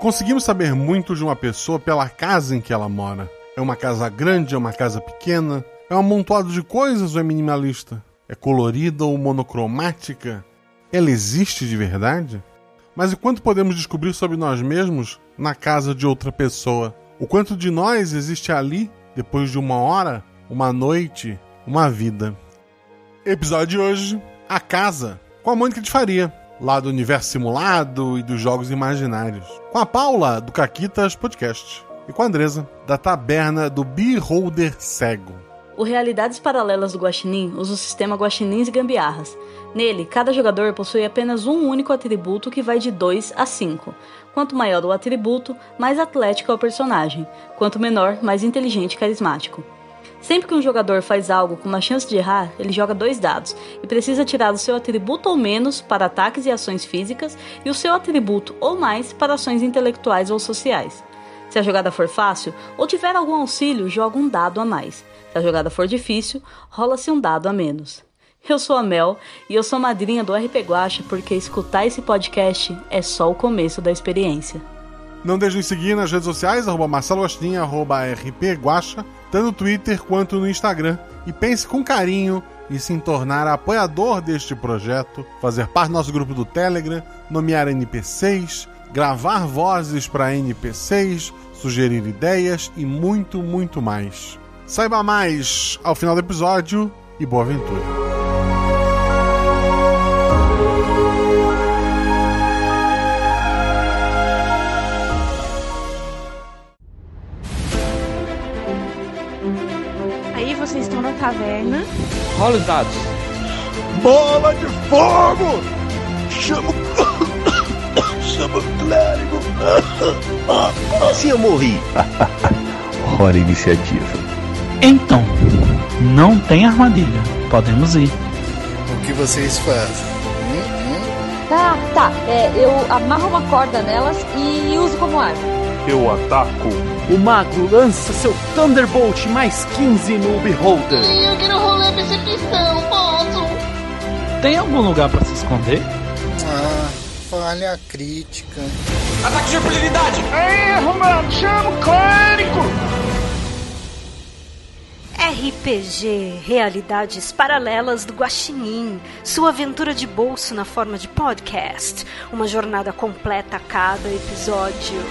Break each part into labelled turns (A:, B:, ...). A: Conseguimos saber muito de uma pessoa pela casa em que ela mora. É uma casa grande, é uma casa pequena? É um amontoado de coisas ou é minimalista? É colorida ou monocromática? Ela existe de verdade? Mas e quanto podemos descobrir sobre nós mesmos na casa de outra pessoa? O quanto de nós existe ali depois de uma hora, uma noite, uma vida? Episódio de hoje: A Casa, com a Mônica de Faria, lá do universo simulado e dos jogos imaginários. Com a Paula, do Caquitas Podcast. E com a Andresa, da Taberna do Beholder Cego.
B: O Realidades Paralelas do Guaxinim usa o sistema Guaxinins e Gambiarras. Nele, cada jogador possui apenas um único atributo que vai de 2 a 5. Quanto maior o atributo, mais atlético é o personagem. Quanto menor, mais inteligente e carismático. Sempre que um jogador faz algo com uma chance de errar, ele joga dois dados e precisa tirar o seu atributo ou menos para ataques e ações físicas e o seu atributo ou mais para ações intelectuais ou sociais. Se a jogada for fácil ou tiver algum auxílio, joga um dado a mais. Se a jogada for difícil, rola-se um dado a menos. Eu sou a Mel e eu sou madrinha do RP Guacha porque escutar esse podcast é só o começo da experiência.
A: Não deixe de seguir nas redes sociais, arroba Marcelo Guaxinim, arroba RP Guaxa, tanto no Twitter quanto no Instagram. E pense com carinho e se tornar apoiador deste projeto, fazer parte do nosso grupo do Telegram, nomear NPCs, gravar vozes para NPCs, sugerir ideias e muito, muito mais. Saiba mais ao final do episódio e boa aventura!
C: Aí vocês estão na taverna.
D: Rola os dados.
E: Bola de fogo! Chama o. Chama o clérigo! Assim eu morri!
F: Hora iniciativa.
G: Então, não tem armadilha. Podemos ir.
H: O que vocês fazem?
I: Ah, tá. É, eu amarro uma corda nelas e uso como arma.
J: Eu ataco.
K: O mago lança seu Thunderbolt mais 15 no Beholder.
L: Tá
M: Eu quero rolar percepção, posso?
G: Tem algum lugar para se esconder?
H: Ah, falha crítica.
N: Ataque de impunidade!
O: Erro, mano! Chama o clérigo!
C: RPG Realidades Paralelas do Guaxinim, sua aventura de bolso na forma de podcast, uma jornada completa a cada episódio.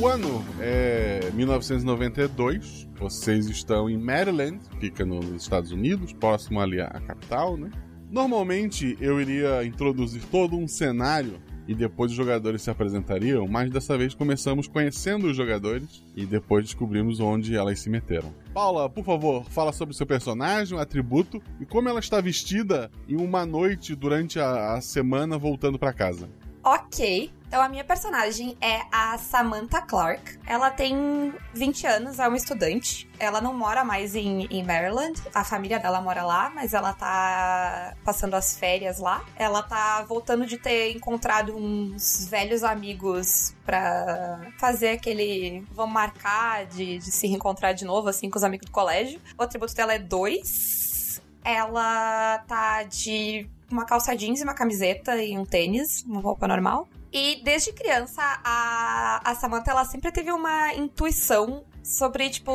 A: O ano é 1992. Vocês estão em Maryland, fica nos Estados Unidos, próximo ali à capital, né? Normalmente eu iria introduzir todo um cenário e depois os jogadores se apresentariam, mas dessa vez começamos conhecendo os jogadores e depois descobrimos onde elas se meteram. Paula, por favor, fala sobre o seu personagem, o atributo e como ela está vestida em uma noite durante a, a semana voltando para casa.
P: Ok. Então, a minha personagem é a Samantha Clark. Ela tem 20 anos, é uma estudante. Ela não mora mais em, em Maryland. A família dela mora lá, mas ela tá passando as férias lá. Ela tá voltando de ter encontrado uns velhos amigos pra fazer aquele. Vamos marcar de, de se reencontrar de novo, assim, com os amigos do colégio. O atributo dela é 2. Ela tá de uma calça jeans e uma camiseta e um tênis, uma roupa normal. E desde criança, a, a Samantha ela sempre teve uma intuição sobre, tipo,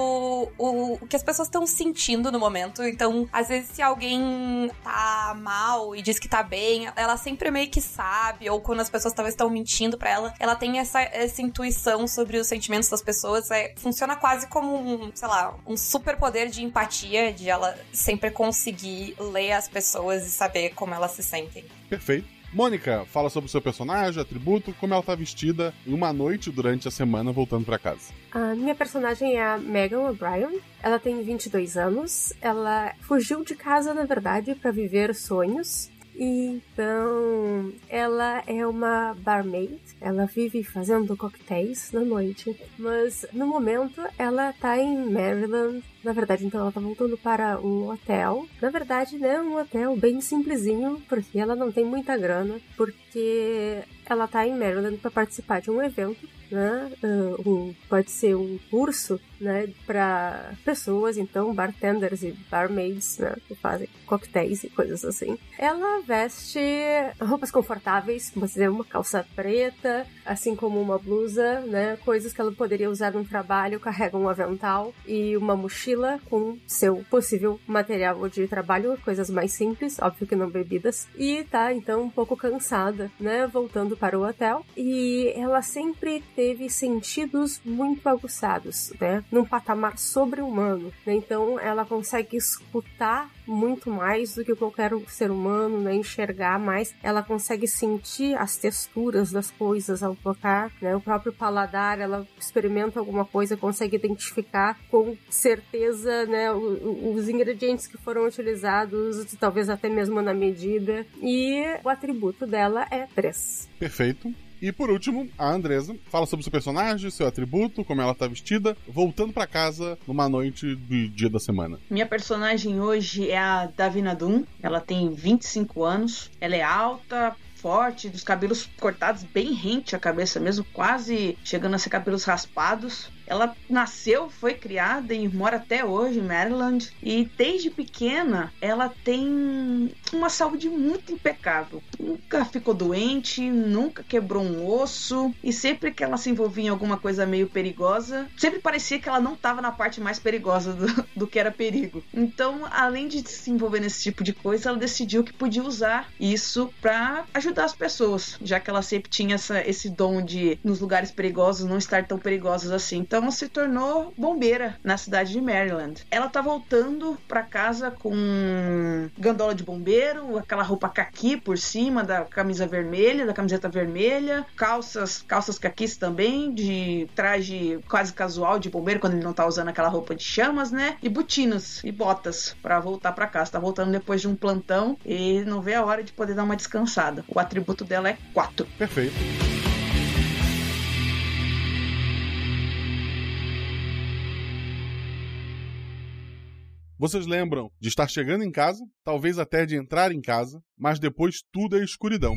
P: o, o que as pessoas estão sentindo no momento. Então, às vezes, se alguém tá mal e diz que tá bem, ela sempre meio que sabe, ou quando as pessoas talvez estão mentindo para ela, ela tem essa, essa intuição sobre os sentimentos das pessoas. É, funciona quase como um, sei lá, um super poder de empatia, de ela sempre conseguir ler as pessoas e saber como elas se sentem.
A: Perfeito. Mônica, fala sobre o seu personagem, atributo, como ela tá vestida em uma noite durante a semana voltando para casa.
Q: A minha personagem é a Megan O'Brien. Ela tem 22 anos. Ela fugiu de casa, na verdade, para viver sonhos. Então, ela é uma barmaid, ela vive fazendo coquetéis na noite, mas no momento ela tá em Maryland. Na verdade, então ela tá voltando para um hotel. Na verdade, né, um hotel bem simplesinho, porque ela não tem muita grana, porque ela tá em Maryland para participar de um evento, né? Uh, um, pode ser um curso, né, para pessoas, então bartenders e barmaids, né, que fazem coquetéis e coisas assim. Ela veste roupas confortáveis, como dizer, uma calça preta, assim como uma blusa, né, coisas que ela poderia usar no trabalho, carrega um avental e uma mochila com seu possível material de trabalho, coisas mais simples, óbvio que não bebidas, e tá então um pouco cansada, né, voltando para o hotel e ela sempre teve sentidos muito aguçados, né? Num patamar sobre-humano. Né? Então ela consegue escutar muito mais do que qualquer ser humano, né? Enxergar mais. Ela consegue sentir as texturas das coisas ao tocar, né? O próprio paladar, ela experimenta alguma coisa, consegue identificar com certeza, né? Os ingredientes que foram utilizados, talvez até mesmo na medida. E o atributo dela é três.
A: Perfeito. E por último, a Andresa fala sobre seu personagem, seu atributo, como ela tá vestida, voltando para casa numa noite do dia da semana.
L: Minha personagem hoje é a Davina Doom. Ela tem 25 anos, ela é alta, forte, dos cabelos cortados bem rente à cabeça mesmo, quase chegando a ser cabelos raspados. Ela nasceu, foi criada e mora até hoje em Maryland. E desde pequena ela tem uma saúde muito impecável. Nunca ficou doente, nunca quebrou um osso. E sempre que ela se envolvia em alguma coisa meio perigosa, sempre parecia que ela não estava na parte mais perigosa do, do que era perigo. Então, além de se envolver nesse tipo de coisa, ela decidiu que podia usar isso para ajudar ajudar as pessoas, já que ela sempre tinha essa, esse dom de, nos lugares perigosos, não estar tão perigosos assim. Então, se tornou bombeira na cidade de Maryland. Ela tá voltando para casa com gandola de bombeiro, aquela roupa caqui por cima da camisa vermelha, da camiseta vermelha, calças, calças caquis também, de traje quase casual de bombeiro, quando ele não tá usando aquela roupa de chamas, né? E botinas e botas para voltar para casa. Tá voltando depois de um plantão e não vê a hora de poder dar uma descansada. O atributo dela é 4.
A: Perfeito. Vocês lembram de estar chegando em casa, talvez até de entrar em casa, mas depois tudo é escuridão.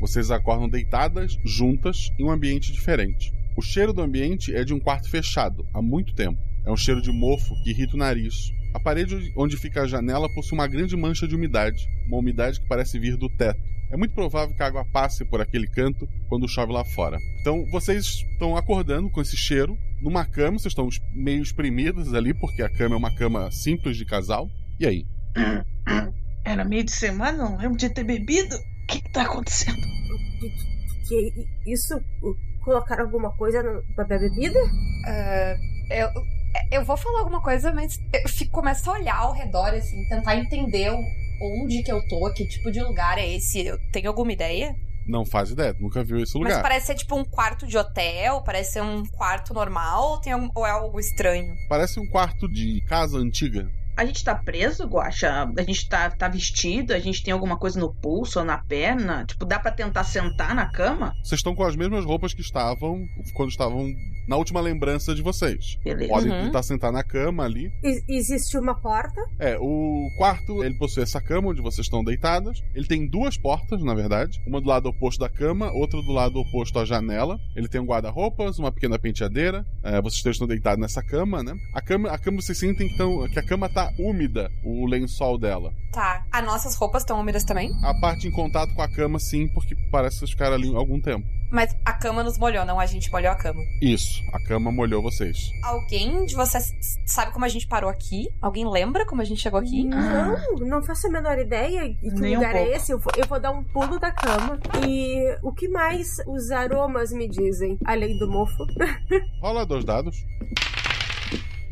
A: Vocês acordam deitadas, juntas, em um ambiente diferente. O cheiro do ambiente é de um quarto fechado, há muito tempo. É um cheiro de mofo que irrita o nariz. A parede onde fica a janela possui uma grande mancha de umidade, uma umidade que parece vir do teto. É muito provável que a água passe por aquele canto quando chove lá fora. Então vocês estão acordando com esse cheiro numa cama, vocês estão meio espremidas ali porque a cama é uma cama simples de casal. E aí?
L: Era meio de semana, não lembro de ter bebido. O que, que tá acontecendo?
Q: Que, que, isso? Colocaram alguma coisa na bebida?
P: Uh, eu, eu vou falar alguma coisa, mas eu fico, começo a olhar ao redor, assim, tentar entender onde que eu tô, que tipo de lugar é esse. Eu tenho alguma ideia?
A: Não faz ideia, nunca viu esse lugar.
P: Mas parece ser tipo um quarto de hotel, parece ser um quarto normal, ou, tem algum, ou é algo estranho?
A: Parece um quarto de casa antiga.
L: A gente tá preso, Guaxa? A gente tá, tá vestido? A gente tem alguma coisa no pulso ou na perna? Tipo, dá para tentar sentar na cama?
A: Vocês estão com as mesmas roupas que estavam quando estavam na última lembrança de vocês.
L: Beleza.
A: Podem tentar sentar na cama ali.
Q: E- existe uma porta?
A: É, o quarto, ele possui essa cama onde vocês estão deitadas. Ele tem duas portas, na verdade. Uma do lado oposto da cama, outra do lado oposto à janela. Ele tem um guarda-roupas, uma pequena penteadeira. É, vocês três estão deitados nessa cama, né? A cama, a cama vocês sentem que, tão, que a cama tá úmida, o lençol dela.
P: Tá. As nossas roupas estão úmidas também?
A: A parte em contato com a cama, sim, porque parece que vocês ficaram ali algum tempo.
P: Mas a cama nos molhou, não a gente molhou a cama.
A: Isso, a cama molhou vocês.
P: Alguém de vocês sabe como a gente parou aqui? Alguém lembra como a gente chegou aqui?
Q: Não, não faço a menor ideia que
L: Ah. Nem um
Q: lugar é
L: pouco.
Q: esse. Eu vou, eu vou dar um pulo da cama. E o que mais os aromas me dizem, além do mofo?
A: Rola dois dados.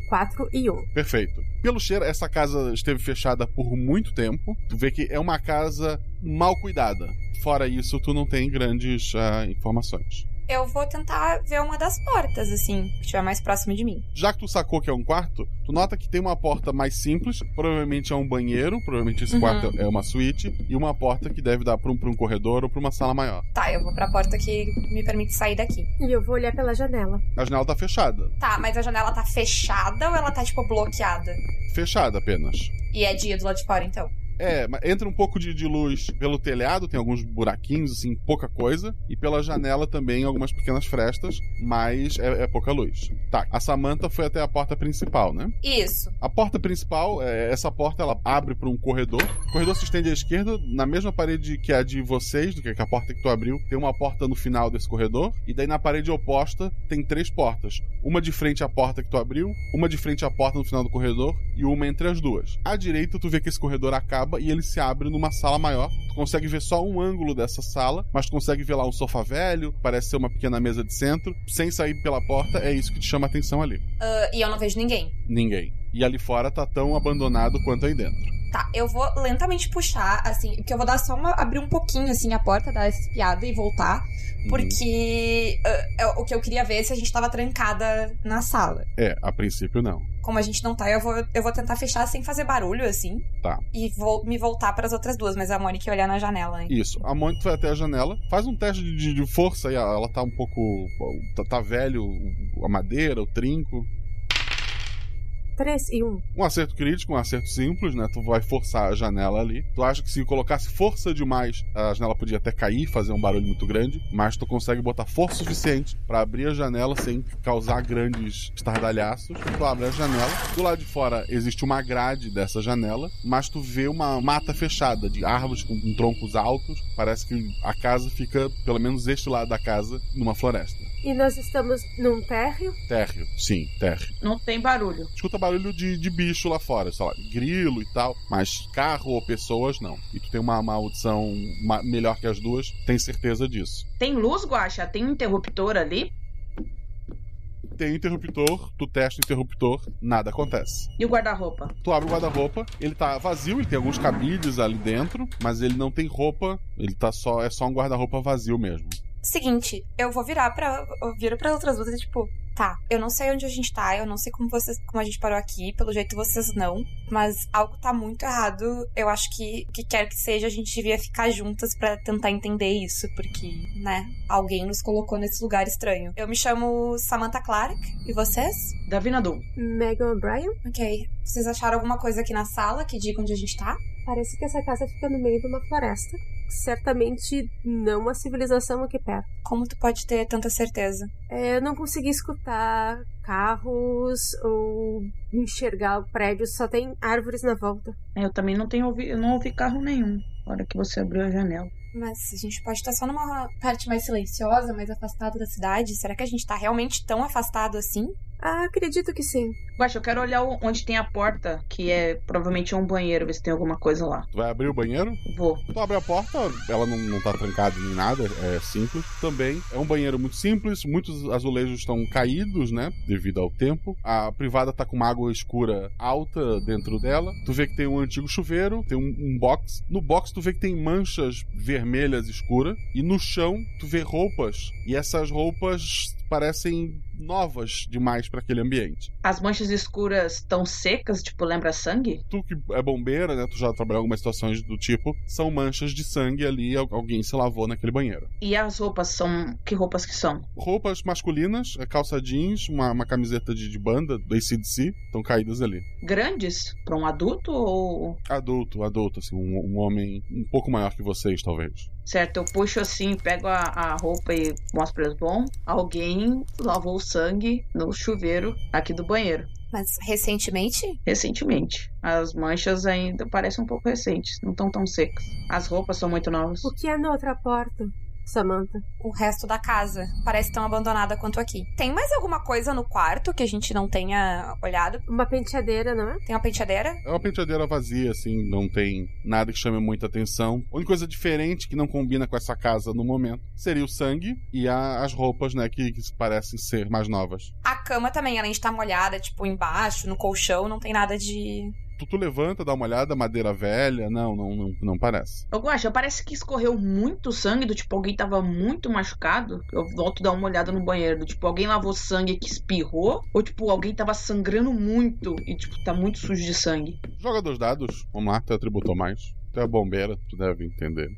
Q: 4 e 1.
A: Perfeito. Pelo cheiro, essa casa esteve fechada por muito tempo. Tu vê que é uma casa mal cuidada. Fora isso, tu não tem grandes ah, informações.
P: eu vou tentar ver uma das portas, assim, que estiver mais próxima de mim.
A: Já que tu sacou que é um quarto, tu nota que tem uma porta mais simples, provavelmente é um banheiro, provavelmente esse
P: Uhum.
A: quarto é uma suíte, e uma porta que deve dar pra um, pra um corredor ou pra uma sala maior.
P: Tá, eu vou pra porta que me permite sair daqui.
Q: E eu vou olhar pela janela.
A: A janela tá fechada.
P: Tá, mas a janela tá fechada ou ela tá, tipo, bloqueada?
A: Fechada apenas.
P: E é dia do lado de fora, então?
A: É, mas entra um pouco de, de luz pelo telhado, tem alguns buraquinhos, assim, pouca coisa. E pela janela também algumas pequenas frestas, mas é, é pouca luz. Tá, a Samantha foi até a porta principal, né?
P: Isso.
A: A porta principal, é, essa porta, ela abre para um corredor. O corredor se estende à esquerda, na mesma parede que a de vocês, do que a porta que tu abriu, tem uma porta no final desse corredor. E daí na parede oposta tem três portas. Uma de frente à porta que tu abriu, uma de frente à porta no final do corredor e uma entre as duas. À direita, tu vê que esse corredor acaba e ele se abre numa sala maior. Tu consegue ver só um ângulo dessa sala, mas tu consegue ver lá um sofá velho, parece ser uma pequena mesa de centro. Sem sair pela porta, é isso que te chama a atenção ali.
P: Ah, e eu não vejo ninguém.
A: Ninguém. E ali fora tá tão abandonado quanto aí dentro.
P: Tá, eu vou lentamente puxar, assim, porque eu vou dar só uma. abrir um pouquinho, assim, a porta, dar essa espiada e voltar.
A: Uhum.
P: Porque ah, eu- o que eu queria ver é se a gente tava trancada na sala.
A: É, a princípio não.
P: Como a gente não tá, eu vou, eu vou tentar fechar sem fazer barulho, assim.
A: Tá.
P: E vou me voltar pras outras duas, mas a Mônica ia olhar na janela, hein?
A: Isso. A Mônica vai até a janela, faz um teste de, de- de força aí, ó, ela tá um pouco. Tá, tá velho o- a madeira, o trinco.
Q: 3 e 1.
A: Um acerto crítico, um acerto simples, né? Tu vai forçar a janela ali. Tu acha que se colocasse força demais, a janela podia até cair, fazer um barulho muito grande, mas tu consegue botar força suficiente pra abrir a janela sem causar grandes estardalhaços. Tu abre a janela. Do lado de fora existe uma grade dessa janela, mas tu vê uma mata fechada de árvores com, com troncos altos. Parece que a casa fica, pelo menos este lado da casa, numa floresta.
Q: E nós estamos num térreo.
A: Térreo. Sim, térreo.
D: Não tem barulho.
A: Escuta barulho de, de bicho lá fora, sei lá, grilo e tal, mas carro ou pessoas, não. E tu tem uma, uma audição ma- melhor que as duas, tem certeza disso.
D: Tem luz, Guaxa? Tem um interruptor ali?
A: Tem interruptor, tu testa o interruptor, nada acontece.
D: E o guarda-roupa?
A: Tu abre o guarda-roupa, ele tá vazio, ele tem alguns cabides ali dentro, mas ele não tem roupa, ele tá só, é só um guarda-roupa vazio mesmo.
P: Seguinte, eu vou virar pra. Eu viro pras outras duas e tipo, tá, eu não sei onde a gente tá, eu não sei como vocês. como a gente parou aqui, pelo jeito vocês não. Mas algo tá muito errado. Eu acho que o que quer que seja, a gente devia ficar juntas pra tentar entender isso, porque, né, alguém nos colocou nesse lugar estranho. Eu me chamo Samantha Clark, e vocês?
D: Davina Doom.
Q: Megan O'Brien?
P: Ok. Vocês acharam alguma coisa aqui na sala que diga onde a gente tá?
Q: Parece que essa casa fica no meio de uma floresta. Certamente não a civilização aqui perto.
P: Como tu pode ter tanta certeza?
Q: É, eu não consegui escutar carros ou enxergar o prédio, só tem árvores na volta.
D: É, Eu também não tenho ouvi, eu não ouvi carro nenhum na hora que você abriu a janela.
P: Mas a gente pode estar só numa parte mais silenciosa, mais afastada da cidade. Será que a gente tá realmente tão afastado assim?
Q: Ah, acredito que sim.
D: Guaxa, eu quero olhar o- onde tem a porta, que é provavelmente um banheiro, ver se tem alguma coisa lá.
A: Tu vai abrir o banheiro?
D: Vou.
A: Tu abre a porta, ela não, não tá trancada nem nada, é simples. Também é um banheiro muito simples, muitos azulejos estão caídos, né? Devido ao tempo. A privada tá com uma água escura alta dentro dela. Tu vê que tem um antigo chuveiro, tem um, um box. No box tu vê que tem manchas vermelhas escuras. E no chão tu vê roupas. E essas roupas parecem novas demais para aquele ambiente.
D: As manchas escuras estão secas, tipo, lembra sangue?
A: Tu que é bombeira, né? Tu já trabalhou em algumas situações do tipo. São manchas de sangue ali, al- alguém se lavou naquele banheiro.
D: E as roupas são. Que roupas que são?
A: roupas masculinas, é, calça jeans, uma, uma camiseta de, de banda do ACDC, estão caídas ali.
D: Grandes? Pra um adulto ou.
A: Adulto, adulto, assim, um, um homem um pouco maior que vocês, talvez.
D: Certo, eu puxo assim, pego a, a roupa e mostro pra eles. Bom, alguém lavou o sangue no chuveiro aqui do banheiro.
P: Mas recentemente?
D: Recentemente. As manchas ainda parecem um pouco recentes, não estão tão secas. As roupas são muito novas.
Q: O que é na outra porta, Samantha?
P: O resto da casa parece tão abandonada quanto aqui. Tem mais alguma coisa no quarto que a gente não tenha olhado?
Q: Uma penteadeira, não é?
P: Tem uma penteadeira?
A: É uma penteadeira vazia, assim, não tem nada que chame muita atenção. A única coisa diferente que não combina com essa casa no momento seria o sangue e a- as roupas, né, que, que parecem ser mais novas.
P: tá A cama também, além de estar molhada, tipo, embaixo, no colchão, não tem nada de
A: Tutu levanta, dá uma olhada, madeira velha. Não, não, não, não parece.
D: Ô, Guaxa, parece que escorreu muito sangue, do tipo, alguém tava muito machucado. Eu volto dar uma olhada no banheiro, do tipo, alguém lavou sangue que espirrou, ou tipo, alguém tava sangrando muito e, tipo, tá muito sujo de sangue.
A: Joga dois dados. Vamos lá, tu atributou mais. Tu é bombeira, tu deve entender.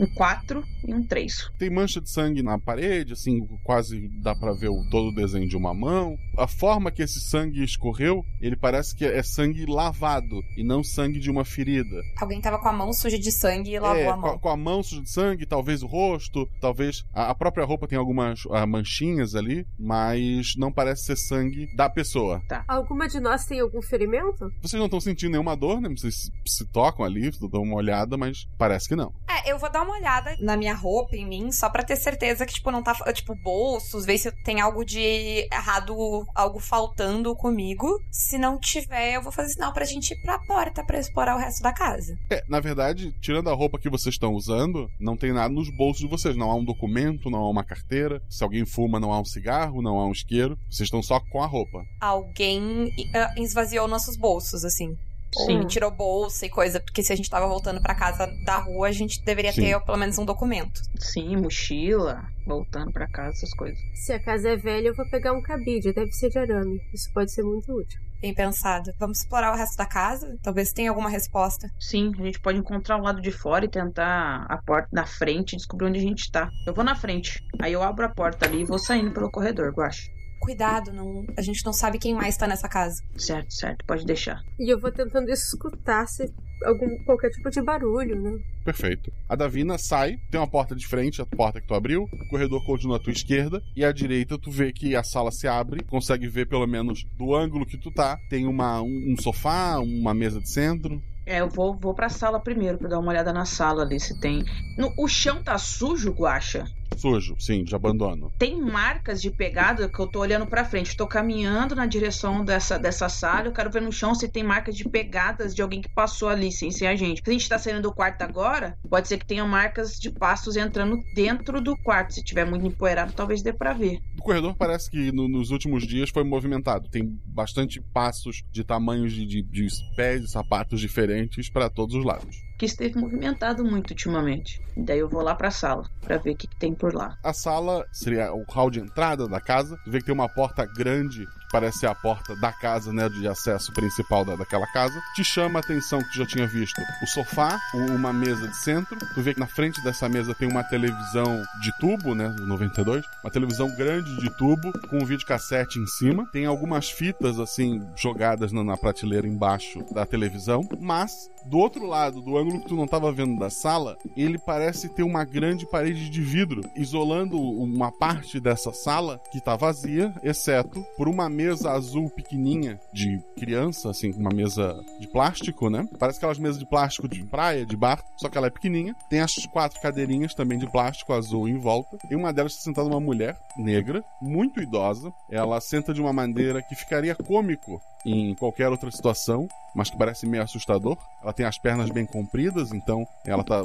D: Um 4 e um 3.
A: Tem mancha de sangue na parede, assim, quase dá para ver o, todo o desenho de uma mão. A forma que esse sangue escorreu, ele parece que é sangue lavado e não sangue de uma ferida.
P: Alguém tava com a mão suja de sangue e lavou
A: é,
P: a mão.
A: Com, com a mão suja de sangue, talvez o rosto, talvez a, a própria roupa tem algumas ah, manchinhas ali, mas não parece ser sangue da pessoa.
D: Tá.
Q: Alguma de nós tem algum ferimento?
A: Vocês não estão sentindo nenhuma dor, né? Vocês se, se tocam ali, dão uma olhada, mas parece que não.
P: É, eu vou dar uma olhada na minha roupa, em mim, só pra ter certeza que, tipo, não tá. Tipo, bolsos, ver se tem algo de errado, algo faltando comigo. Se não tiver, eu vou fazer sinal pra gente ir pra porta pra explorar o resto da casa.
A: É, na verdade, tirando a roupa que vocês estão usando, não tem nada nos bolsos de vocês. Não há um documento, não há uma carteira. Se alguém fuma, não há um cigarro, não há um isqueiro. Vocês estão só com a roupa.
P: Alguém ah, esvaziou nossos bolsos, assim. Sim. Ou tirou bolsa e coisa, porque se a gente tava voltando para casa da rua, a gente deveria
A: Sim.
P: ter ó, pelo menos um documento.
D: Sim, mochila, voltando pra casa, essas coisas.
Q: Se a casa é velha, eu vou pegar um cabide, deve ser de arame. Isso pode ser muito útil.
P: Bem pensado. Vamos explorar o resto da casa? Talvez tenha alguma resposta.
D: Sim, a gente pode encontrar o lado de fora e tentar a porta da frente e descobrir onde a gente tá. Eu vou na frente, aí eu abro a porta ali e vou saindo pelo corredor, eu acho.
P: Cuidado, não, a gente não sabe quem mais tá nessa casa.
D: Certo, certo, pode deixar.
Q: E eu vou tentando escutar se algum qualquer tipo de barulho, né?
A: Perfeito. A Davina sai, tem uma porta de frente, a porta que tu abriu, o corredor continua à tua esquerda, e à direita tu vê que a sala se abre, consegue ver pelo menos do ângulo que tu tá, tem uma, um, um sofá, uma mesa de centro.
D: É, eu vou, vou pra sala primeiro pra dar uma olhada na sala ali se tem. No- o chão tá sujo, Guacha?
A: Sujo, sim, de abandono.
D: Tem marcas de pegada que eu tô olhando pra frente. Tô caminhando na direção dessa, dessa sala. Eu quero ver no chão se tem marcas de pegadas de alguém que passou ali sem ser a gente. Se a gente tá saindo do quarto agora, pode ser que tenha marcas de passos entrando dentro do quarto. Se tiver muito empoeirado, talvez dê pra ver.
A: O corredor parece que no- nos últimos dias foi movimentado. Tem bastante passos de tamanhos de, de, de pés e sapatos diferentes pra todos os lados.
D: Que esteve movimentado muito ultimamente. Daí eu vou lá pra sala pra ver o que, que tem por lá.
A: A sala seria o hall de entrada da casa. Tu vê que tem uma porta grande, que parece ser a porta da casa, né? De acesso principal da, daquela casa. Te chama a atenção que tu já tinha visto o sofá, o- uma mesa de centro. Tu vê que na frente dessa mesa tem uma televisão de tubo, né? 92. Uma televisão grande de tubo, com um videocassete em cima. Tem algumas fitas, assim, jogadas na, na prateleira embaixo da televisão. Mas, do outro lado, do ângulo que tu não tava vendo da sala, ele parece ter uma grande parede de vidro, isolando uma parte dessa sala que tá vazia, exceto por uma mesa azul pequenininha de criança, assim, uma mesa de plástico, né? Parece aquelas mesas de plástico de praia, de bar, só que ela é pequenininha. Tem as quatro cadeirinhas também de plástico azul em volta, e uma delas está sentada uma mulher negra, muito idosa. Ela senta de uma maneira que ficaria cômico em qualquer outra situação, mas que parece meio assustador. Ela tem as pernas bem compridas, então ela tá.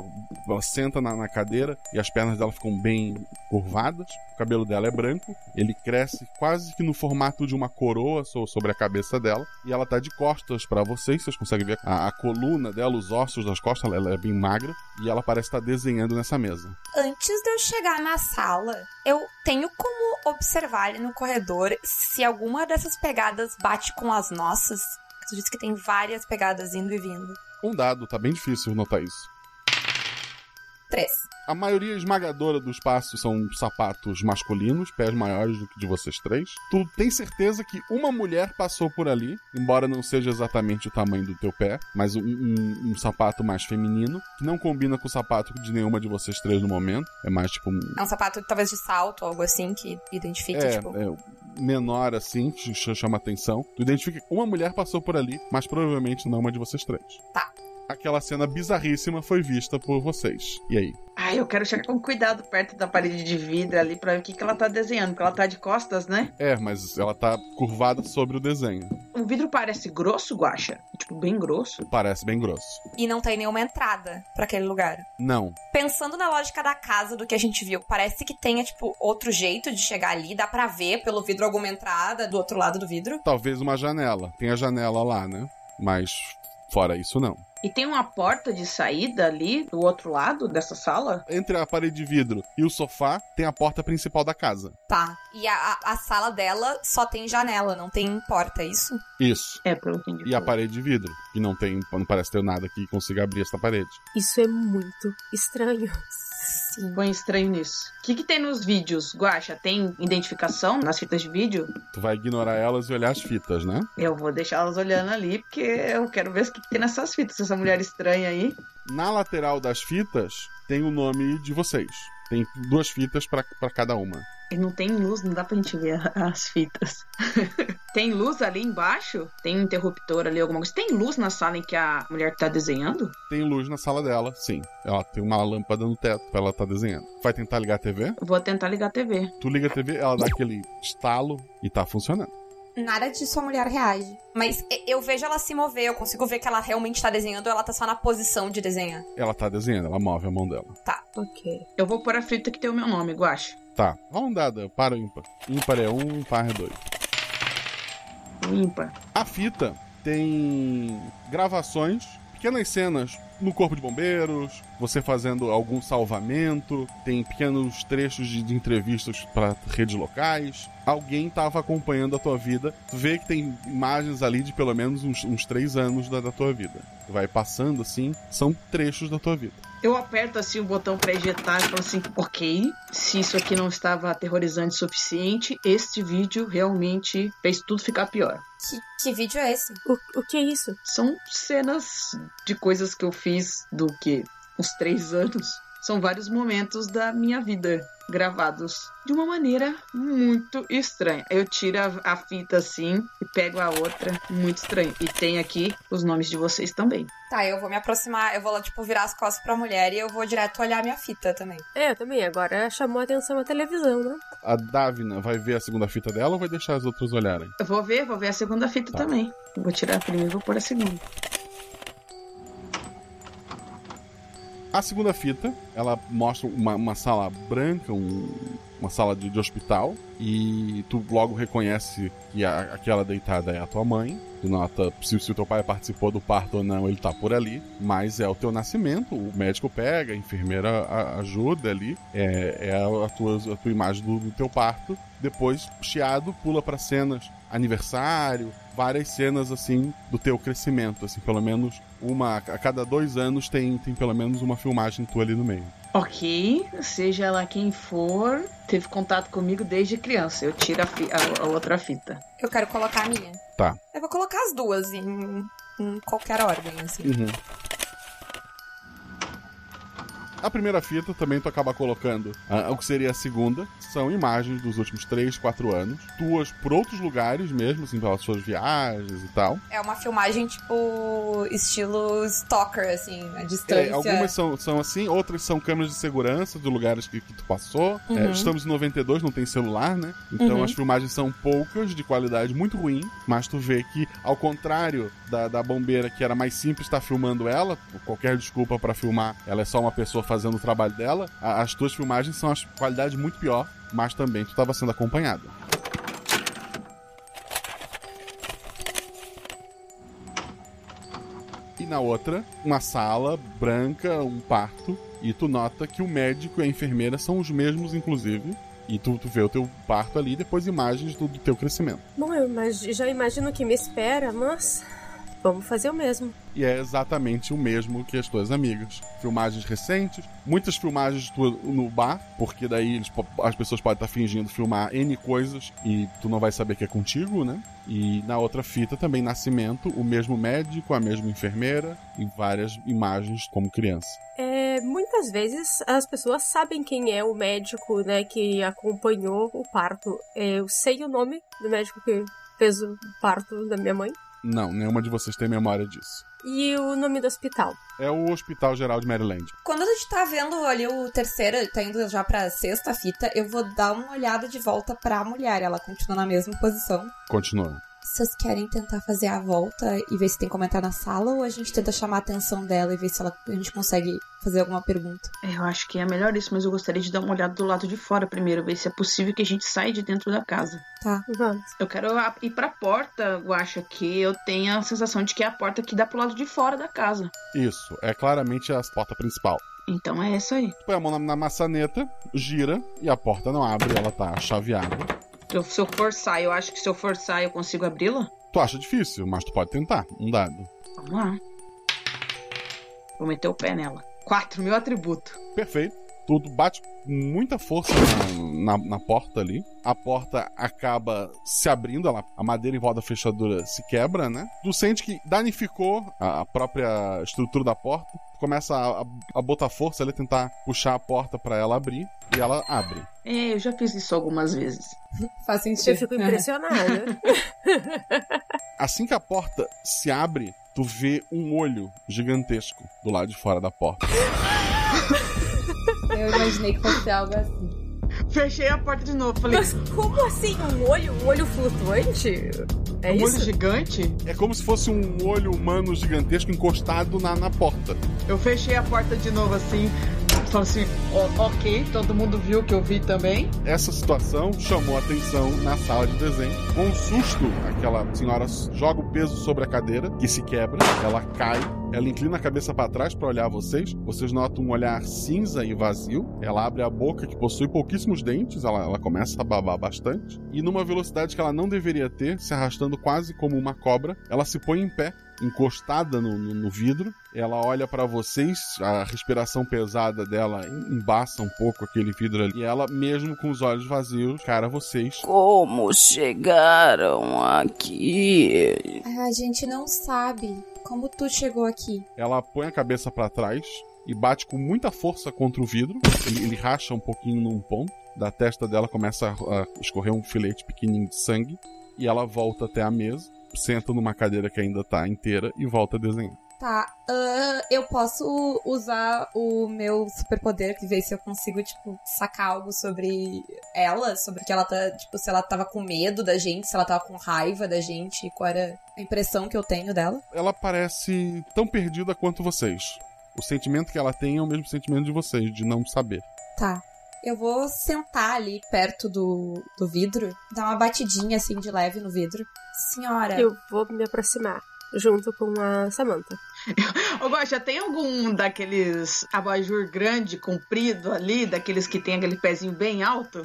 A: Ela senta na, na cadeira e as pernas dela ficam bem curvadas. O cabelo dela é branco, ele cresce quase que no formato de uma coroa so- sobre a cabeça dela. E ela tá de costas para vocês, vocês conseguem ver a, a coluna dela, os ossos das costas, ela, ela é bem magra, e ela parece estar desenhando nessa mesa.
P: Antes de eu chegar na sala, eu tenho como observar ali no corredor se alguma dessas pegadas bate com as nossas. Tu disse que tem várias pegadas indo e vindo.
A: Um dado, tá bem difícil notar isso.
P: Três.
A: A maioria esmagadora dos passos são sapatos masculinos, pés maiores do que de vocês três. Tu tem certeza que uma mulher passou por ali, embora não seja exatamente o tamanho do teu pé, mas um, um- um sapato mais feminino, que não combina com o sapato de nenhuma de vocês três no momento. É mais tipo um,
P: É um sapato talvez de salto, algo assim, que identifique,
A: é,
P: tipo.
A: é, menor assim, te ch- chama atenção. Tu identifica que uma mulher passou por ali, mas provavelmente não uma de vocês três.
P: Tá.
A: Aquela cena bizarríssima foi vista por vocês. E aí?
D: Ah, Ah, eu quero chegar com cuidado perto da parede de vidro ali pra ver o que, que ela tá desenhando, porque ela tá de costas, né?
A: É, mas ela tá curvada sobre o desenho.
D: O vidro parece grosso, Guaxa? Tipo, bem grosso?
A: Parece bem grosso.
P: E não tem nenhuma entrada pra aquele lugar.
A: Não.
P: Pensando na lógica da casa, do que a gente viu, parece que tenha, tipo, outro jeito de chegar ali. Dá pra ver pelo vidro alguma entrada do outro lado do vidro.
A: Talvez uma janela. Tem a janela lá, né? Mas fora isso, não.
D: E tem uma porta de saída ali do outro lado dessa sala?
A: Entre a parede de vidro e o sofá, tem a porta principal da casa.
P: Tá. E a, a- a sala dela só tem janela, não tem porta, é isso?
A: Isso.
D: É, pelo que
A: E a parede de vidro, que não tem, não parece ter nada que consiga abrir essa parede.
Q: Isso é muito estranho.
D: Sim. Põe estranho nisso. O que, que tem nos vídeos, Guaxa? Tem identificação nas fitas de vídeo?
A: Tu vai ignorar elas e olhar as fitas, né?
D: Eu vou deixar elas olhando ali, porque eu quero ver o que, que tem nessas fitas, essa mulher estranha aí.
A: Na lateral das fitas tem o nome de vocês. Tem duas fitas pra pra cada uma.
D: E não tem luz, não dá pra gente ver a- as fitas. tem luz ali embaixo? Tem um interruptor ali, alguma coisa? Tem luz na sala em que a mulher tá desenhando?
A: Tem luz na sala dela, sim. Ela tem uma lâmpada no teto pra ela tá desenhando. Vai tentar ligar a TV?
D: Vou tentar ligar a TV.
A: Tu liga a TV, ela dá aquele estalo e tá funcionando.
P: Nada disso a mulher reage. Mas e- eu vejo ela se mover, eu consigo ver que ela realmente tá desenhando, ou ela tá só na posição de desenhar.
A: Ela tá desenhando, ela move a mão dela.
P: Tá.
Q: Ok.
D: Eu vou pôr a fita que tem o meu nome, Guaxa.
A: Tá, rola um dado, par ou ímpar. Ímpar é um, par é dois.
D: Ímpar.
A: A fita tem gravações, pequenas cenas no corpo de bombeiros, você fazendo algum salvamento, tem pequenos trechos de, de entrevistas para redes locais. Alguém tava acompanhando a tua vida, tu vê que tem imagens ali de pelo menos uns, uns três anos da, da tua vida. Vai passando assim, são trechos da tua vida.
D: Eu aperto assim o botão pra ejetar e falo assim, ok, se isso aqui não estava aterrorizante o suficiente, este vídeo realmente fez tudo ficar pior.
P: Que, que vídeo é esse?
Q: O, o que é isso?
D: São cenas de coisas que eu fiz do que? Uns três anos. São vários momentos da minha vida gravados de uma maneira muito estranha. Eu tiro a, a fita assim e pego a outra, muito estranho. E tem aqui os nomes de vocês também.
P: Tá, eu vou me aproximar, eu vou lá, tipo, virar as costas pra mulher e eu vou direto olhar minha fita também.
Q: É, também. Agora chamou a atenção a televisão, né?
A: A Davina vai ver a segunda fita dela ou vai deixar as outras olharem?
D: Eu vou ver, vou ver a segunda fita também. Vou tirar a primeira e vou pôr a segunda.
A: A segunda fita, ela mostra uma, uma sala branca, um- uma sala de, de hospital, e tu logo reconhece que a- aquela deitada é a tua mãe. Tu nota se, se o teu pai participou do parto ou não, ele tá por ali, mas é o teu nascimento. O médico pega, a enfermeira a- ajuda ali, é, é a, a tua, a tua imagem do, do teu parto. Depois, chiado, pula pra cenas aniversário, várias cenas assim do teu crescimento, assim, pelo menos uma a cada dois anos tem, tem pelo menos uma filmagem tua ali no meio.
D: Ok, seja lá quem for, teve contato comigo desde criança. Eu tiro a, fi- a- a outra fita.
P: Eu quero colocar a minha.
A: Tá.
P: Eu vou colocar as duas em, em qualquer ordem, assim.
A: Uhum. A primeira fita também tu acaba colocando ah, o que seria a segunda. São imagens dos últimos 3, 4 anos. Tuas por outros lugares mesmo, assim, pelas suas viagens e tal.
P: É uma filmagem, tipo, estilo stalker, assim, a distância.
A: É, algumas são, são assim, outras são câmeras de segurança de lugares que, que tu passou.
P: Uhum.
A: É, estamos em 92, não tem celular, né? Então
F: Uhum.
A: as filmagens são poucas, de qualidade muito ruim, mas tu vê que, ao contrário da, da bombeira que era mais simples estar filmando ela, qualquer desculpa pra filmar, ela é só uma pessoa fazendo o trabalho dela, a- as tuas filmagens são as qualidade muito pior, mas também tu estava sendo acompanhada. E na outra, uma sala branca, um parto. E tu nota que o médico e a enfermeira são os mesmos, inclusive. E tu, tu vê o teu parto ali e depois imagens do, do teu crescimento.
Q: Bom, eu imagi- já imagino o que me espera, mas vamos fazer o mesmo.
A: E é exatamente o mesmo que as tuas amigas. Filmagens recentes, muitas filmagens tuas no bar, porque daí eles po- as pessoas podem estar fingindo filmar N coisas e tu não vai saber que é contigo, né? E na outra fita também, nascimento, o mesmo médico, a mesma enfermeira e várias imagens como criança.
Q: É, muitas vezes as pessoas sabem quem é o médico, né, que acompanhou o parto. É, eu sei o nome do médico que fez o parto da minha mãe.
A: Não, nenhuma de vocês tem memória disso.
Q: E o nome do hospital?
A: É o Hospital Geral de Maryland.
P: Quando a gente tá vendo ali o terceiro, tá indo já pra sexta fita, eu vou dar uma olhada de volta pra mulher. Ela continua na mesma posição.
A: Continua.
P: Vocês querem tentar fazer a volta e ver se tem comentário na sala ou a gente tenta chamar a atenção dela e ver se ela, a gente consegue fazer alguma pergunta?
D: Eu acho que é melhor isso, mas eu gostaria de dar uma olhada do lado de fora primeiro, ver se é possível que a gente saia de dentro da casa.
P: Tá, vamos.
D: Eu quero a- ir pra porta, eu acho que eu tenho a sensação de que é a porta que dá pro lado de fora da casa.
A: Isso, é claramente a porta principal.
D: Então é essa aí.
A: Põe a mão na, na maçaneta, gira e a porta não abre, ela tá chaveada.
D: Eu- se eu forçar, eu acho que se eu forçar eu consigo abri-la?
A: Tu acha difícil, mas tu pode tentar. Um dado.
D: Vamos lá. Vou meter o pé nela. Quatro, meu atributo.
A: Perfeito. Tudo bate com muita força na, na- na porta ali. A porta acaba se abrindo, ela, a madeira em volta da fechadura se quebra, né? Tu sente que danificou a, a própria estrutura da porta. Tu começa a, a- a botar força ali, tentar puxar a porta pra ela abrir. E ela abre.
D: É, eu já fiz isso algumas vezes.
P: Faz sentido.
Q: Eu fico impressionada.
A: Assim que a porta se abre, tu vê um olho gigantesco do lado de fora da porta.
J: Eu imaginei que fosse algo assim.
D: Fechei a porta de novo, falei.
J: Mas
Q: como assim? Um olho? Um olho flutuante? É
A: um
Q: isso?
A: olho
D: gigante?
A: É como se fosse um olho humano gigantesco encostado na, na porta.
D: Eu fechei a porta de novo assim. Falei assim, "O- ok, todo mundo viu que eu vi também.
A: Essa situação chamou atenção na sala de desenho. Com um susto, aquela senhora s- joga o peso sobre a cadeira, que se quebra, ela cai, ela inclina a cabeça para trás para olhar vocês. Vocês notam um olhar cinza e vazio. Ela abre a boca, que possui pouquíssimos dentes, ela, ela começa a babar bastante. E numa velocidade que ela não deveria ter, se arrastando quase como uma cobra, ela se põe em pé encostada no, no- no vidro. Ela olha pra vocês, a respiração pesada dela embaça um pouco aquele vidro ali. E ela, mesmo com os olhos vazios, cara vocês.
L: Como chegaram aqui?
P: Ah, A gente não sabe como tu chegou aqui.
A: Ela põe a cabeça pra trás e bate com muita força contra o vidro. Ele, ele racha um pouquinho num ponto. Da testa dela começa a, a escorrer um filete pequenininho de sangue. E ela volta até a mesa, senta numa cadeira que ainda tá inteira e volta a desenhar.
P: Tá, ahn, eu posso usar o meu superpoder que ver se eu consigo, tipo, sacar algo sobre ela, sobre o que ela tá, tipo, se ela tava com medo da gente, se ela tava com raiva da gente, qual era a impressão que eu tenho dela.
A: ela parece tão perdida quanto vocês. O sentimento que ela tem é o mesmo sentimento de vocês, de não saber.
P: Tá. Eu vou sentar ali perto do, do vidro, dar uma batidinha assim de leve no vidro. Senhora.
Q: Eu vou me aproximar, junto com a Samantha.
D: Ô, Guaxa, tem algum daqueles abajur grande, comprido ali, daqueles que tem aquele pezinho bem alto?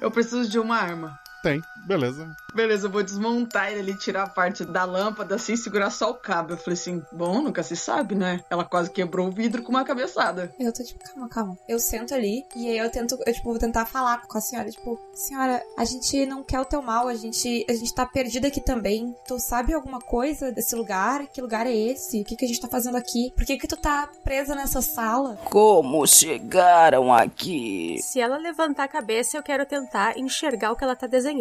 D: Eu preciso de uma arma.
A: Tem, beleza.
D: Beleza, eu vou desmontar ele ali, tirar a parte da lâmpada assim, segurar só o cabo. Eu falei assim, bom, nunca se sabe, né? Ela quase quebrou o vidro com uma cabeçada.
P: Eu tô tipo, calma, calma. Eu sento ali e aí eu tento, eu tipo, vou tentar falar com a senhora, tipo, senhora, a gente não quer o teu mal, a gente, a gente tá perdida aqui também. Tu sabe alguma coisa desse lugar? Que lugar é esse? O que que a gente tá fazendo aqui? Por que que tu tá presa nessa sala?
L: Como chegaram aqui?
Q: Se ela levantar a cabeça, eu quero tentar enxergar o que ela tá desenhando.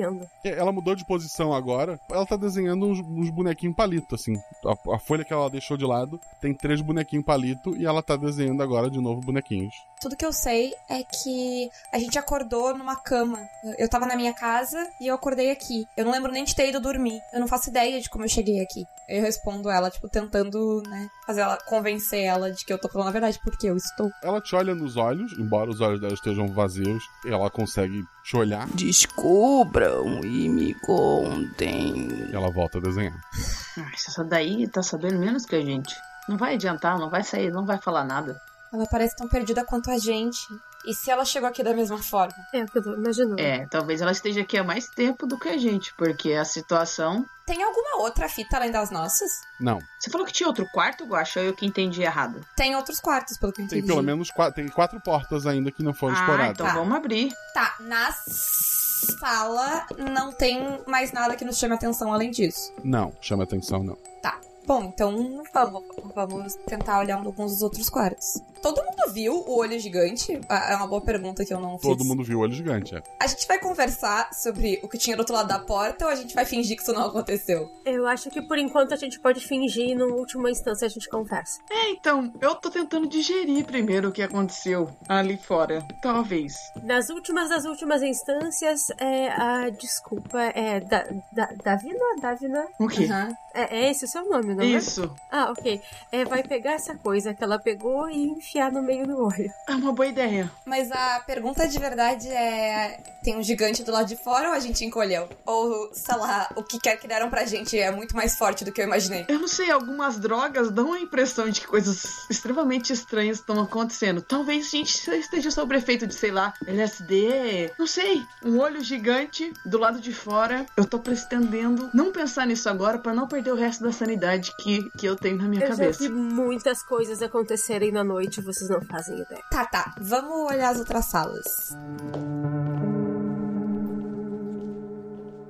A: É, Ela mudou de posição agora. Ela tá desenhando uns, uns bonequinhos palito, assim. A, a folha que ela deixou de lado tem três bonequinhos palito e ela tá desenhando agora de novo bonequinhos.
P: Tudo que eu sei é que a gente acordou numa cama. Eu tava na minha casa e eu acordei aqui. Eu não lembro nem de ter ido dormir. Eu não faço ideia de como eu cheguei aqui. Eu respondo ela, tipo, tentando, né, fazer ela convencer ela de que eu tô falando a verdade, porque eu estou.
A: Ela te olha nos olhos, embora os olhos dela estejam vazios, ela consegue te olhar.
L: Descubram e me contem.
A: Ela volta a desenhar.
D: Nossa, essa daí tá sabendo menos que a gente. Não vai adiantar, não vai sair, não vai falar nada.
P: Ela parece tão perdida quanto a gente. E se ela chegou aqui da mesma forma?
Q: É, o que eu tô imaginando.
D: É, talvez ela esteja aqui há mais tempo do que a gente, porque a situação.
P: Tem alguma outra fita além das nossas?
A: Não.
D: Você falou que tinha outro quarto, Guaxa? Ou eu que entendi errado?
P: Tem outros quartos, pelo que eu entendi.
A: Tem pelo menos quatro, tem quatro portas ainda que não foram
D: Ah,
A: exploradas.
D: então vamos abrir.
P: Tá, na sala não tem mais nada que nos chame atenção além disso.
A: Não, chama atenção não.
P: Tá. bom, então vamos, vamos tentar olhar alguns dos outros quartos. Todo mundo viu o olho gigante? Ah, É uma boa pergunta que eu não fiz.
A: Todo mundo viu o olho gigante, é.
P: A gente vai conversar sobre o que tinha do outro lado da porta ou a gente vai fingir que isso não aconteceu?
Q: Eu acho que por enquanto a gente pode fingir e no última instância a gente conversa.
D: É, então, eu tô tentando digerir primeiro o que aconteceu ali fora. Talvez.
Q: Nas últimas das últimas instâncias, é, a desculpa é da, da, Davina? Davina?
D: O quê?
Q: Aham. É, é esse o seu nome, não é?
D: Isso.
Q: Ah, ok. É, vai pegar essa coisa que ela pegou e enfiar no meio do olho.
D: É uma boa ideia.
P: Mas a pergunta de verdade é: tem um gigante do lado de fora ou a gente encolheu? Ou, sei lá, o que quer que deram pra gente é muito mais forte do que eu imaginei.
D: Eu não sei, algumas drogas dão a impressão de que coisas extremamente estranhas estão acontecendo. Talvez a gente esteja sob efeito de, sei lá, LSD, não sei, um olho gigante do lado de fora. Eu tô pretendendo não pensar nisso agora pra não perder o resto da sanidade que, que eu tenho na minha
Q: eu
D: cabeça.
Q: já vi muitas coisas acontecerem na noite, vocês não fazem ideia.
P: Tá, tá. Vamos olhar as outras salas.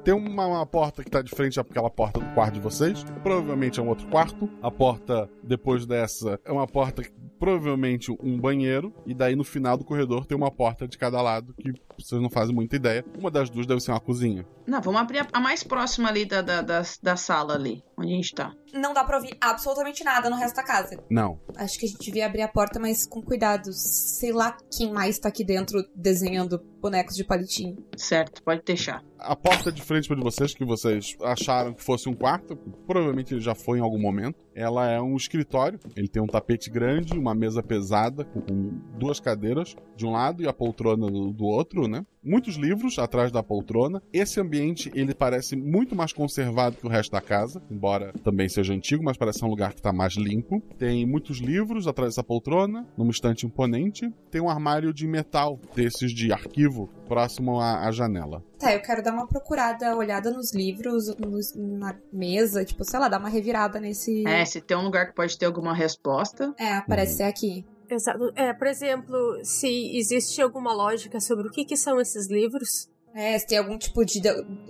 A: Tem uma, uma porta que tá de frente àquela porta do quarto de vocês. Provavelmente é um outro quarto. A porta depois dessa é uma porta que provavelmente um banheiro. E daí no final do corredor tem uma porta de cada lado que vocês não fazem muita ideia. Uma das duas deve ser uma cozinha.
D: Não, vamos abrir a, a mais próxima ali da, da, da, da sala ali, onde a gente tá.
P: Não dá pra ouvir absolutamente nada no resto da casa.
A: Não.
P: Acho que a gente devia abrir a porta, mas com cuidado. Sei lá quem mais tá aqui dentro desenhando bonecos de palitinho.
D: Certo, pode deixar.
A: A porta de frente para de vocês, que vocês acharam que fosse um quarto, provavelmente ele já foi em algum momento, ela é um escritório. Ele tem um tapete grande, uma mesa pesada, com- com duas cadeiras de um lado e a poltrona do, do outro, né? Muitos livros atrás da poltrona. Esse ambiente, ele parece muito mais conservado que o resto da casa, embora também seja antigo, mas parece um lugar que tá mais limpo. Tem muitos livros atrás dessa poltrona, numa estante imponente. Tem um armário de metal, desses de arquivo, próximo à- à janela.
P: Tá, eu quero dar uma procurada, olhada nos livros, nos- na mesa, tipo, sei lá, dar uma revirada nesse.
D: É, se tem um lugar que pode ter alguma resposta.
P: É, parece ser aqui.
Q: Exato. É, por exemplo, se existe alguma lógica sobre o que, que são esses livros.
P: É, se tem algum tipo de.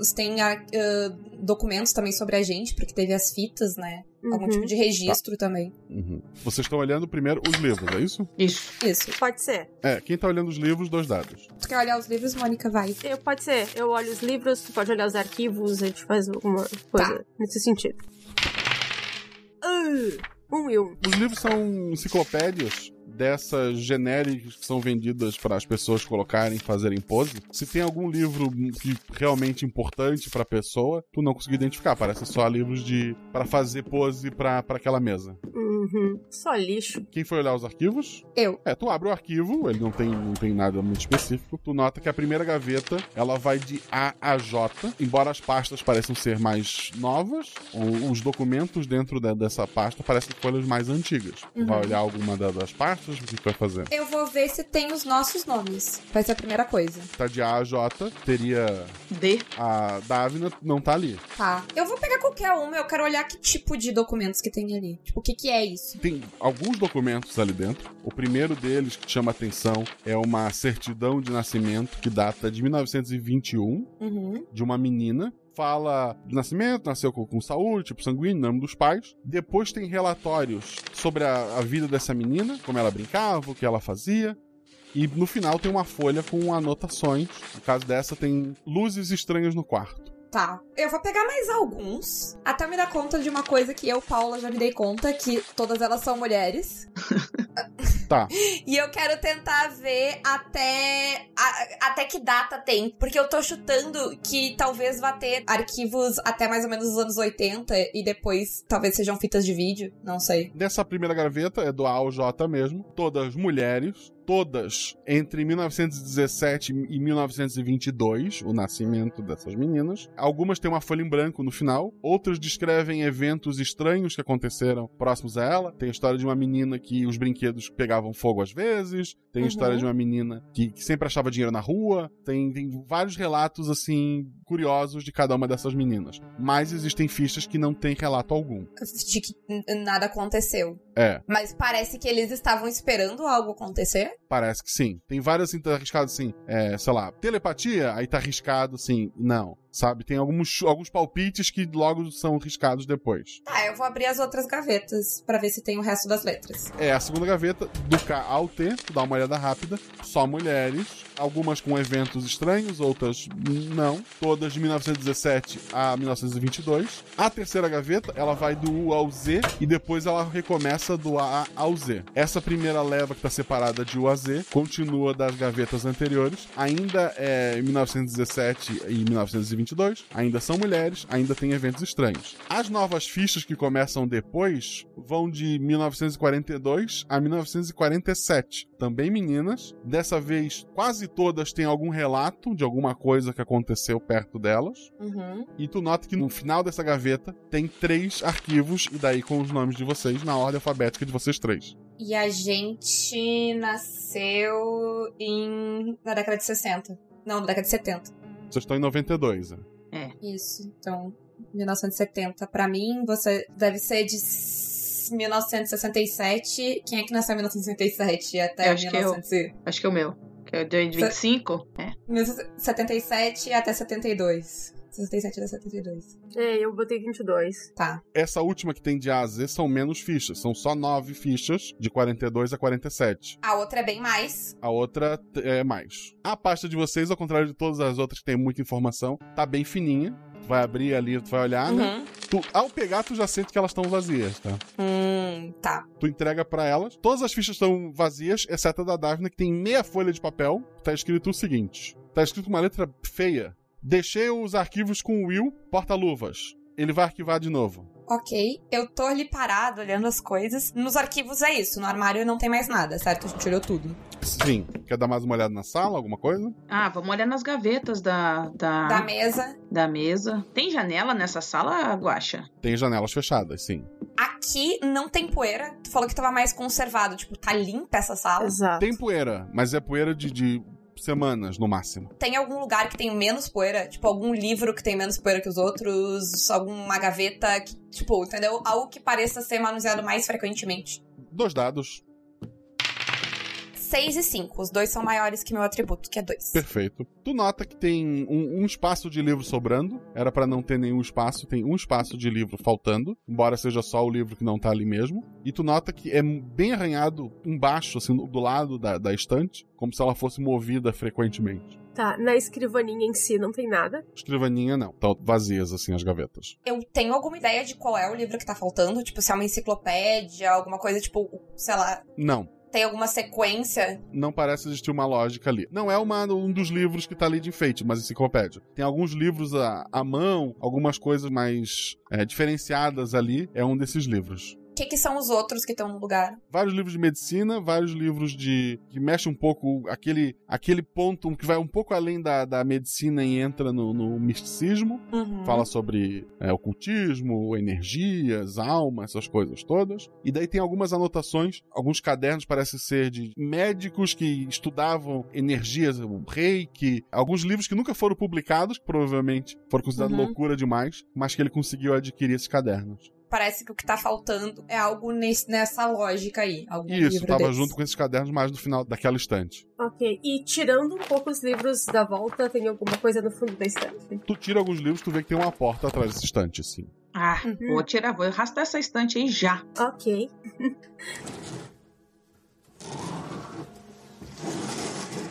P: Se tem ah, ah, documentos também sobre a gente, porque teve as fitas, né? Algum
Q: Uhum.
P: tipo de registro também.
A: Vocês estão olhando primeiro os livros, é isso?
D: Isso.
P: Isso.
Q: Pode ser.
A: É, quem tá olhando os livros, dois dados.
P: Tu quer olhar os livros, Mônica? Vai.
Q: Eu, pode ser. Eu olho os livros, tu pode olhar os arquivos, a gente faz alguma coisa nesse sentido. Ah, um e um.
A: Os livros são enciclopédias dessas genéricas que são vendidas para as pessoas colocarem, fazerem pose. Se tem algum livro que realmente é importante para a pessoa, tu não conseguiu identificar. Parece só livros de para fazer pose para para aquela mesa.
Q: Uhum. Só lixo.
A: Quem foi olhar os arquivos?
P: Eu.
A: É, tu abre o arquivo, ele não tem, não tem nada muito específico. Tu nota que a primeira gaveta, ela vai de A a J. Embora as pastas pareçam ser mais novas, o- os documentos dentro da- dessa pasta parecem folhas mais antigas.
P: Uhum.
A: Vai olhar alguma da- das pastas, o que tu vai fazer?
P: Eu vou ver se tem os nossos nomes. Vai ser a primeira coisa.
A: Tá de A a J, teria...
D: D.
A: A Davina não tá ali.
P: Tá. Eu vou pegar qualquer uma, eu quero olhar que tipo de documentos que tem ali. Tipo, o que que é isso?
A: Tem alguns documentos ali dentro. O primeiro deles que chama atenção é uma certidão de nascimento que data de 1921.
P: Uhum.
A: de uma menina. Fala do nascimento, nasceu com, com saúde, tipo sanguíneo, nome dos pais. Depois tem relatórios sobre a, a vida dessa menina, como ela brincava, o que ela fazia. E no final tem uma folha com anotações. No caso dessa, tem luzes estranhas no quarto.
P: Tá. Eu vou pegar mais alguns. Até me dar conta de uma coisa que eu, Paula, já me dei conta, que todas elas são mulheres.
A: Tá.
P: E eu quero tentar ver até a- até que data tem, porque eu tô chutando que talvez vá ter arquivos até mais ou menos os anos 80 e depois talvez sejam fitas de vídeo, não sei.
A: Dessa primeira graveta é do A ao J mesmo. Todas mulheres, todas entre 1917 e 1922, o nascimento dessas meninas. Algumas têm uma folha em branco no final, outras descrevem eventos estranhos que aconteceram próximos a ela. Tem a história de uma menina que os brinquedos pegavam fogo às vezes, tem a
F: Uhum.
A: história de uma menina que, que sempre achava dinheiro na rua, tem, tem vários relatos assim curiosos de cada uma dessas meninas. Mas existem fichas que não têm relato algum.
P: De que n- nada aconteceu.
A: É.
P: Mas parece que eles estavam esperando algo acontecer.
A: Parece que sim. Tem várias assim, tá arriscado assim, é, sei lá, telepatia, aí tá arriscado assim, não. Sabe? Tem alguns, alguns palpites que logo são riscados depois.
P: Tá, eu vou abrir as outras gavetas pra ver se tem o resto das letras.
A: É, a segunda gaveta, do K ao T, tu dá uma olhada rápida, só mulheres, algumas com eventos estranhos, outras não, todas de 1917 a 1922. A terceira gaveta, ela vai do U ao Z e depois ela recomeça do A ao Z. Essa primeira leva que tá separada de U a Z continua das gavetas anteriores, ainda é 1917 e 1922, ainda são mulheres, ainda tem eventos estranhos. As novas fichas que começam depois vão de 1942 a 1947, também meninas. Dessa vez, quase todas têm algum relato de alguma coisa que aconteceu perto delas.
P: Uhum.
A: E tu nota que no final dessa gaveta tem três arquivos, e daí com os nomes de vocês na ordem alfabética de vocês três.
P: E a gente nasceu em na década de 60. Não, na década de 70.
A: Vocês estão em 92, né?
P: É. Isso. Então, 1970. Pra mim, você deve ser de 1967. Quem é que nasceu em 1967 até
D: Eu acho que eu.
P: 1900? e-
D: Acho que é o meu. Que é de 25? É.
P: 1977 até 72. 67 até 72.
Q: É, eu botei 22.
P: Tá.
A: Essa última que tem de A a Z são menos fichas, são só nove fichas, de 42 a 47.
P: A outra é bem mais.
A: A outra t- é mais. A pasta de vocês, ao contrário de todas as outras que tem muita informação, tá bem fininha. Tu vai abrir ali, tu vai olhar, né?
P: Uhum.
A: Tu, ao pegar, tu já sente que elas estão vazias, tá?
P: Hum, tá.
A: Tu entrega pra elas. Todas as fichas estão vazias, exceto a da Daphne, que tem meia folha de papel. Tá escrito o seguinte: tá escrito com uma letra feia. Deixei os arquivos com o Will, porta-luvas. Ele vai arquivar de novo.
P: Ok. Eu tô ali parado, olhando as coisas. Nos arquivos é isso. No armário não tem mais nada, certo? A gente olhou tudo.
A: Sim. Quer dar mais uma olhada na sala, alguma coisa?
D: Ah, vamos olhar nas gavetas da, da.
P: Da mesa.
D: Da mesa. Tem janela nessa sala, Guaxa?
A: Tem janelas fechadas, sim.
P: Aqui não tem poeira. Tu falou que tava mais conservado. Tipo, tá limpa essa sala.
A: Tem poeira, mas é poeira de, de semanas, no máximo.
P: Tem algum lugar que tem menos poeira? Tipo, algum livro que tem menos poeira que os outros? Alguma gaveta que, tipo, entendeu? Algo que pareça ser manuseado mais frequentemente.
A: Dois dados.
P: 6 e 5. Os dois são maiores que meu atributo, que é 2.
A: Perfeito. Tu nota que tem um, um espaço de livro sobrando. Era pra não ter nenhum espaço, tem um espaço de livro faltando, embora seja só o livro que não tá ali mesmo. E tu nota que é bem arranhado embaixo, assim, do lado da, da estante, como se ela fosse movida frequentemente.
Q: Tá, na escrivaninha em si não tem nada.
A: Escrivaninha não, estão vazias assim as gavetas.
P: Eu tenho alguma ideia de qual é o livro que tá faltando? Tipo, se é uma enciclopédia, alguma coisa, tipo, sei lá,
A: Não,
P: tem alguma sequência?
A: não parece existir uma lógica ali. Não é uma- um dos livros que tá ali de enfeite, mas enciclopédia. Tem alguns livros à, à mão, algumas coisas mais é, diferenciadas ali. É um desses livros.
P: O que, que são os outros que estão no lugar?
A: Vários livros de medicina, vários livros de. que mexe um pouco aquele, aquele ponto que vai um pouco além da, da medicina e entra no, no misticismo.
P: Uhum.
A: Fala sobre é, ocultismo, energias, alma, essas coisas todas. E daí tem algumas anotações, alguns cadernos parecem ser de médicos que estudavam energias, o reiki, alguns livros que nunca foram publicados, que provavelmente foram considerados
P: Uhum.
A: loucura demais, mas que ele conseguiu adquirir esses cadernos.
P: Parece que o que tá faltando é algo nesse- nessa lógica aí. Algum
A: Isso,
P: livro
A: tava
P: desse.
A: junto com esses cadernos, mas no final daquela estante.
Q: Ok, e tirando um pouco os livros da volta, tem alguma coisa no fundo da estante?
A: Tu tira alguns livros, tu vê que tem uma porta atrás dessa estante, assim.
D: Ah, vou tirar, vou arrastar essa estante aí já.
Q: Ok.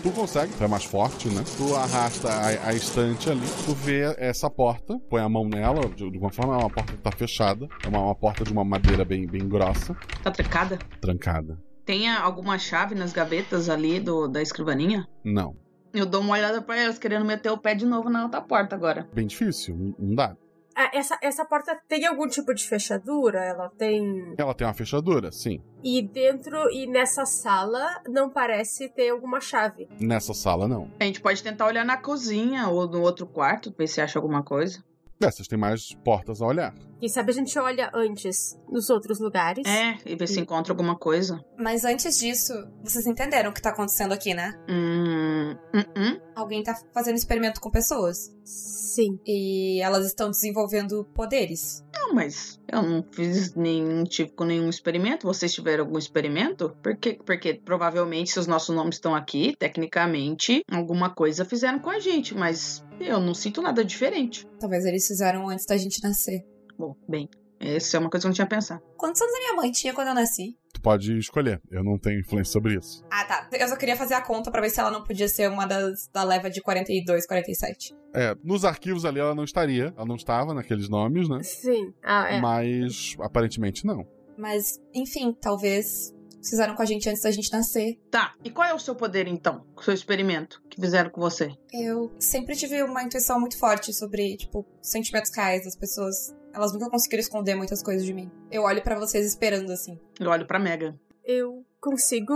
A: Tu consegue, tu é mais forte, né? Tu arrasta a, a estante ali, tu vê essa porta, põe a mão nela, de de alguma forma é uma porta que tá fechada, é uma, uma porta de uma madeira bem, bem grossa,
D: Tá trancada?
A: trancada.
D: Tem a- alguma chave nas gavetas ali do, da escrivaninha?
A: Não.
D: Eu dou uma olhada pra elas, querendo meter o pé de novo na outra porta agora.
A: Bem difícil, um, um dado.
Q: Ah, essa, essa porta tem algum tipo de fechadura? Ela tem.
A: Ela tem uma fechadura, sim.
Q: E dentro e nessa sala não parece ter alguma chave.
A: Nessa sala, não.
D: A gente pode tentar olhar na cozinha ou no outro quarto, ver se acha alguma coisa.
A: Essas tem mais portas a olhar.
Q: Quem sabe a gente olha antes nos outros lugares.
D: É, e ver se encontra alguma coisa.
P: Mas antes disso, vocês entenderam o que tá acontecendo aqui, né?
D: Hum. hum,
P: Alguém tá fazendo experimento com pessoas.
Q: Sim.
P: E elas estão desenvolvendo poderes.
D: Não, mas eu não fiz nenhum tipo com nenhum experimento. Vocês tiveram algum experimento? Porque, porque provavelmente, se os nossos nomes estão aqui, tecnicamente, alguma coisa fizeram com a gente, mas Eu não sinto nada diferente.
P: Talvez eles fizeram antes da gente nascer.
D: Bom, bem, essa é uma coisa que eu não tinha pensado.
P: Quantos anos a minha mãe tinha quando eu nasci?
A: Tu pode escolher, eu não tenho influência sobre isso.
P: Ah, tá. Eu só queria fazer a conta pra ver se ela não podia ser uma das da leva de 42, 47.
A: É, nos arquivos ali ela não estaria, ela não estava naqueles nomes, né?
Q: Sim. Ah, é.
A: Mas aparentemente não.
P: Mas, enfim, talvez fizeram com a gente antes da gente nascer.
D: Tá, e qual é o seu poder então? O seu experimento que fizeram com você?
P: Eu sempre tive uma intuição muito forte sobre, tipo, sentimentos reais das pessoas. Elas nunca conseguiram esconder muitas coisas de mim. Eu olho para vocês esperando assim.
D: Eu olho para Mega.
Q: Eu consigo,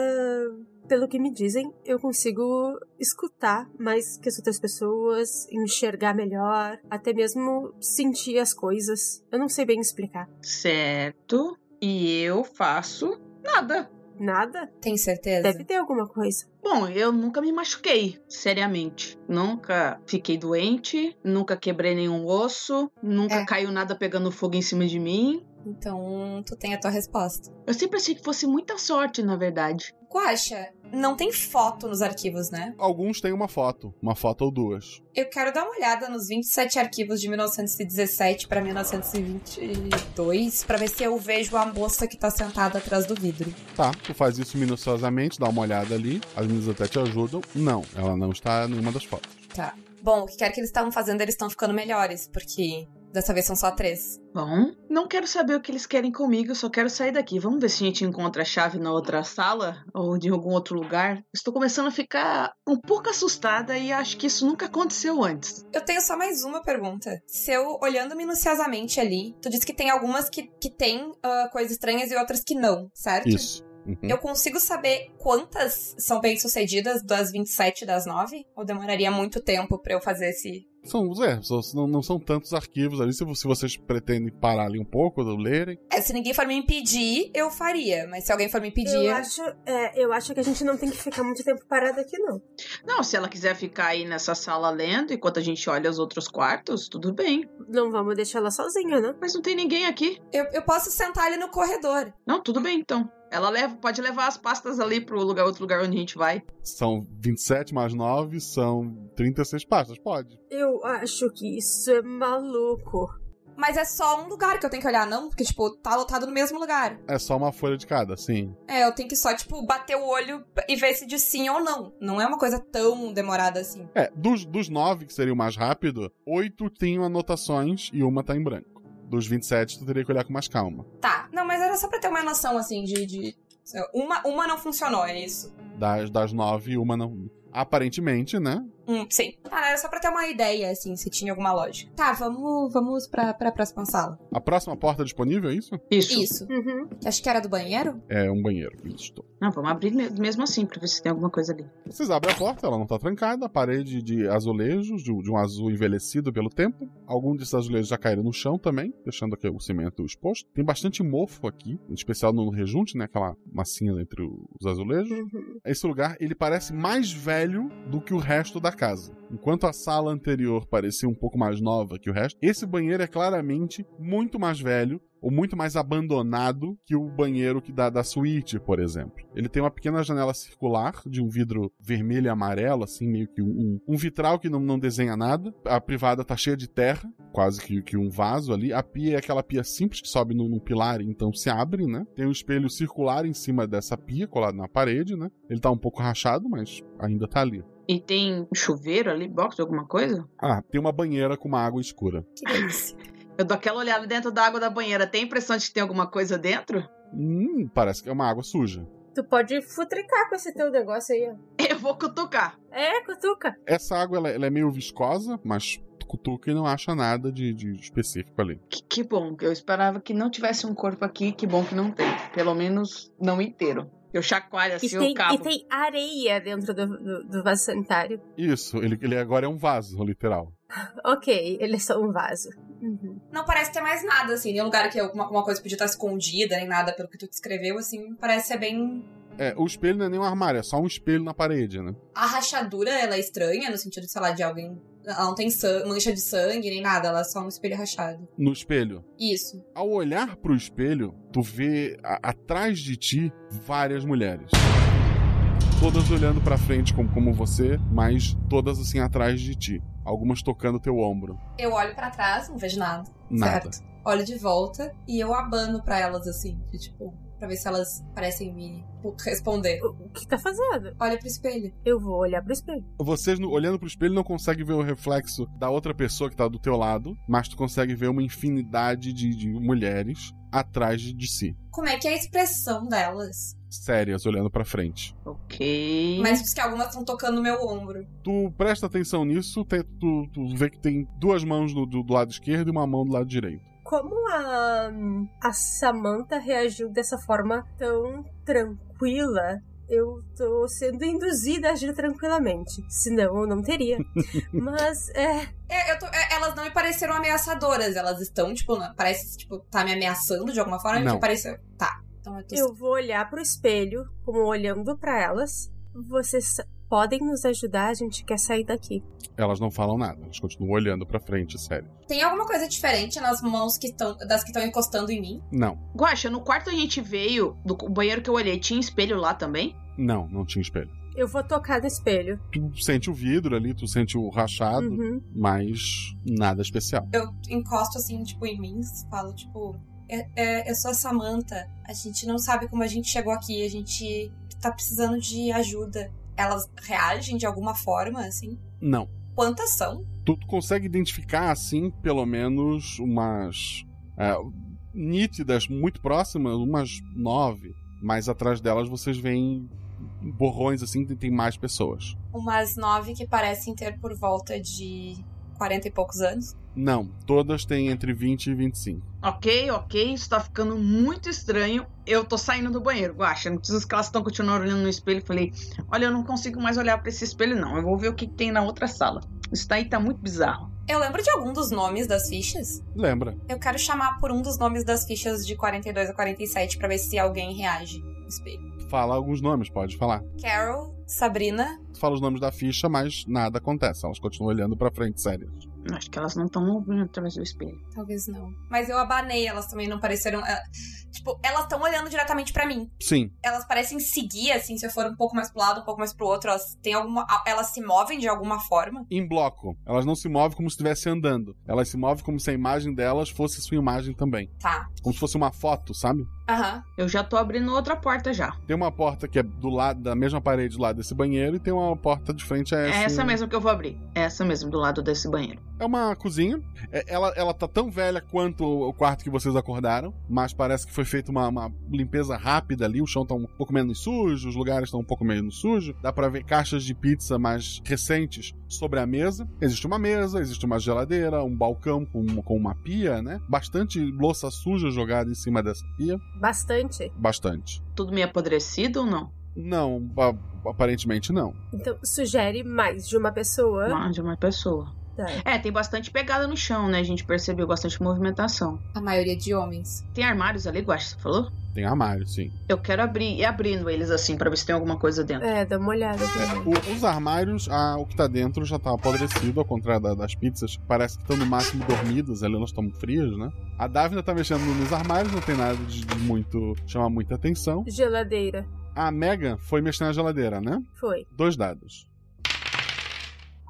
Q: uh, pelo que me dizem, eu consigo escutar mais que as outras pessoas, enxergar melhor, até mesmo sentir as coisas. Eu não sei bem explicar.
D: Certo. E eu faço Nada.
Q: Nada?
P: Tem certeza?
Q: Deve ter alguma coisa.
D: Bom, eu nunca me machuquei, seriamente. Nunca fiquei doente, nunca quebrei nenhum osso, nunca é. caiu nada pegando fogo em cima de mim.
P: Então, tu tem a tua resposta.
D: Eu sempre achei que fosse muita sorte, na verdade.
P: Guaxa, não tem foto nos arquivos, né?
A: Alguns têm uma foto, uma foto ou duas.
P: Eu quero dar uma olhada nos 27 arquivos de 1917 para 1922 para ver se eu vejo a moça que tá sentada atrás do vidro.
A: Tá, tu faz isso minuciosamente, dá uma olhada ali, as meninas até te ajudam. Não, ela não está em nenhuma das fotos.
P: Tá. Bom, o que quer que eles estavam fazendo, eles estão ficando melhores, porque Dessa vez são só três.
D: Bom, não quero saber o que eles querem comigo, só quero sair daqui. Vamos ver se a gente encontra a chave na outra sala ou de algum outro lugar. Estou começando a ficar um pouco assustada e acho que isso nunca aconteceu antes.
P: Eu tenho só mais uma pergunta. Se eu, olhando minuciosamente ali, tu disse que tem algumas que, que tem uh, coisas estranhas e outras que não, certo?
A: Isso. Uhum.
P: Eu consigo saber quantas são bem-sucedidas das 27 das 9? Ou demoraria muito tempo para eu fazer esse
A: são, é, não, não, são tantos arquivos ali. Se, se, vocês pretendem parar ali um pouco, lerem.
P: É, se ninguém for me impedir, eu faria. Mas se alguém for me impedir.
Q: Eu acho, é, eu acho que a gente não tem que ficar muito tempo parado aqui, não.
D: Não, se ela quiser ficar aí nessa sala lendo enquanto a gente olha os outros quartos, tudo bem.
Q: Não vamos deixar ela sozinha, né?
D: Mas não tem ninguém aqui.
P: Eu, eu posso sentar ali no corredor.
D: Não, tudo bem então. Ela leva, pode levar as pastas ali pro lugar, outro lugar onde a gente vai.
A: São 27 mais 9, são 36 pastas, pode.
Q: Eu acho que isso é maluco.
P: Mas é só um lugar que eu tenho que olhar, não? Porque, tipo, tá lotado no mesmo lugar.
A: É só uma folha de cada, sim.
P: É, eu tenho que só, tipo, bater o olho e ver se diz sim ou não. Não é uma coisa tão demorada assim.
A: É, dos, dos nove, que seria o mais rápido, oito tinham anotações e uma tá em branco dos 27, tu teria que olhar com mais calma.
P: Tá. Não, mas era só pra ter uma noção, assim, de. de uma, uma não funcionou, é isso.
A: Das, das nove, uma não. Aparentemente, né?
P: Hum, sim. Tá, era só pra ter uma ideia, assim, se tinha alguma lógica. Tá, vamos, vamos pra, pra próxima sala.
A: A próxima porta disponível, é isso?
D: Isso.
P: Isso. Uhum. Acho que era do banheiro?
A: É, um banheiro, isso.
D: Não, vamos abrir mesmo assim pra ver se tem alguma coisa ali.
A: Vocês abrem a porta, ela não tá trancada, a parede de azulejos, de, de um azul envelhecido pelo tempo. Alguns desses azulejos já caíram no chão também, deixando aqui o cimento exposto. Tem bastante mofo aqui, em especial no rejunte, né? Aquela massinha entre os azulejos. Uhum. Esse lugar, ele parece mais velho do que o resto da casa. Enquanto a sala anterior parecia um pouco mais nova que o resto, esse banheiro é claramente muito mais velho ou muito mais abandonado que o banheiro que dá da suíte, por exemplo. Ele tem uma pequena janela circular de um vidro vermelho e amarelo, assim, meio que um, um vitral que não, não, desenha nada. A privada tá cheia de terra, quase que, que, um vaso ali. A pia é aquela pia simples que sobe num, num pilar e então se abre, né? Tem um espelho circular em cima dessa pia, colado na parede, né? Ele tá um pouco rachado, mas ainda tá ali.
D: E tem um chuveiro ali, box, alguma coisa?
A: Ah, tem uma banheira com uma água escura.
P: Que delícia.
D: Eu dou aquela olhada dentro da água da banheira. Tem a impressão de que tem alguma coisa dentro?
A: Hum, parece que é uma água suja.
Q: Tu pode futricar com esse teu negócio aí, ó.
D: Eu vou cutucar.
Q: É, cutuca.
A: Essa água, ela, ela é meio viscosa, mas cutuca e não acha nada de, de específico ali.
D: Que, que bom, eu esperava que não tivesse um corpo aqui, que bom que não tem. Pelo menos não inteiro. Eu chacoalho assim
Q: e tem,
D: o cabo.
Q: E tem areia dentro do, do, do, vaso sanitário.
A: Isso, ele, ele agora é um vaso, literal.
Q: ok, ele é só um vaso. Uhum.
P: Não parece ter mais nada, assim, nenhum lugar que alguma, alguma coisa podia estar escondida, nem nada, pelo que tu descreveu, assim, parece ser bem
A: é, o espelho não é nem um armário, é só um espelho na parede, né?
P: A rachadura, ela é estranha, no sentido, sei lá, de alguém. Ela não tem mancha de sangue nem nada, ela é só um espelho rachado.
A: No espelho?
P: Isso.
A: Ao olhar pro espelho, tu vê atrás de ti várias mulheres. Todas olhando pra frente como, como você, mas todas assim atrás de ti. Algumas tocando teu ombro.
P: Eu olho pra trás, não vejo nada.
A: Nada.
P: Certo. Olho de volta e eu abano pra elas assim, de, tipo, pra ver se elas parecem me tipo, responder.
Q: O que tá fazendo?
P: Olha pro espelho.
Q: Eu vou olhar pro espelho.
A: Vocês, no- olhando pro espelho, não conseguem ver o reflexo da outra pessoa que tá do teu lado, mas tu consegue ver uma infinidade de, de mulheres atrás de, de si.
P: Como é que é a expressão delas?
A: Sérias, olhando pra frente.
D: Ok.
P: Mas diz que algumas estão tocando no meu ombro.
A: Tu presta atenção nisso, te- tu, tu vê que tem duas mãos no- do, do lado esquerdo e uma mão do lado direito.
Q: Como a, a Samantha reagiu dessa forma tão tranquila, eu tô sendo induzida a agir tranquilamente. Senão eu não teria. Mas é.
P: É, eu tô- é, elas não me pareceram ameaçadoras. Elas estão, tipo, na- parece, tipo, tá me ameaçando de alguma forma.
Q: Não.
P: Me pareceu. Tá. Então eu tô.
Q: Eu vou olhar pro espelho, como olhando pra elas. Vocês podem nos ajudar, a gente quer sair daqui.
A: Elas não falam nada, elas continuam olhando pra frente, sério.
P: Tem alguma coisa diferente nas mãos que estão das que estão encostando em mim?
A: Não,
D: Guaxa, no quarto a gente veio, do banheiro que eu olhei, tinha espelho lá também?
A: não, não tinha espelho.
Q: Eu vou tocar no espelho.
A: Tu sente o vidro ali, tu sente o
D: Tá
A: rachado,
Q: Uhum.
A: mas nada especial.
P: Eu encosto assim, tipo, em mim, falo, tipo, é- é, eu sou a Samantha. A gente não sabe como a gente chegou aqui, a gente tá precisando de ajuda. Elas reagem de alguma forma, assim?
A: Não.
P: Quantas são?
A: Tu, tu consegue identificar, assim, pelo menos umas é, nítidas, muito próximas, umas nove, mas atrás delas vocês veem borrões, assim, tem- tem mais pessoas.
P: Umas nove que parecem ter por volta de 40 e poucos anos.
A: Não, todas têm entre 20 e 25.
D: Ok, ok, isso tá ficando muito estranho. Eu tô saindo do banheiro, Guaxa. Não precisa que elas estão continuando olhando no espelho. Falei, olha, eu não consigo mais olhar pra esse espelho, não. Eu vou ver o que, que tem na outra sala. Isso daí tá muito bizarro.
P: Eu lembro de algum dos nomes das fichas?
A: Lembra?
P: Eu quero chamar por um dos nomes das fichas de 42 a 47 pra ver se alguém reage no espelho.
A: Fala alguns nomes, pode falar.
P: Carol, Sabrina.
A: Tu fala os nomes da ficha, mas nada acontece. Elas continuam olhando pra frente, sério.
D: Acho que elas não estão ouvindo através do espelho.
P: Talvez não. Mas eu abanei, elas também não pareceram. ah, tipo, elas estão olhando diretamente pra mim.
A: Sim.
P: Elas parecem seguir, assim, se eu for um pouco mais pro lado, um pouco mais pro outro. Elas têm alguma. Elas se movem de alguma forma.
A: Em bloco. Elas não se movem como se estivesse andando. Elas se movem como se a imagem delas fosse sua imagem também.
P: Tá.
A: Como se fosse uma foto, sabe?
P: Aham.
D: Eu já tô abrindo outra porta já.
A: Tem uma porta que é do lado da mesma parede lá desse banheiro e tem uma porta de frente a
D: É
A: essa.
D: essa mesmo que eu vou abrir. É essa mesmo, do lado desse banheiro.
A: É uma cozinha. É- ela, ela tá tão velha quanto o o quarto que vocês acordaram, mas parece que foi feita uma, uma limpeza rápida ali. O chão tá um pouco menos sujo, os lugares estão um pouco menos sujos. Dá pra ver caixas de pizza mais recentes sobre a mesa. Existe uma mesa, existe uma geladeira, um balcão com, uma- com uma pia, né? Bastante louça suja jogada em cima dessa pia.
Q: Bastante.
A: Bastante.
D: Tudo meio apodrecido ou não?
A: Não, a- aparentemente não.
Q: Então sugere mais de uma pessoa.
D: Mais de é uma pessoa.
Q: Tá.
D: É, tem bastante pegada no chão, né? A gente percebeu bastante movimentação.
P: A maioria de homens.
D: Tem armários ali, Guaxa, você falou?
A: Tem armário, sim.
D: Eu quero abrir, e abrindo eles assim, pra ver se tem alguma coisa dentro.
Q: É, dá uma olhada.
A: O- os armários, ah, o que tá dentro já tá apodrecido, ao contrário da- das pizzas. Parece que estão no máximo dormidas, ali elas estão frias, né? A Davina tá mexendo nos armários, não tem nada de, de muito. chamar muita atenção.
Q: Geladeira.
A: A Megan foi mexer na geladeira, né?
Q: Foi.
A: Dois dados.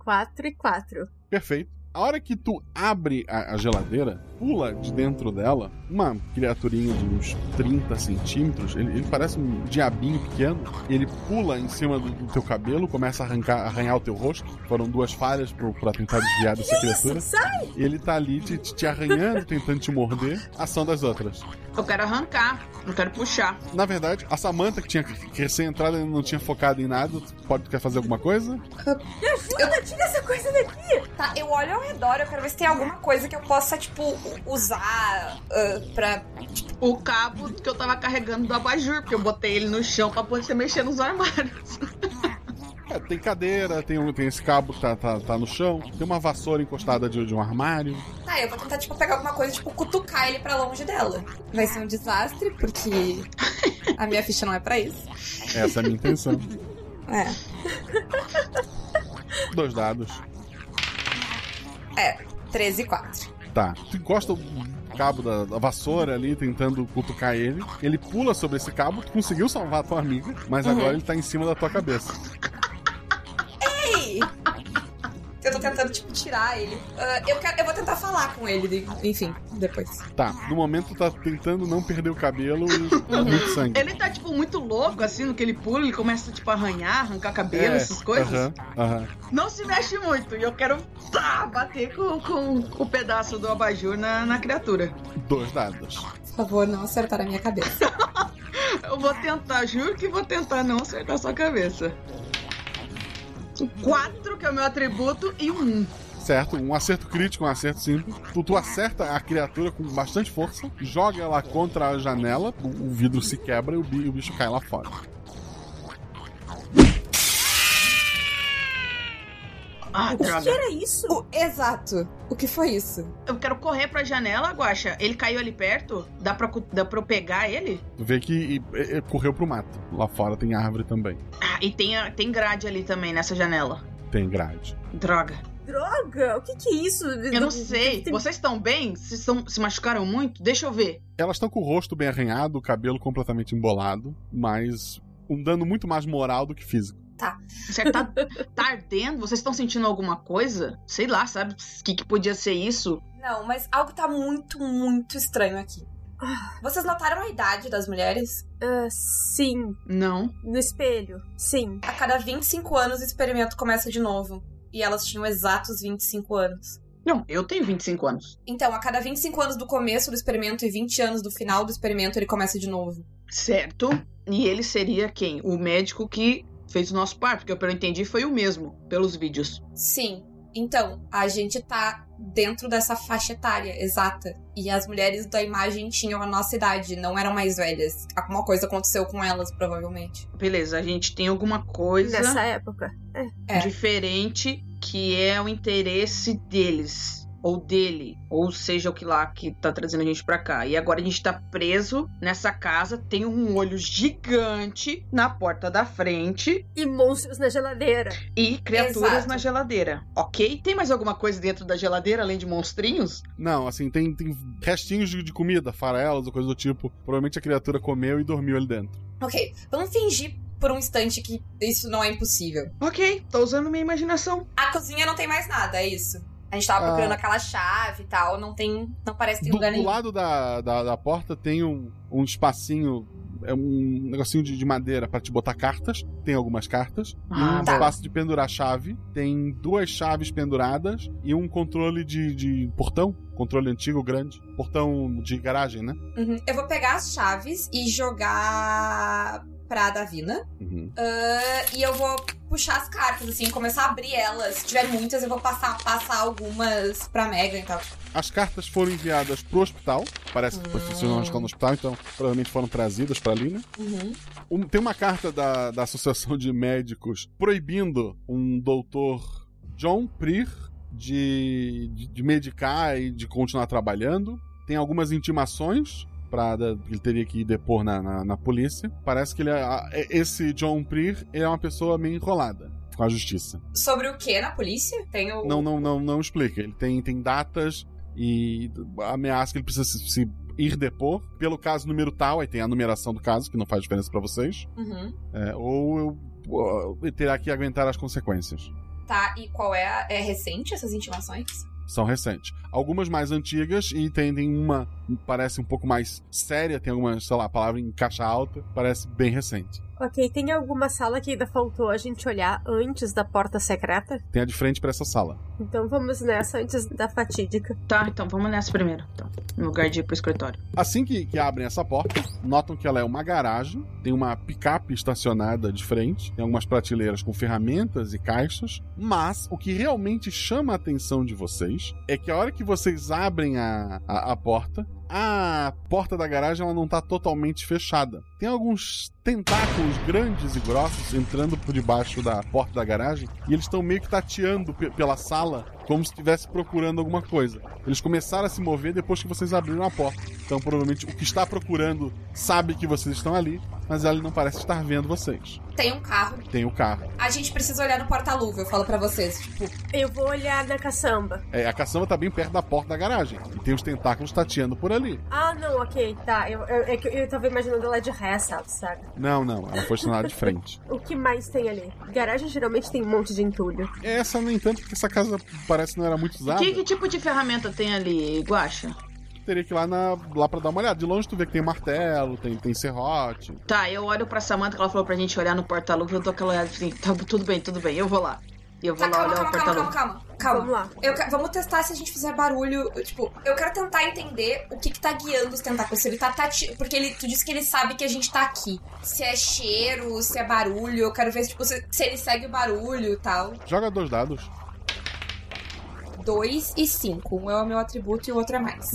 Q: 4 e 4.
A: Perfeito. A hora que tu abre a, a geladeira, pula de dentro dela uma criaturinha de uns 30 centímetros. Ele, ele parece um diabinho pequeno. Ele pula em cima do, do teu cabelo, começa a arrancar, arranhar o teu rosto. Foram duas falhas pro, pra tentar desviar dessa criatura.
Q: Sai!
A: Ele tá ali te, te te arranhando, tentando te morder. Ação das outras.
D: Eu quero arrancar, não quero puxar.
A: Na verdade, a Samantha que tinha recém-entrada não tinha focado em nada. Tu Pode tu quer fazer alguma coisa?
P: Me ajuda, tira essa coisa daqui! Tá, eu olho ao redor, eu quero ver se tem alguma coisa que eu possa, tipo, usar ah, pra.
D: O cabo que eu tava carregando do abajur, porque eu botei ele no chão pra poder mexer nos armários.
A: É, tem cadeira, tem, um- tem esse cabo que tá, tá, tá no chão, tem uma vassoura encostada de, de um armário.
P: Tá, eu vou tentar, tipo, pegar alguma coisa, tipo, cutucar ele pra longe dela. Vai ser um desastre, porque a minha ficha não é pra isso.
A: Essa é a minha intenção.
P: É.
A: Dois dados.
P: É, 13 e 4.
A: Tá. Tu encosta o cabo da, da vassoura ali, tentando cutucar ele. Ele pula sobre esse cabo, tu conseguiu salvar a tua amiga,
D: Uhum.
A: mas agora ele tá em cima da tua cabeça.
P: Ei! Eu tô tentando, tipo, tirar ele. Ah, eu, quero- eu vou tentar falar com ele, de- enfim, depois.
A: Tá, no momento tá tentando não perder o cabelo e tá muito sangue.
D: Ele tá, tipo, muito louco, assim, no que ele pula, ele começa, tipo, a arranhar, arrancar cabelo,
A: É,
D: essas coisas.
A: Aham, aham.
D: Não se mexe muito, e eu quero tá, bater com, com, com o pedaço do abajur na, na criatura.
A: Dois dados.
J: Por favor, não acertar a minha cabeça.
D: Eu vou tentar, juro que vou tentar não acertar sua cabeça. Quatro, que é o meu atributo, e um.
A: Certo, um acerto crítico, um acerto simples. Tu, tu acerta a criatura com bastante força, joga ela contra a janela, o, o vidro se quebra e o, bi- o bicho cai lá fora.
D: Ah,
P: o
D: droga.
P: que era isso? O- exato. O que foi isso?
D: Eu quero correr pra janela, Guaxa. Ele caiu ali perto? Dá pra, cu- dá pra eu pegar ele?
A: Tu vê que e- e- e correu pro mato. Lá fora tem árvore também.
D: Ah, e tem, a- tem grade ali também, nessa janela.
A: Tem grade.
D: Droga.
J: Droga, o que que é isso?
D: Eu não sei. Vocês estão bem? Vocês estão- se machucaram muito? Deixa eu ver.
A: Elas estão com o rosto bem arranhado, o cabelo completamente embolado, mas um dano muito mais moral do que físico.
P: Tá.
D: Certo, tá, tá ardendo? Vocês estão sentindo alguma coisa? Sei lá, sabe? O que, que podia ser isso?
P: Não, mas algo tá muito, muito estranho aqui. Vocês notaram a idade das mulheres?
Q: Ah, sim.
D: Não.
Q: No espelho, sim.
P: A cada 25 anos o experimento começa de novo. E elas tinham exatos 25 anos.
D: Não, eu tenho 25 anos.
P: Então, a cada 25 anos do começo do experimento e 20 anos do final do experimento, ele começa de novo.
D: Certo. E ele seria quem? O médico que fez o nosso par, porque pelo que eu entendi foi o mesmo, pelos vídeos.
P: Sim. Então, a gente tá dentro dessa faixa etária exata. E as mulheres da imagem tinham a nossa idade, não eram mais velhas. Alguma coisa aconteceu com elas, provavelmente.
D: Beleza, a gente tem alguma coisa
Q: Nessa época.
D: É. diferente que é o interesse deles. Ou dele, ou seja o que lá que tá trazendo a gente pra cá. E agora a gente tá preso nessa casa, tem um olho gigante na porta da frente
Q: E monstros na geladeira.
D: e criaturas
Q: Exato.
D: na geladeira. Ok? Tem mais alguma coisa dentro da geladeira além de monstrinhos?
A: Não, assim, tem, tem restinhos de de comida, farelas ou coisa do tipo. Provavelmente a criatura comeu e dormiu ali dentro.
P: Ok, vamos fingir por um instante que isso não é impossível.
D: Ok, tô usando minha imaginação.
P: A cozinha não tem mais nada, é isso. A gente tava procurando
A: Ah.
P: aquela chave e tal, não tem. Não parece que tem
A: Do,
P: lugar
A: do
P: nenhum.
A: lado da, da, da porta tem um, um espacinho, é um negocinho de, de madeira pra te botar cartas. Tem algumas cartas. E
F: Ah,
A: um
F: tá.
A: espaço de pendurar chave. Tem duas chaves penduradas e um controle de, de portão. Controle antigo, grande. Portão de garagem, né?
P: Uhum. Eu vou pegar as chaves e jogar pra Davina.
A: Uhum.
P: Ah, e eu vou puxar as cartas, assim, começar a abrir elas. Se tiver muitas, eu vou passar, passar algumas pra Megan e tal.
A: As cartas foram enviadas pro hospital. Parece que funcionam no hospital, então provavelmente foram trazidas pra ali, né?
P: Uhum.
A: Um- tem uma carta da, da Associação de Médicos proibindo um doutor John Prier de, de, de medicar e de continuar trabalhando. Tem algumas intimações para ele teria que ir depor na, na, na polícia. Parece que ele é, a- é- esse John Prier ele é uma pessoa meio enrolada com a justiça.
P: Sobre o que na polícia? Tem o.
A: Não, não, não, não explica. Ele tem, tem datas e ameaça que ele precisa se, se ir depor pelo caso número tal. Aí tem a numeração do caso que não faz diferença para vocês.
P: Uhum.
A: É, ou eu, ou eu terá que aguentar as consequências.
P: Tá, e qual é a. É recente essas intimações?
A: São recentes. Algumas mais antigas e tem, tem uma parece um pouco mais séria, tem alguma, sei lá, a palavra em caixa alta, parece bem recente.
Q: Ok, tem alguma sala que ainda faltou a gente olhar antes da porta secreta?
A: Tem a de frente para essa sala.
Q: Então vamos nessa antes da fatídica.
D: Tá, então vamos nessa primeiro. Então, no lugar de ir pro escritório.
A: Assim que, que abrem essa porta, notam que ela é uma garagem, tem uma picape estacionada de frente, tem algumas prateleiras com ferramentas e caixas, mas o que realmente chama a atenção de vocês é que a hora que vocês abrem a, a, a porta, a porta da garagem ela não está totalmente fechada. tá Tem alguns tentáculos grandes e grossos entrando por debaixo da porta da garagem e eles estão meio que tateando pe- pela sala como se estivesse procurando alguma coisa. Eles começaram a se mover depois que vocês abriram a porta. Então, provavelmente, o que está procurando sabe que vocês estão ali, mas ele não parece estar vendo vocês.
P: Tem um carro.
A: Tem o carro.
P: A gente precisa olhar no porta-luva, eu falo pra vocês. Tipo,
Q: Eu vou olhar na caçamba.
A: É, a caçamba tá bem perto da porta da garagem. E tem os tentáculos tateando por ali.
Q: Ah, não, ok, tá. Eu, eu, é que eu tava imaginando ela de ré, sabe? saca?
A: Não, não, ela foi estacionada de frente.
Q: O que mais tem ali? Garagem geralmente tem um monte de entulho.
A: Essa, no entanto, porque essa casa parece que não era muito usada.
D: Que, que tipo de ferramenta tem ali, Guaxa?
A: Teria que ir lá, na, lá pra dar uma olhada. De longe tu vê que tem martelo, tem, tem serrote.
D: Tá, eu olho pra Samantha que ela falou pra gente olhar no porta-luva, eu dou aquela olhada assim, tá, tudo bem, tudo bem, eu vou lá. E eu vou
P: Tá,
D: lá
P: calma,
D: olhar
P: calma,
D: o
P: calma, calma,
D: porta-luva.
P: calma, Vamos lá. vamos testar se a gente fizer barulho. eu, Tipo, eu quero tentar entender o que, que tá guiando os tentáculos. Se ele tá tati... Porque ele, tu disse que ele sabe que a gente tá aqui. Se é cheiro, se é barulho. Eu quero ver tipo, se, se ele segue o barulho e tal.
A: Joga dois dados.
P: 2 e 5. Um é o meu atributo e o outro é mais.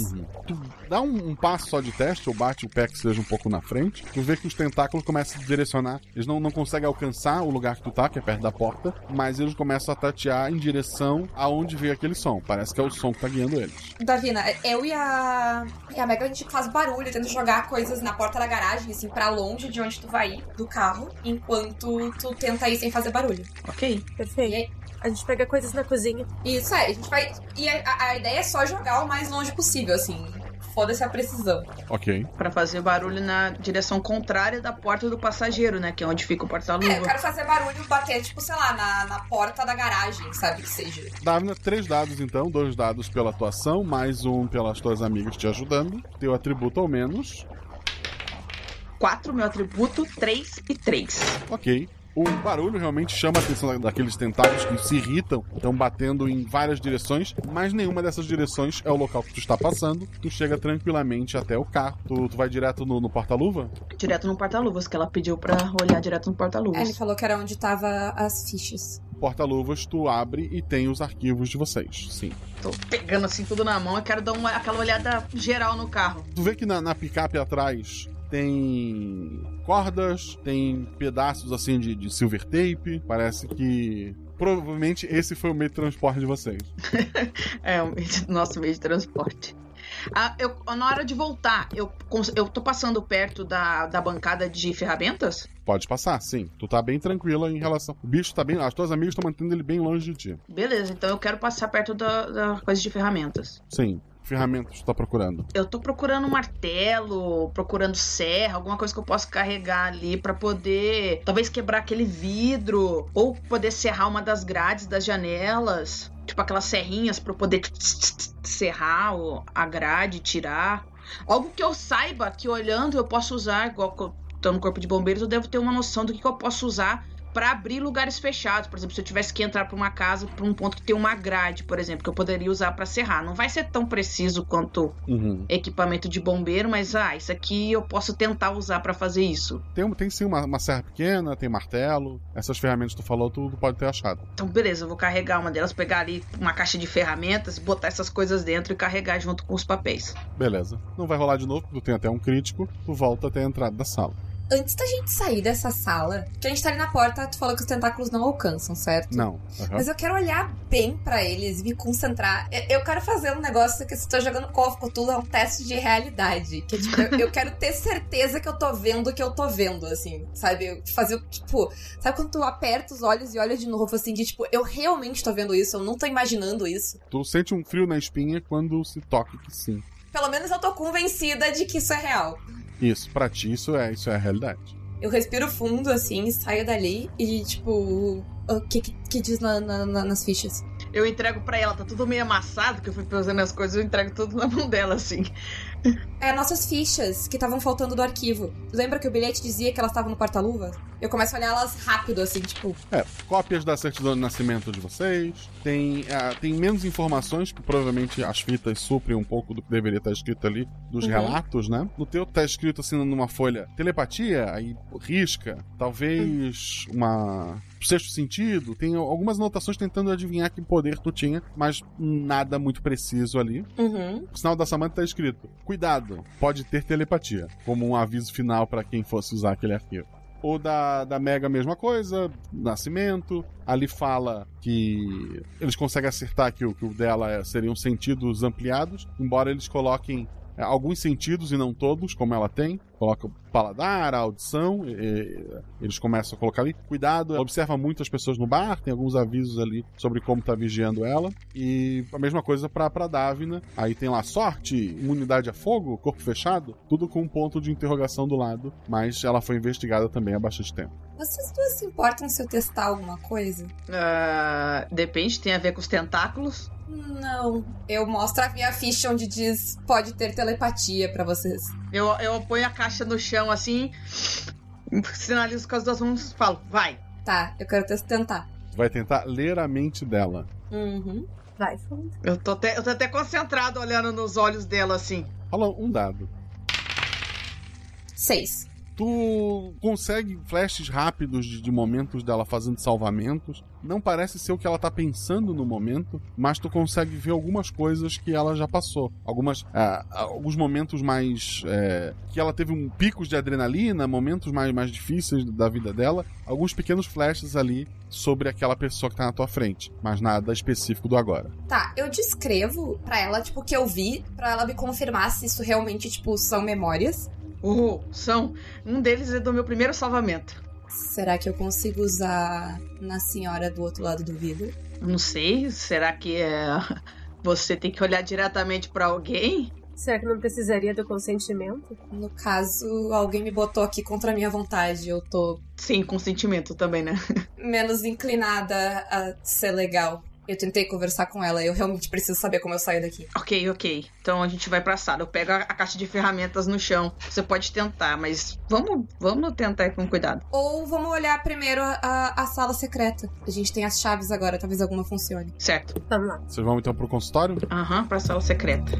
A: Tu dá um, um passo só de teste, ou bate o pé que seja um pouco na frente, tu vê que os tentáculos começam a se direcionar. Eles não, não conseguem alcançar o lugar que tu tá, que é perto da porta, mas eles começam a tatear em direção aonde veio aquele som. Parece que é o som que tá guiando eles.
P: Davina, né, eu e a, e a Megan, a gente faz barulho, tenta jogar coisas na porta da garagem, assim, pra longe de onde tu vai ir, do carro, enquanto tu tenta ir sem fazer barulho.
D: Ok.
Q: Perfeito. A gente pega coisas na cozinha.
P: Isso é, a gente vai. E a, a ideia é só jogar o mais longe possível, assim. Foda-se a precisão.
A: Ok.
D: Pra fazer barulho na direção contrária da porta do passageiro, né? Que é onde fica o
P: É, eu
D: porta-luva.
P: quero fazer barulho, bater, tipo, sei lá, na, na porta da garagem, sabe? Que seja.
A: Davina, três dados então, dois dados pela atuação, mais um pelas tuas amigas te ajudando. Teu atributo ao menos.
D: 4, meu atributo, 3 e 3.
A: Ok. O barulho realmente chama a atenção da- daqueles tentáculos que se irritam, estão batendo em várias direções, mas nenhuma dessas direções é o local que tu está passando. Tu chega tranquilamente até o carro. Tu, tu vai direto no, no porta-luva?
D: Direto no porta-luvas, que ela pediu pra olhar direto no porta-luvas.
P: Ele falou que era onde tava as fichas.
A: Porta-luvas, tu abre e tem os arquivos de vocês. Sim.
D: Tô pegando assim tudo na mão, eu quero dar uma, aquela olhada geral no carro.
A: Tu vê que na, na picape atrás tem cordas, tem pedaços assim de, de silver tape. Parece que. Provavelmente esse foi o meio de transporte de vocês.
D: É, o meio de- nosso meio de transporte. Ah, eu, na hora de voltar, eu, cons- eu tô passando perto da, da bancada de ferramentas?
A: Pode passar, sim. Tu tá bem tranquila em relação. O bicho tá bem. As tuas amigas estão mantendo ele bem longe de ti.
D: Beleza, então eu quero passar perto da, da coisa de ferramentas.
A: Sim. Ferramentas tu tá procurando.
D: Eu tô procurando um martelo, procurando serra, alguma coisa que eu possa carregar ali pra poder talvez quebrar aquele vidro ou poder serrar uma das grades das janelas, tipo aquelas serrinhas pra eu poder serrar o- a grade, tirar. Algo que eu saiba que olhando eu posso usar, igual que eu tô no corpo de bombeiros, eu devo ter uma noção do que, que eu posso usar pra abrir lugares fechados. Por exemplo, se eu tivesse que entrar pra uma casa, pra um ponto que tem uma grade, por exemplo, que eu poderia usar pra serrar. Não vai ser tão preciso quanto
A: Uhum.
D: equipamento de bombeiro, mas ah, isso aqui eu posso tentar usar pra fazer isso.
A: Tem, um- tem sim uma, uma serra pequena, tem martelo. Essas ferramentas que tu falou, tu, tu pode ter achado.
D: Então, beleza, eu vou carregar uma delas, pegar ali uma caixa de ferramentas, botar essas coisas dentro e carregar junto com os papéis.
A: Beleza. Não vai rolar de novo, porque tu tem até um crítico. Tu volta até a entrada da sala.
P: Antes da gente sair dessa sala, que a gente tá ali na porta, tu falou que os tentáculos não alcançam, certo?
A: Não. Aham.
P: Mas eu quero olhar bem pra eles e me concentrar. Eu, eu quero fazer um negócio que se eu tô jogando Call of Cthulhu é um teste de realidade. Que, tipo, eu, eu quero ter certeza que eu tô vendo o que eu tô vendo, assim. Sabe? Eu Fazer, tipo... Sabe quando tu aperta os olhos e olha de novo, assim, de tipo... Eu realmente tô vendo isso, eu não tô imaginando isso.
A: Tu sente um frio na espinha quando se toca que sim.
P: Pelo menos eu tô convencida de que isso é real.
A: Isso, pra ti, isso é, isso é a realidade.
P: Eu respiro fundo, assim, saio dali e, tipo... O que, que, que diz na- na- na- nas fichas?
D: Eu entrego pra ela, tá tudo meio amassado, que eu fui fazendo as coisas, eu entrego tudo na mão dela, assim.
P: É, nossas fichas que estavam faltando do arquivo. Lembra que o bilhete dizia que elas estavam no porta-luva? Eu começo a olhar elas rápido, assim, tipo.
A: É, cópias da certidão de nascimento de vocês. Tem, ah, tem menos informações, que provavelmente as fitas suprem um pouco do que deveria estar escrito ali, dos
F: Uhum.
A: relatos, né? No teu tá escrito assim numa folha telepatia, aí risca, talvez uma. Sexto sentido, tem algumas anotações tentando adivinhar que poder tu tinha, mas nada muito preciso ali.
P: Uhum.
A: O sinal da Samantha tá escrito: Cuidado, pode ter telepatia, como um aviso final para quem fosse usar aquele arquivo. O da, da Mega, a mesma coisa, Nascimento. Ali fala que eles conseguem acertar que o, que o dela é- seriam sentidos ampliados, embora eles coloquem é, alguns sentidos e não todos, como ela tem. Coloca o paladar, a audição, e- e- eles começam a colocar ali. Cuidado, ela observa muito as pessoas no bar, tem alguns avisos ali sobre como tá vigiando ela. E a mesma coisa pra, pra Davina. Aí tem lá sorte, imunidade a fogo, corpo fechado, tudo com um ponto de interrogação do lado. Mas ela foi investigada também há bastante tempo.
P: Vocês duas se importam se eu testar alguma coisa?
D: Ah, depende, tem a ver com os tentáculos.
P: Não. Eu mostro a minha ficha onde diz pode ter telepatia pra vocês.
D: Eu, eu ponho a caixa no chão assim, sinalizo com as duas mãos e falo, vai.
P: Tá, eu quero tentar.
A: Vai tentar ler a mente dela.
P: Uhum.
Q: Vai, falando.
D: Eu tô, até, eu tô até concentrado olhando nos olhos dela assim.
A: Rola um dado.
P: Seis.
A: Tu consegue flashes rápidos de, de momentos dela fazendo salvamentos. Não parece ser o que ela tá pensando no momento, mas tu consegue ver algumas coisas que ela já passou. Algumas. ah, alguns momentos mais. eh, que ela teve um picos de adrenalina, momentos mais, mais difíceis da vida dela. Alguns pequenos flashes ali sobre aquela pessoa que tá na tua frente. Mas nada específico do agora.
P: Tá, eu descrevo pra ela, tipo, o que eu vi, pra ela me confirmar se isso realmente, tipo, são memórias.
D: Uhul, são. Um deles é do meu primeiro salvamento.
P: Será que eu consigo usar na senhora do outro lado do vidro?
D: Não sei, será que é. Você tem que olhar diretamente pra alguém?
Q: Será que não precisaria do consentimento?
P: No caso, alguém me botou aqui contra a minha vontade, eu tô
D: Sim, consentimento também, né?
P: menos inclinada a ser legal. Eu tentei conversar com ela, eu realmente preciso saber como eu saio daqui.
D: Ok, ok. Então a gente vai pra sala. Eu pego a, a caixa de ferramentas no chão. Você pode tentar, mas vamos, vamos tentar com cuidado.
P: Ou vamos olhar primeiro a- a, a sala secreta. A gente tem as chaves agora, talvez alguma funcione.
D: Certo.
Q: Vamos lá.
A: Vocês vão então pro consultório?
D: Aham, pra sala secreta.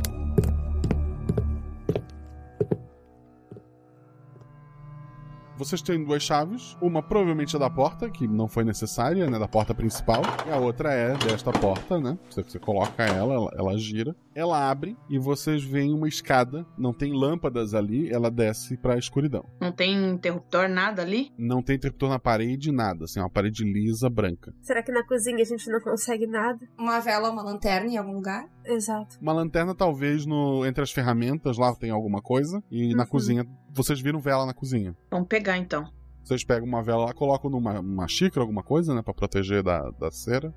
A: Vocês têm duas chaves. Uma provavelmente é da porta, que não foi necessária, né? Da porta principal. E a outra é desta porta, né? Você, você coloca ela, ela, ela gira. Ela abre e vocês veem uma escada. Não tem lâmpadas ali, ela desce pra escuridão.
D: Não tem interruptor, nada ali?
A: Não tem interruptor na parede, nada. Assim, é uma parede lisa, branca.
Q: Será que na cozinha a gente não consegue nada?
P: Uma vela, uma lanterna em algum lugar?
Q: Exato.
A: Uma lanterna, talvez, no entre as ferramentas lá tem alguma coisa. E na cozinha, vocês viram vela na cozinha.
D: Vamos pegar então.
A: Vocês pegam uma vela lá, colocam numa uma xícara, alguma coisa, né? Pra proteger da, da cera.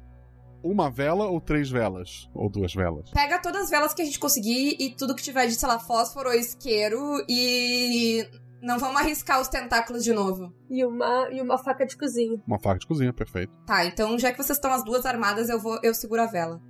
A: Uma vela ou três velas? Ou duas velas?
P: Pega todas as velas que a gente conseguir e tudo que tiver de, sei lá, fósforo ou isqueiro e. Não vamos arriscar os tentáculos de novo.
Q: E uma, e uma faca de cozinha.
A: Uma faca de cozinha, perfeito.
P: Tá, então já que vocês estão as duas armadas, eu vou. Eu seguro a vela.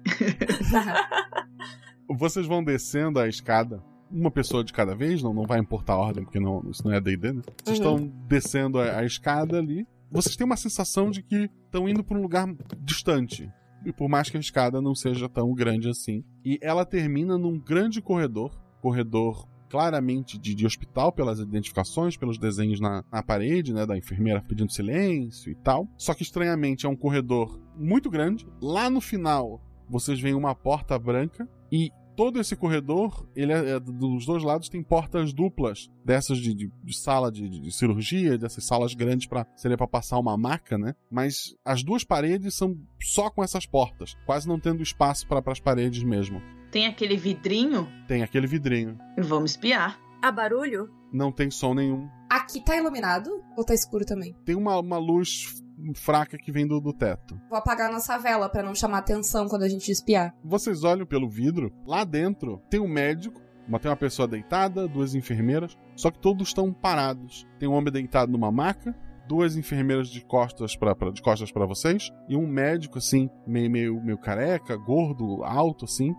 A: Vocês vão descendo a escada, uma pessoa de cada vez, não, não vai importar a ordem, porque não, isso não é DD, né? Vocês
F: Uhum.
A: estão descendo a, a escada ali. Vocês têm uma sensação de que estão indo para um lugar distante. E por mais que a escada não seja tão grande assim. E ela termina num grande corredor corredor claramente de, de hospital pelas identificações, pelos desenhos na, na parede, né, da enfermeira pedindo silêncio e tal. Só que estranhamente é um corredor muito grande. Lá no final, vocês veem uma porta branca e todo esse corredor, ele é, é- dos dois lados tem portas duplas dessas de, de- de sala de, de- de cirurgia, dessas salas grandes para seria para é passar uma maca, né? Mas as duas paredes são só com essas portas, quase não tendo espaço para as paredes mesmo.
D: Tem aquele vidrinho?
A: Tem aquele vidrinho.
D: Vamos espiar.
Q: Há barulho?
A: Não tem som nenhum.
P: Aqui tá iluminado ou tá escuro também?
A: Tem uma, uma luz fraca que vem do, do teto.
P: Vou apagar a nossa vela pra não chamar atenção quando a gente espiar.
A: Vocês olham pelo vidro, lá dentro tem um médico, uma- tem uma pessoa deitada, duas enfermeiras, só que todos estão parados. Tem um homem deitado numa maca, duas enfermeiras de costas para de costas para vocês e um médico assim, meio meio meio careca, gordo, alto assim.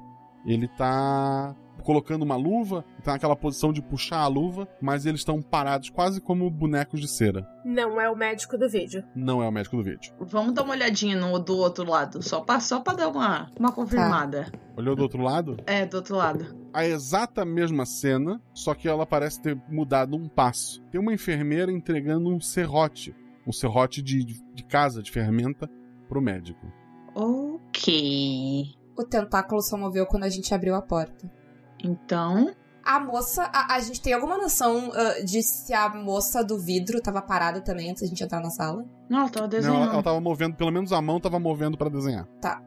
A: Ele tá colocando uma luva, tá naquela posição de puxar a luva, mas eles estão parados quase como bonecos de cera.
Q: Não é o médico do vídeo.
A: Não é o médico do vídeo.
D: Vamos dar uma olhadinha no do outro lado, só pra, só pra dar uma, uma confirmada.
A: Olhou do outro lado?
D: É, do outro lado.
A: a exata mesma cena, só que ela parece ter mudado um passo. Tem uma enfermeira entregando um serrote, um serrote de, de casa, de ferramenta, pro médico.
D: Ok.
P: O tentáculo só moveu quando a gente abriu a porta.
D: Então.
J: A moça, a, a gente tem alguma noção ah, de se a moça do vidro tava parada também antes da gente entrar na sala?
D: Não, ela tá tava
A: Não,
D: desenhando.
A: ela, ela tava movendo, pelo menos a mão tava movendo pra desenhar.
J: Tá.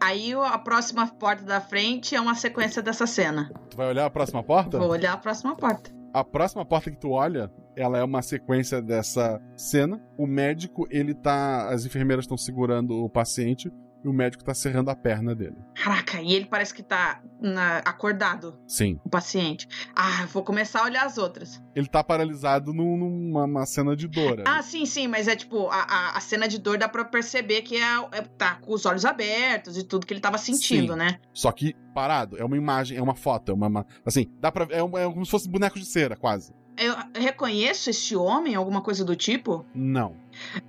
D: Aí a próxima porta da frente é uma sequência dessa cena.
A: Tu vai olhar a próxima porta?
D: Vou olhar a próxima porta.
A: A próxima porta que tu olha, ela é uma sequência dessa cena. O médico, ele tá. As enfermeiras estão segurando o paciente e o médico tá serrando a perna dele.
D: Caraca, e ele parece que tá na- acordado,
A: Sim.
D: o paciente. Ah, vou começar a olhar as outras.
A: Ele tá paralisado num- numa numa cena de dor. né? ali.
D: Ah, sim, sim, mas é tipo, a, a, a cena de dor dá pra perceber que é, é- tá com os olhos abertos e tudo que ele tava sentindo,
A: Sim.
D: né?
A: Só que parado. É uma imagem, é uma foto, é uma. uma- assim, dá pra. É, um- é como se fosse boneco de cera, quase.
D: Eu reconheço este homem, alguma coisa do tipo?
A: Não.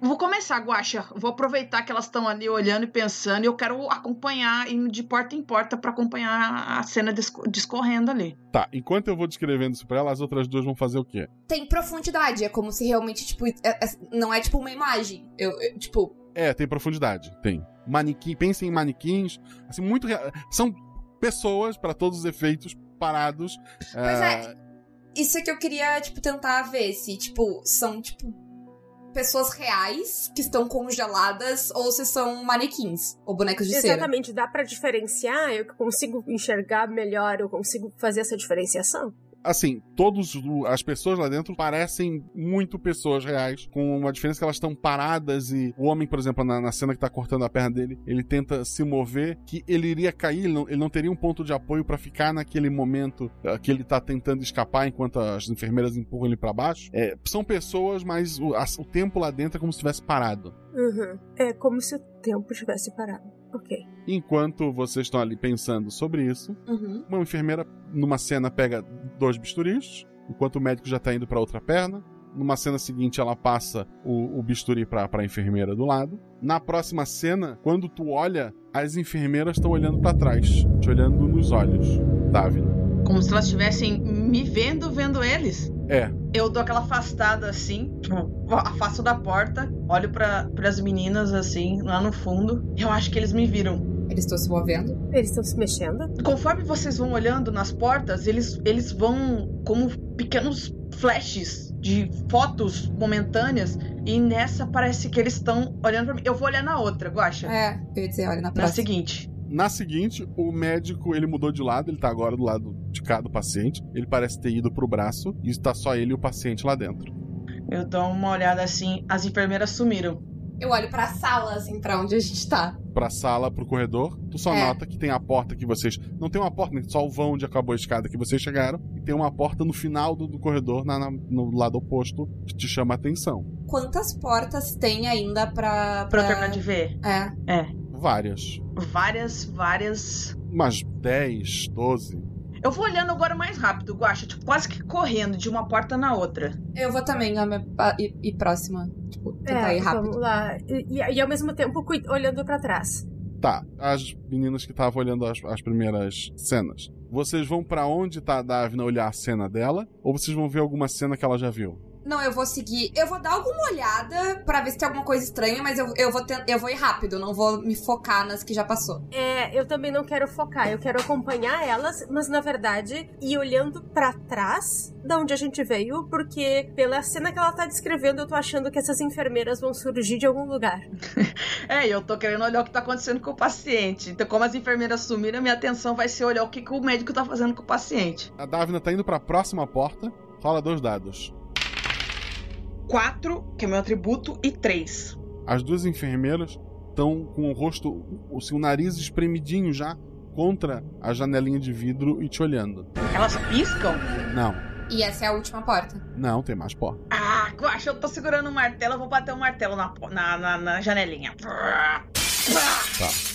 D: Vou começar, Guaxa. Vou aproveitar que elas estão ali olhando e pensando e eu quero acompanhar, indo de porta em porta pra acompanhar a cena disco- discorrendo ali.
A: Tá, enquanto eu vou descrevendo isso pra ela, as outras duas vão fazer o quê?
J: Tem profundidade, é como se realmente, tipo, é- é- não é tipo uma imagem. Eu, eu- tipo,
A: É, tem profundidade, tem. Manequim, pensem em manequins, assim, muito rea- são pessoas para todos os efeitos parados.
J: Pois
A: é.
J: isso é que eu queria, tipo, tentar ver se, tipo, são, tipo, pessoas reais que estão congeladas ou se são manequins ou bonecos de né? cera.
Q: Exatamente, dá pra diferenciar? Eu consigo enxergar melhor, eu consigo fazer essa diferenciação?
A: Assim, todos o- as pessoas lá dentro parecem muito pessoas reais, com uma diferença que elas estão paradas e o homem, por exemplo, na, na cena que tá cortando a perna dele, ele tenta se mover, que ele iria cair, ele não, ele não teria um ponto de apoio para ficar naquele momento eh, que ele tá tentando escapar enquanto as enfermeiras empurram ele para baixo. É, são pessoas, mas o, as- o tempo lá dentro é como se tivesse parado.
Q: Uhum. É como se o tempo tivesse parado. Ok.
A: Enquanto vocês estão ali pensando sobre isso,
J: Uhum.
A: uma enfermeira, numa cena, pega dois bisturis, enquanto o médico já tá indo pra outra perna. Numa cena seguinte, ela passa o, o bisturi pra, pra enfermeira do lado. Na próxima cena, quando tu olha, as enfermeiras estão olhando pra trás, te olhando nos olhos, Davina.
D: Como se elas estivessem me vendo, vendo eles.
A: É,
D: Eu dou aquela afastada assim, tipo, afasto da porta, olho para as meninas assim, lá no fundo. Eu acho que eles me viram.
J: Eles estão se movendo?
Q: Eles estão se mexendo?
D: Conforme vocês vão olhando nas portas, eles, eles vão como pequenos flashes de fotos momentâneas. E nessa parece que eles estão olhando pra mim. Eu vou olhar na outra, Guaxa.
J: É, eu ia dizer, olha na
D: Na
J: próxima.
D: seguinte.
A: Na seguinte, o médico ele mudou de lado, ele tá agora do lado de cá do paciente. Ele parece ter ido pro braço e está só ele e o paciente lá dentro.
D: Eu dou uma olhada assim, as enfermeiras sumiram.
J: Eu olho pra sala, assim, pra onde a gente tá.
A: Pra sala, pro corredor. Tu só
J: É.
A: nota que tem a porta que vocês. Não tem uma porta, né? Só o vão onde acabou a escada que vocês chegaram. E tem uma porta no final do, do corredor, na- na- no lado oposto, que te chama a atenção.
J: Quantas portas tem ainda pra.
P: Ah.
D: Pra eu terminar de ver.
J: É.
D: É.
A: Várias.
D: Várias, várias
A: Umas 10, 12.
D: Eu vou olhando agora mais rápido, Guaxa, tipo, quase que correndo de uma porta na outra.
J: Eu vou também a minha, a- ir, ir próxima. Tipo, tentar
Q: É,
J: ir rápido.
Q: Vamos lá. E, e- e ao mesmo tempo cui- olhando pra trás.
A: Tá, as meninas que estavam olhando as, as primeiras cenas. Vocês vão pra onde tá a Davina olhar a cena dela? Ou vocês vão ver alguma cena que ela já viu?
J: Não, eu vou seguir. Eu vou dar alguma olhada pra ver se tem alguma coisa estranha, mas eu, eu, vou, ten- eu vou ir rápido, não vou me focar nas que já passou.
Q: É, eu também não quero focar, eu quero acompanhar elas, mas na verdade ir olhando pra trás da onde a gente veio, porque pela cena que ela tá descrevendo, eu tô achando que essas enfermeiras vão surgir de algum lugar.
D: É, e eu tô querendo olhar o que tá acontecendo com o paciente. Então, como as enfermeiras sumiram, minha atenção vai ser olhar o que, que o médico tá fazendo com o paciente.
A: A Davina tá indo pra próxima porta. Rola dois dados.
D: Quatro, que é meu atributo, e três.
A: As duas enfermeiras estão com o rosto, o seu nariz espremidinho já contra a janelinha de vidro e te olhando.
D: Elas piscam?
A: Não,
J: E essa é a última porta.
A: não, tem mais porta.
D: Ah, Guaxa, eu tô segurando o martelo, eu vou bater o martelo na, po- na, na, na janelinha.
A: Tá.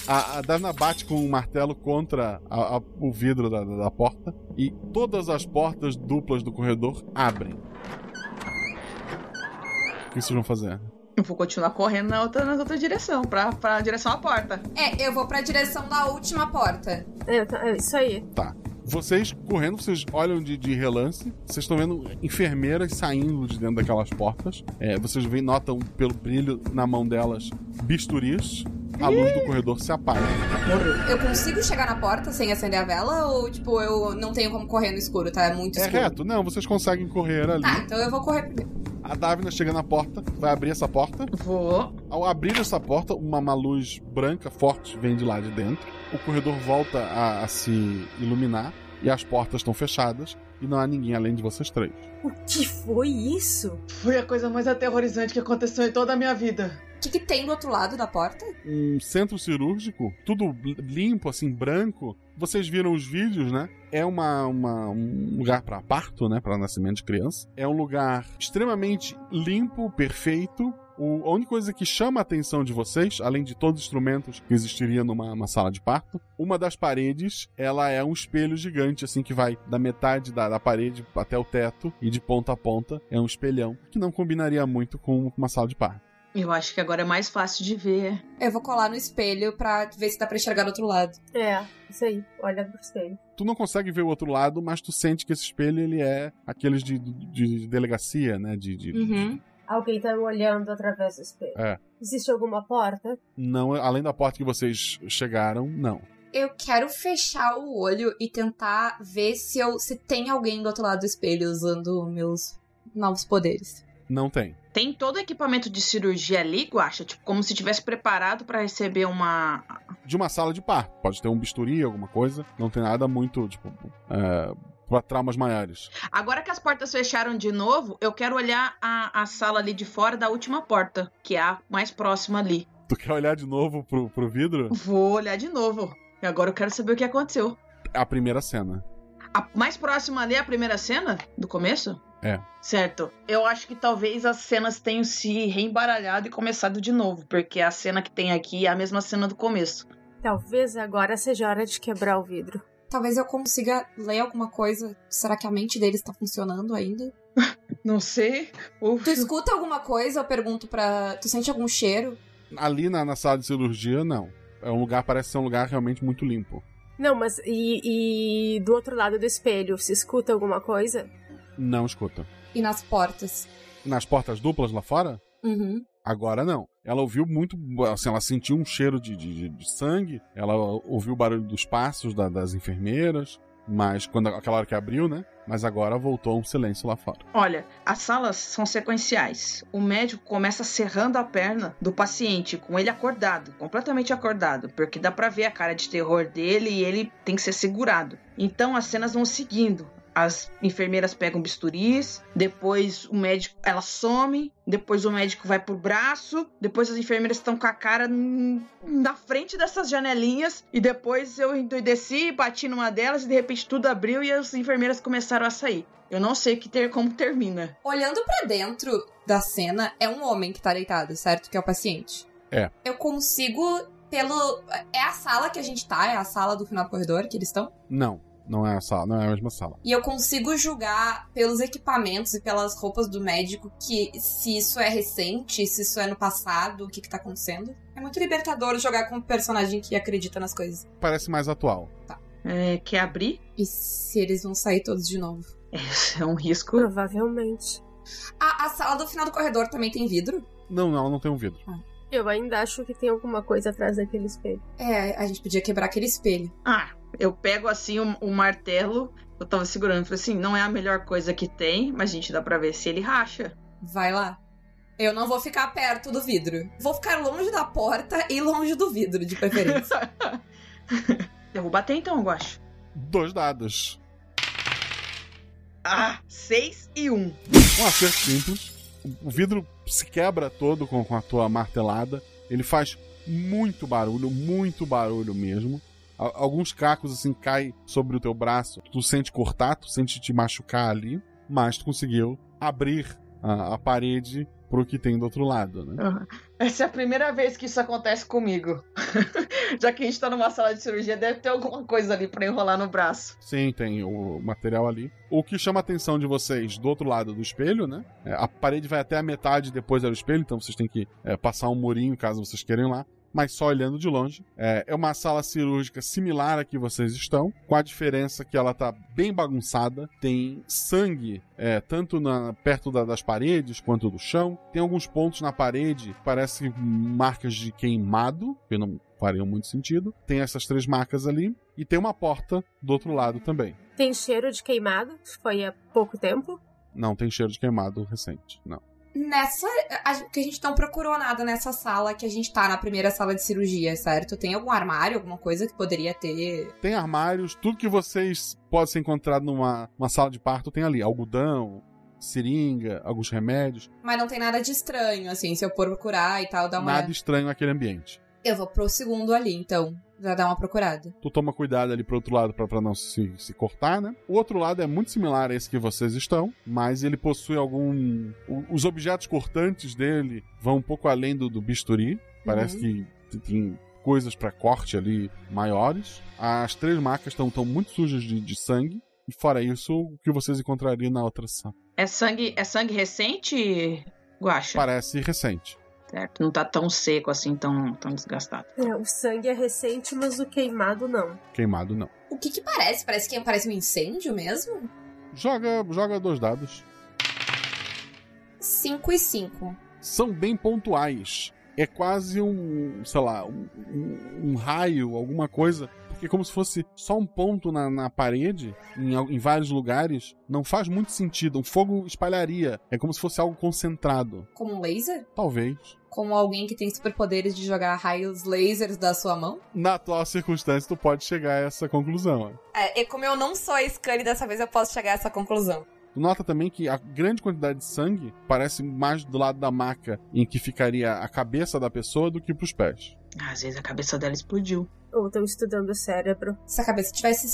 A: A, a Davina bate com o martelo contra a- a- o vidro da, da- da porta e todas as portas duplas do corredor abrem. O que vocês vão fazer?
D: Eu vou continuar correndo na outra, na outra direção, pra, pra direção à porta.
J: É, eu vou pra direção da última porta.
Q: É, isso aí.
A: Tá. Vocês correndo, vocês olham de, de relance, vocês estão vendo enfermeiras saindo de dentro daquelas portas. É, vocês veem, notam pelo brilho na mão delas bisturis. a luz do corredor se apaga.
P: Eu consigo chegar na porta sem acender a vela ou, tipo, eu não tenho como correr no escuro, tá? É muito
A: É
P: escuro.
A: reto? Não, vocês conseguem correr ali.
P: Tá, então eu vou correr primeiro.
A: A Davina chega na porta, vai abrir essa porta.
D: Vou.
A: Ao abrir essa porta, uma, uma luz branca forte vem de lá de dentro. O corredor volta a, a se iluminar e as portas estão fechadas e não há ninguém além de vocês três.
D: O que foi isso? Foi a coisa mais aterrorizante que aconteceu em toda a minha vida.
P: O que, que tem do outro lado da porta?
A: Um centro cirúrgico, tudo bl- limpo, assim, branco. Vocês viram os vídeos, né? É uma, uma- um lugar para parto, né? Para nascimento de criança. É um lugar extremamente limpo, perfeito. O- a única coisa que chama a atenção de vocês, além de todos os instrumentos que existiria numa uma sala de parto, uma das paredes, ela é um espelho gigante, assim, que vai da metade da, da parede até o teto e de ponta a ponta. É um espelhão que não combinaria muito com uma sala de parto.
D: Eu acho que agora é mais fácil de ver.
P: Eu vou colar no espelho pra ver se dá pra enxergar do outro lado.
Q: É, isso aí. Olha pro espelho.
A: tu não consegue ver o outro lado, mas tu sente que esse espelho ele é aqueles de, de- de delegacia, né? De, de-
P: Uhum.
Q: Alguém tá me olhando através do espelho.
A: É.
Q: Existe alguma porta?
A: Não, além da porta que vocês chegaram, não.
P: Eu quero fechar o olho e tentar ver se eu se tem alguém do outro lado do espelho usando meus novos poderes.
A: Não tem.
D: Tem todo o equipamento de cirurgia ali, Guaxa, tipo, como se tivesse preparado pra receber uma.
A: De uma sala de parto. Pode ter um bisturi, alguma coisa. Não tem nada muito, tipo, é, pra traumas maiores.
D: Agora que as portas fecharam de novo, eu quero olhar a, a sala ali de fora da última porta, que é a mais próxima ali.
A: Tu quer olhar de novo pro, pro vidro?
D: Vou olhar de novo. E agora eu quero saber o que aconteceu.
A: A primeira cena.
D: A mais próxima ali é a primeira cena do começo?
A: É.
D: Certo. Eu acho que talvez as cenas tenham se reembaralhado e começado de novo, porque a cena que tem aqui é a mesma cena do começo.
Q: Talvez agora seja hora de quebrar o vidro.
P: Talvez eu consiga ler alguma coisa. Será que a mente deles tá funcionando ainda?
D: Não sei.
P: Tu escuta alguma coisa? Eu pergunto pra. Tu sente algum cheiro?
A: Ali na, na sala de cirurgia, não. É um lugar, parece ser um lugar realmente muito limpo.
Q: Não, mas e, e do outro lado do espelho, se escuta alguma coisa?
A: Não escuta.
P: E nas portas?
A: Nas portas duplas lá fora?
P: Uhum.
A: Agora não. Ela ouviu muito. Assim, ela sentiu um cheiro de, de- de sangue, ela ouviu o barulho dos passos da- das enfermeiras, mas quando aquela hora que abriu, né? Mas agora voltou um silêncio lá fora.
D: Olha, as salas são sequenciais. O médico começa serrando a perna do paciente, com ele acordado, completamente acordado, porque dá pra ver a cara de terror dele e ele tem que ser segurado. Então as cenas vão seguindo. As enfermeiras pegam bisturis, depois o médico, ela some, depois o médico vai pro braço, depois as enfermeiras estão com a cara hum, na frente dessas janelinhas e depois eu endoideci, bati numa delas e de repente tudo abriu e as enfermeiras começaram a sair. Eu não sei que ter como termina.
P: Olhando pra dentro da cena, é um homem que tá deitado, certo? Que é o paciente.
A: É.
P: Eu consigo, pelo. É a sala que a gente tá, é a sala do final do corredor que eles estão.
A: Não, não é a sala, não é a mesma sala.
P: E eu consigo julgar pelos equipamentos e pelas roupas do médico que se isso é recente, se isso é no passado, o que, que tá acontecendo. É muito libertador jogar com um personagem que acredita nas coisas.
A: Parece mais atual.
D: É, quer abrir?
P: E se eles vão sair todos de novo?
D: Esse é um risco.
Q: Provavelmente.
P: A, a sala do final do corredor também tem vidro?
A: Não, não, ela não tem um vidro.
Q: Eu ainda acho que tem alguma coisa atrás daquele espelho.
P: É, a gente podia quebrar aquele espelho.
D: Ah, eu pego assim o o martelo. Eu tava segurando, falei assim, não é a melhor coisa que tem, mas gente dá pra ver se ele racha.
P: Vai lá. Eu não vou ficar perto do vidro. Vou ficar longe da porta e longe do vidro, de preferência.
D: Eu vou bater então, eu acho.
A: Dois dados.
D: Ah, seis e um.
A: Um acerto simples. O- O vidro se quebra todo com, com a tua martelada. Ele faz muito barulho, muito barulho mesmo. A- Alguns cacos assim caem sobre o teu braço. Tu sente cortar, tu sente te machucar ali, mas tu conseguiu abrir a, a parede pro que tem do outro lado, né?
D: Aham. Essa é a primeira vez que isso acontece comigo. Já que a gente tá numa sala de cirurgia, deve ter alguma coisa ali pra enrolar no braço.
A: Sim, tem o material ali. O que chama a atenção de vocês do outro lado do espelho, né? É, a parede vai até a metade depois do espelho, então vocês têm que é, passar um murinho caso vocês queiram ir lá. mas só olhando de longe. É, é uma sala cirúrgica similar à que vocês estão, com a diferença que ela tá bem bagunçada, tem sangue é, tanto na, perto da- das paredes quanto do chão. Tem alguns pontos na parede, parece marcas de queimado, que não fariam muito sentido. Tem essas três marcas ali, e tem uma porta do outro lado também.
Q: Tem cheiro de queimado, foi há pouco tempo.
A: Não tem cheiro de queimado recente, não.
P: Nessa. a- Porque a gente não procurou nada nessa sala que a gente tá na primeira sala de cirurgia, certo? Tem algum armário, alguma coisa que poderia ter.
A: Tem armários, tudo que vocês podem ser encontrado numa uma sala de parto tem ali. Algodão, seringa, alguns remédios.
P: Mas não tem nada de estranho, assim, se eu for procurar e tal, dar uma.
A: Nada estranho naquele ambiente.
P: Eu vou pro segundo ali, então. Já dar uma procurada.
A: Tu toma cuidado ali pro outro lado pra pra não se, se cortar, né? O outro lado é muito similar a esse que vocês estão, mas ele possui algum. o- os objetos cortantes dele vão um pouco além do, do bisturi. Parece
R: Uhum.
A: que t- tem coisas pra corte ali maiores. As três marcas estão tão muito sujas de, de sangue. E fora isso, o que vocês encontrariam na outra sala?
D: É sangue, é sangue recente, Guaxa?
A: Parece recente.
D: Certo, não tá tão seco assim, tão, tão desgastado.
Q: É, o sangue é recente, mas o queimado não.
A: Queimado não.
P: O que que parece? Parece que parece um incêndio mesmo?
A: Joga, joga dois dados.
P: 5 e 5.
A: são bem pontuais. É quase um, sei lá, um, um- um raio, alguma coisa. Porque é como se fosse só um ponto na, na parede, em, al- em vários lugares, não faz muito sentido. Um fogo espalharia. É como se fosse algo concentrado.
P: Como um laser?
A: Talvez.
P: Como alguém que tem superpoderes de jogar raios lasers da sua mão?
A: Na atual circunstância, tu pode chegar a essa conclusão. ó.
P: É, e como eu não sou a Scully dessa vez, eu posso chegar a essa conclusão.
A: Tu nota também que a grande quantidade de sangue parece mais do lado da maca em que ficaria a cabeça da pessoa do que pros pés.
D: Às vezes a cabeça dela explodiu.
Q: Ou estão estudando o cérebro.
P: Se a cabeça tivesse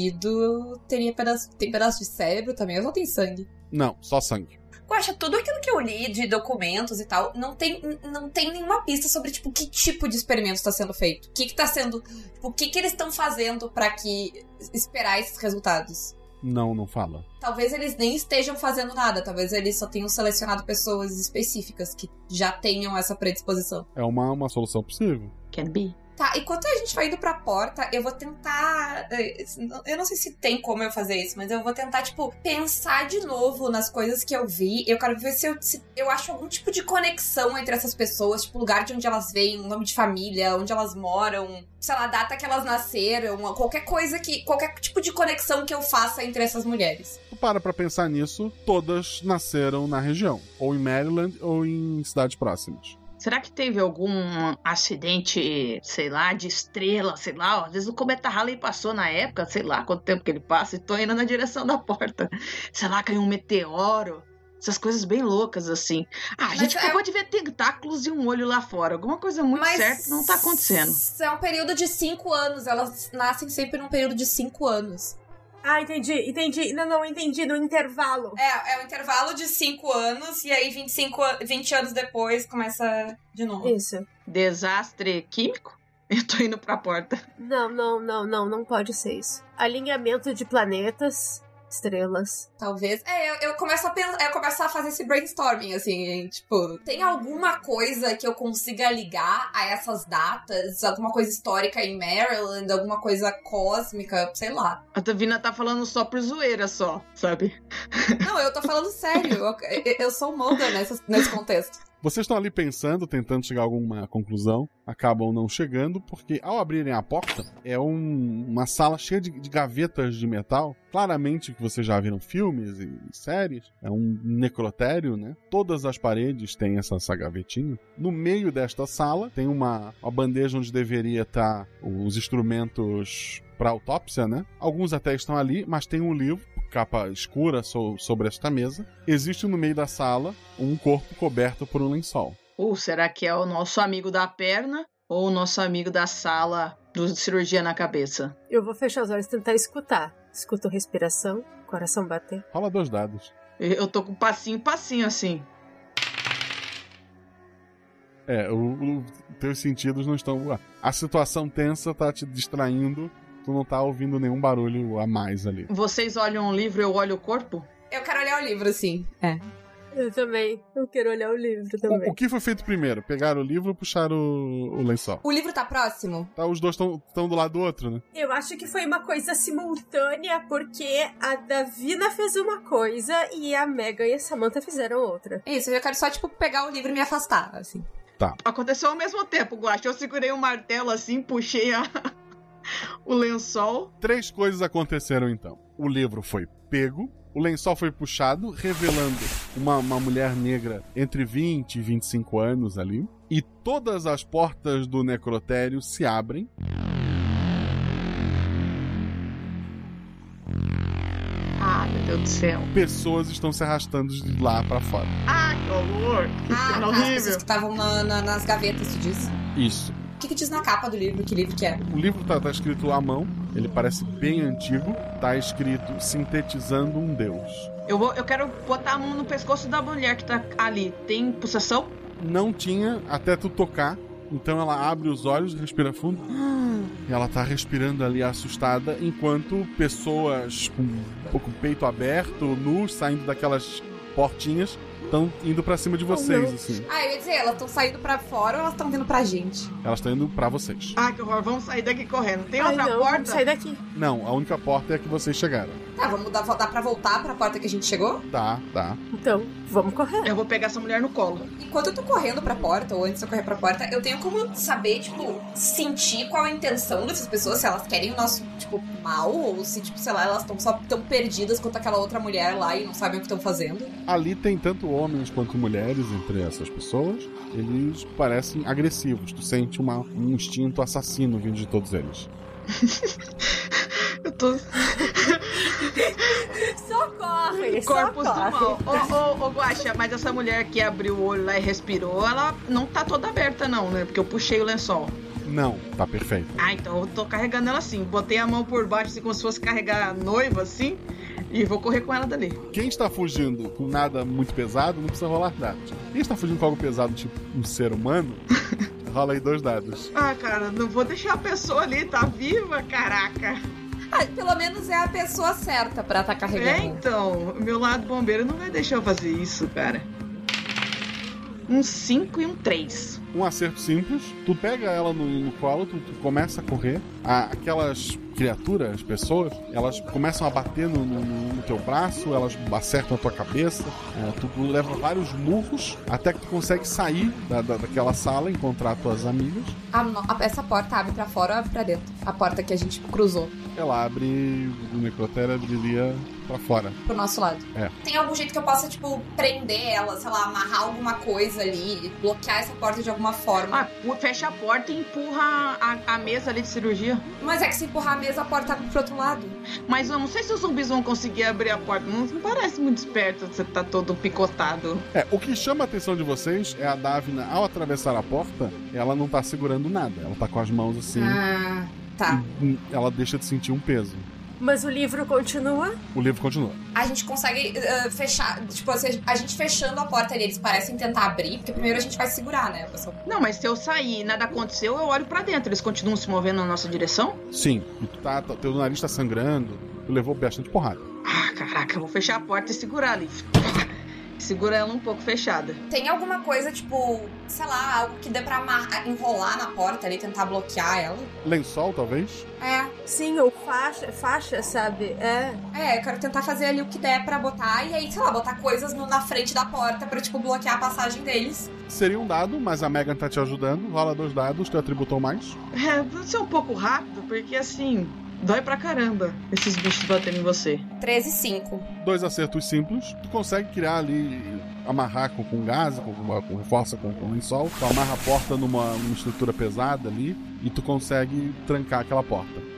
P: explodido, teria pedaço, tem pedaço de cérebro também, ou só tem sangue?
A: Não, só sangue.
P: Guaxa, tudo aquilo que eu li de documentos e tal, não tem, não tem nenhuma pista sobre, tipo, que tipo de experimento está sendo feito. O que que tá sendo... Tipo, o que que eles estão fazendo para que... Esperar esses resultados.
A: Não, não fala.
P: Talvez eles nem estejam fazendo nada. Talvez eles só tenham selecionado pessoas específicas que já tenham essa predisposição.
A: É uma, uma solução possível.
D: Can be.
P: Tá, enquanto a gente vai indo pra porta, eu vou tentar. eh, Eu não sei se tem como eu fazer isso, mas eu vou tentar, tipo, pensar de novo nas coisas que eu vi. Eu quero ver se eu, se eu acho algum tipo de conexão entre essas pessoas, tipo, lugar de onde elas vêm, nome de família, onde elas moram, sei lá, data que elas nasceram, qualquer coisa que. qualquer tipo de conexão que eu faça entre essas mulheres.
A: Tu para pra pensar nisso, todas nasceram na região, ou em Maryland ou em cidades próximas.
D: Será que teve algum acidente, sei lá, de estrela, sei lá? ó, Às vezes o cometa Halley passou na época, sei lá quanto tempo que ele passa, e tô indo na direção da porta. Sei lá, caiu um meteoro. Essas coisas bem loucas, assim. Ah, a gente acabou de ver tentáculos e um olho lá fora. Alguma coisa muito certa não tá acontecendo.
P: É um período de cinco anos, elas nascem sempre num período de cinco anos.
Q: Ah, entendi, entendi. Não, não, entendi. No intervalo.
P: É, é um intervalo de 5 anos e aí 25, an- 20 anos depois começa de novo.
Q: Isso.
D: Desastre químico? Eu tô indo pra porta.
Q: Não, não, não, não, não pode ser isso. Alinhamento de planetas, estrelas.
P: Talvez. É, eu, eu começo a pensar, eu começo a fazer esse brainstorming, assim, em, tipo, tem alguma coisa que eu consiga ligar a essas datas? Alguma coisa histórica em Maryland, alguma coisa cósmica, sei lá.
D: A Davina tá falando só por zoeira, só, sabe?
P: Não, eu tô falando sério, eu, eu sou moda nessa, nesse contexto.
A: Vocês estão ali pensando, tentando chegar a alguma conclusão, acabam não chegando, porque ao abrirem a porta, é um- uma sala cheia de, de gavetas de metal. Claramente que vocês já viram filmes e, e séries. É um necrotério, né? Todas as paredes têm essa, essa gavetinha. No meio desta sala tem uma, uma bandeja onde deveria estar os instrumentos para autópsia, né? Alguns até estão ali, mas tem um livro, capa escura so- sobre esta mesa. Existe no meio da sala um corpo coberto por um lençol.
D: Ou será que é o nosso amigo da perna ou o nosso amigo da sala do cirurgia na cabeça?
Q: Eu vou fechar os olhos e tentar escutar. Escuto respiração, coração bater.
A: Rola dois dados.
D: Eu tô com um passinho, passinho assim.
A: É, o, o- teus sentidos não estão. A situação tensa tá te distraindo, tu não tá ouvindo nenhum barulho a mais ali.
D: Vocês olham o livro, eu um olho o corpo?
P: Eu quero olhar o livro, sim. É.
Q: Eu também. Eu quero olhar o livro também.
A: O que foi feito primeiro? Pegaram o livro ou puxaram o, o lençol?
P: O livro tá próximo?
A: Tá, os dois estão do lado do outro, né?
S: Eu acho que foi uma coisa simultânea, porque a Davina fez uma coisa e a Megan e a Samantha fizeram outra.
P: Isso, eu quero só, tipo, pegar o livro e me afastar, assim.
A: Tá.
D: Aconteceu ao mesmo tempo, Guache. Eu segurei o um martelo assim, puxei a... o lençol.
A: Três coisas aconteceram então. O livro foi pego, o lençol foi puxado, revelando uma, uma mulher negra entre 20 e 25 anos ali. E todas as portas do necrotério se abrem.
D: Ah, meu Deus do céu.
A: Pessoas estão se arrastando de lá para fora.
D: Ah, que horror! Que cena
P: Ah, tá, as pessoas
D: horrível!
P: que estavam na- na- nas gavetas, tu diz.
A: Isso.
P: O que, que diz na capa do livro? Que livro que é?
A: O livro tá, tá escrito à mão, ele parece bem antigo, tá escrito sintetizando um deus.
D: Eu, vou, eu quero botar a mão no pescoço da mulher que tá ali. Tem pulsação?
A: Não tinha até tu tocar, então ela abre os olhos, respira fundo. E ela tá respirando ali assustada, enquanto pessoas com, com o peito aberto, nus, saindo daquelas portinhas, estão indo pra cima de vocês, assim.
P: Ah, eu ia dizer, elas estão saindo pra fora ou elas estão vindo pra gente?
A: Elas estão indo pra vocês.
D: Ah, que horror. Vamos sair daqui correndo. Tem
P: Ai,
D: outra
P: não,
D: porta?
P: vamos sair daqui.
A: Não, a única porta é a que vocês chegaram.
P: Tá, vamos dar, dá pra voltar pra porta que a gente chegou?
A: Tá, tá.
Q: Então, vamos correr.
D: Eu vou pegar essa mulher no colo.
P: Enquanto eu tô correndo pra porta, ou antes de eu correr pra porta, eu tenho como saber, tipo, sentir qual a intenção dessas pessoas, se elas querem o nosso, tipo, mal, ou se, tipo, sei lá, elas estão só tão perdidas quanto aquela outra mulher lá e não sabem o que estão fazendo.
A: Ali tem tanto homens quanto mulheres entre essas pessoas. Eles parecem agressivos. Tu sente uma- um instinto assassino vindo de todos eles.
D: Eu tô.
Q: é
S: Socorre!
D: Corpos do
S: socorre.
D: mal. Ô, ô, ô, Guaxa, mas essa mulher que abriu o olho lá e respirou, ela não tá toda aberta, não, né? Porque eu puxei o lençol.
A: Não, tá perfeito.
D: Ah, então eu tô carregando ela assim. Botei a mão por baixo, assim, como se fosse carregar a noiva, assim. E vou correr com ela dali.
A: Quem está fugindo com nada muito pesado não precisa rolar dados. Quem está fugindo com algo pesado, tipo um ser humano, rola aí dois dados.
D: Ah, cara, não vou deixar a pessoa ali, tá viva, caraca.
P: Ah, pelo menos é a pessoa certa pra tá
D: É,
P: carregando.
D: então, meu lado bombeiro não vai deixar eu fazer isso, cara. Um 5 e um 3.
A: Um acerto simples, tu pega ela no, no colo, tu, tu começa a correr. A- aquelas criaturas, as pessoas, elas começam a bater no, no- no- no teu braço, elas acertam a tua cabeça, é, tu, tu leva vários murros até que tu consegue sair da, da- daquela sala, encontrar tuas amigas.
P: A no- a- essa porta abre pra fora ou abre pra dentro? A porta que a gente cruzou
A: Ela abre, o necrotério abriria pra fora.
P: pro nosso lado.
A: É.
P: Tem algum jeito que eu possa, tipo, prender ela, sei lá, amarrar alguma coisa ali, bloquear essa porta de alguma forma?
D: Ah, pu- fecha a porta e empurra a, a mesa ali de cirurgia.
P: Mas é que se empurrar a mesa, a porta abre pro outro lado.
D: Mas eu não sei se os zumbis vão conseguir abrir a porta. Não, não parece muito esperto você tá todo picotado.
A: É, o que chama a atenção de vocês é a Davina, ao atravessar a porta, ela não tá segurando nada. Ela tá com as mãos assim.
P: Ah, tá.
A: e- e Ela deixa de sentir um peso.
Q: Mas o livro continua?
A: O livro continua.
P: A gente consegue eh, fechar, tipo, assim, a gente fechando a porta ali, eles parecem tentar abrir, porque primeiro a gente vai segurar, né, pessoal?
D: Não, mas se eu sair e nada aconteceu, eu olho pra dentro. Eles continuam se movendo na nossa direção?
A: Sim, e tu tá, tá- teu nariz tá sangrando, tu levou bastante porrada.
D: Ah, caraca, eu vou fechar a porta e segurar ali. Segura ela um pouco fechada.
P: Tem alguma coisa, tipo, sei lá, algo que dê pra amar- enrolar na porta ali, tentar bloquear ela?
A: Lençol, talvez?
P: É.
Q: Sim, ou faixa, faixa, sabe? É.
P: É, eu quero tentar fazer ali o que der pra botar, e aí, sei lá, botar coisas no- na frente da porta pra, tipo, bloquear a passagem deles.
A: Seria um dado, mas a Megan tá te ajudando. Rola dois dados, teu atributou mais.
D: É, precisa ser um pouco rápido, porque assim, dói pra caramba esses bichos batendo em você.
P: 13 e 5.
A: Dois acertos simples. Tu consegue criar ali, amarrar com, com gás, com, com, com força, com, com lençol. Tu amarra a porta numa, numa estrutura pesada ali e tu consegue trancar aquela porta.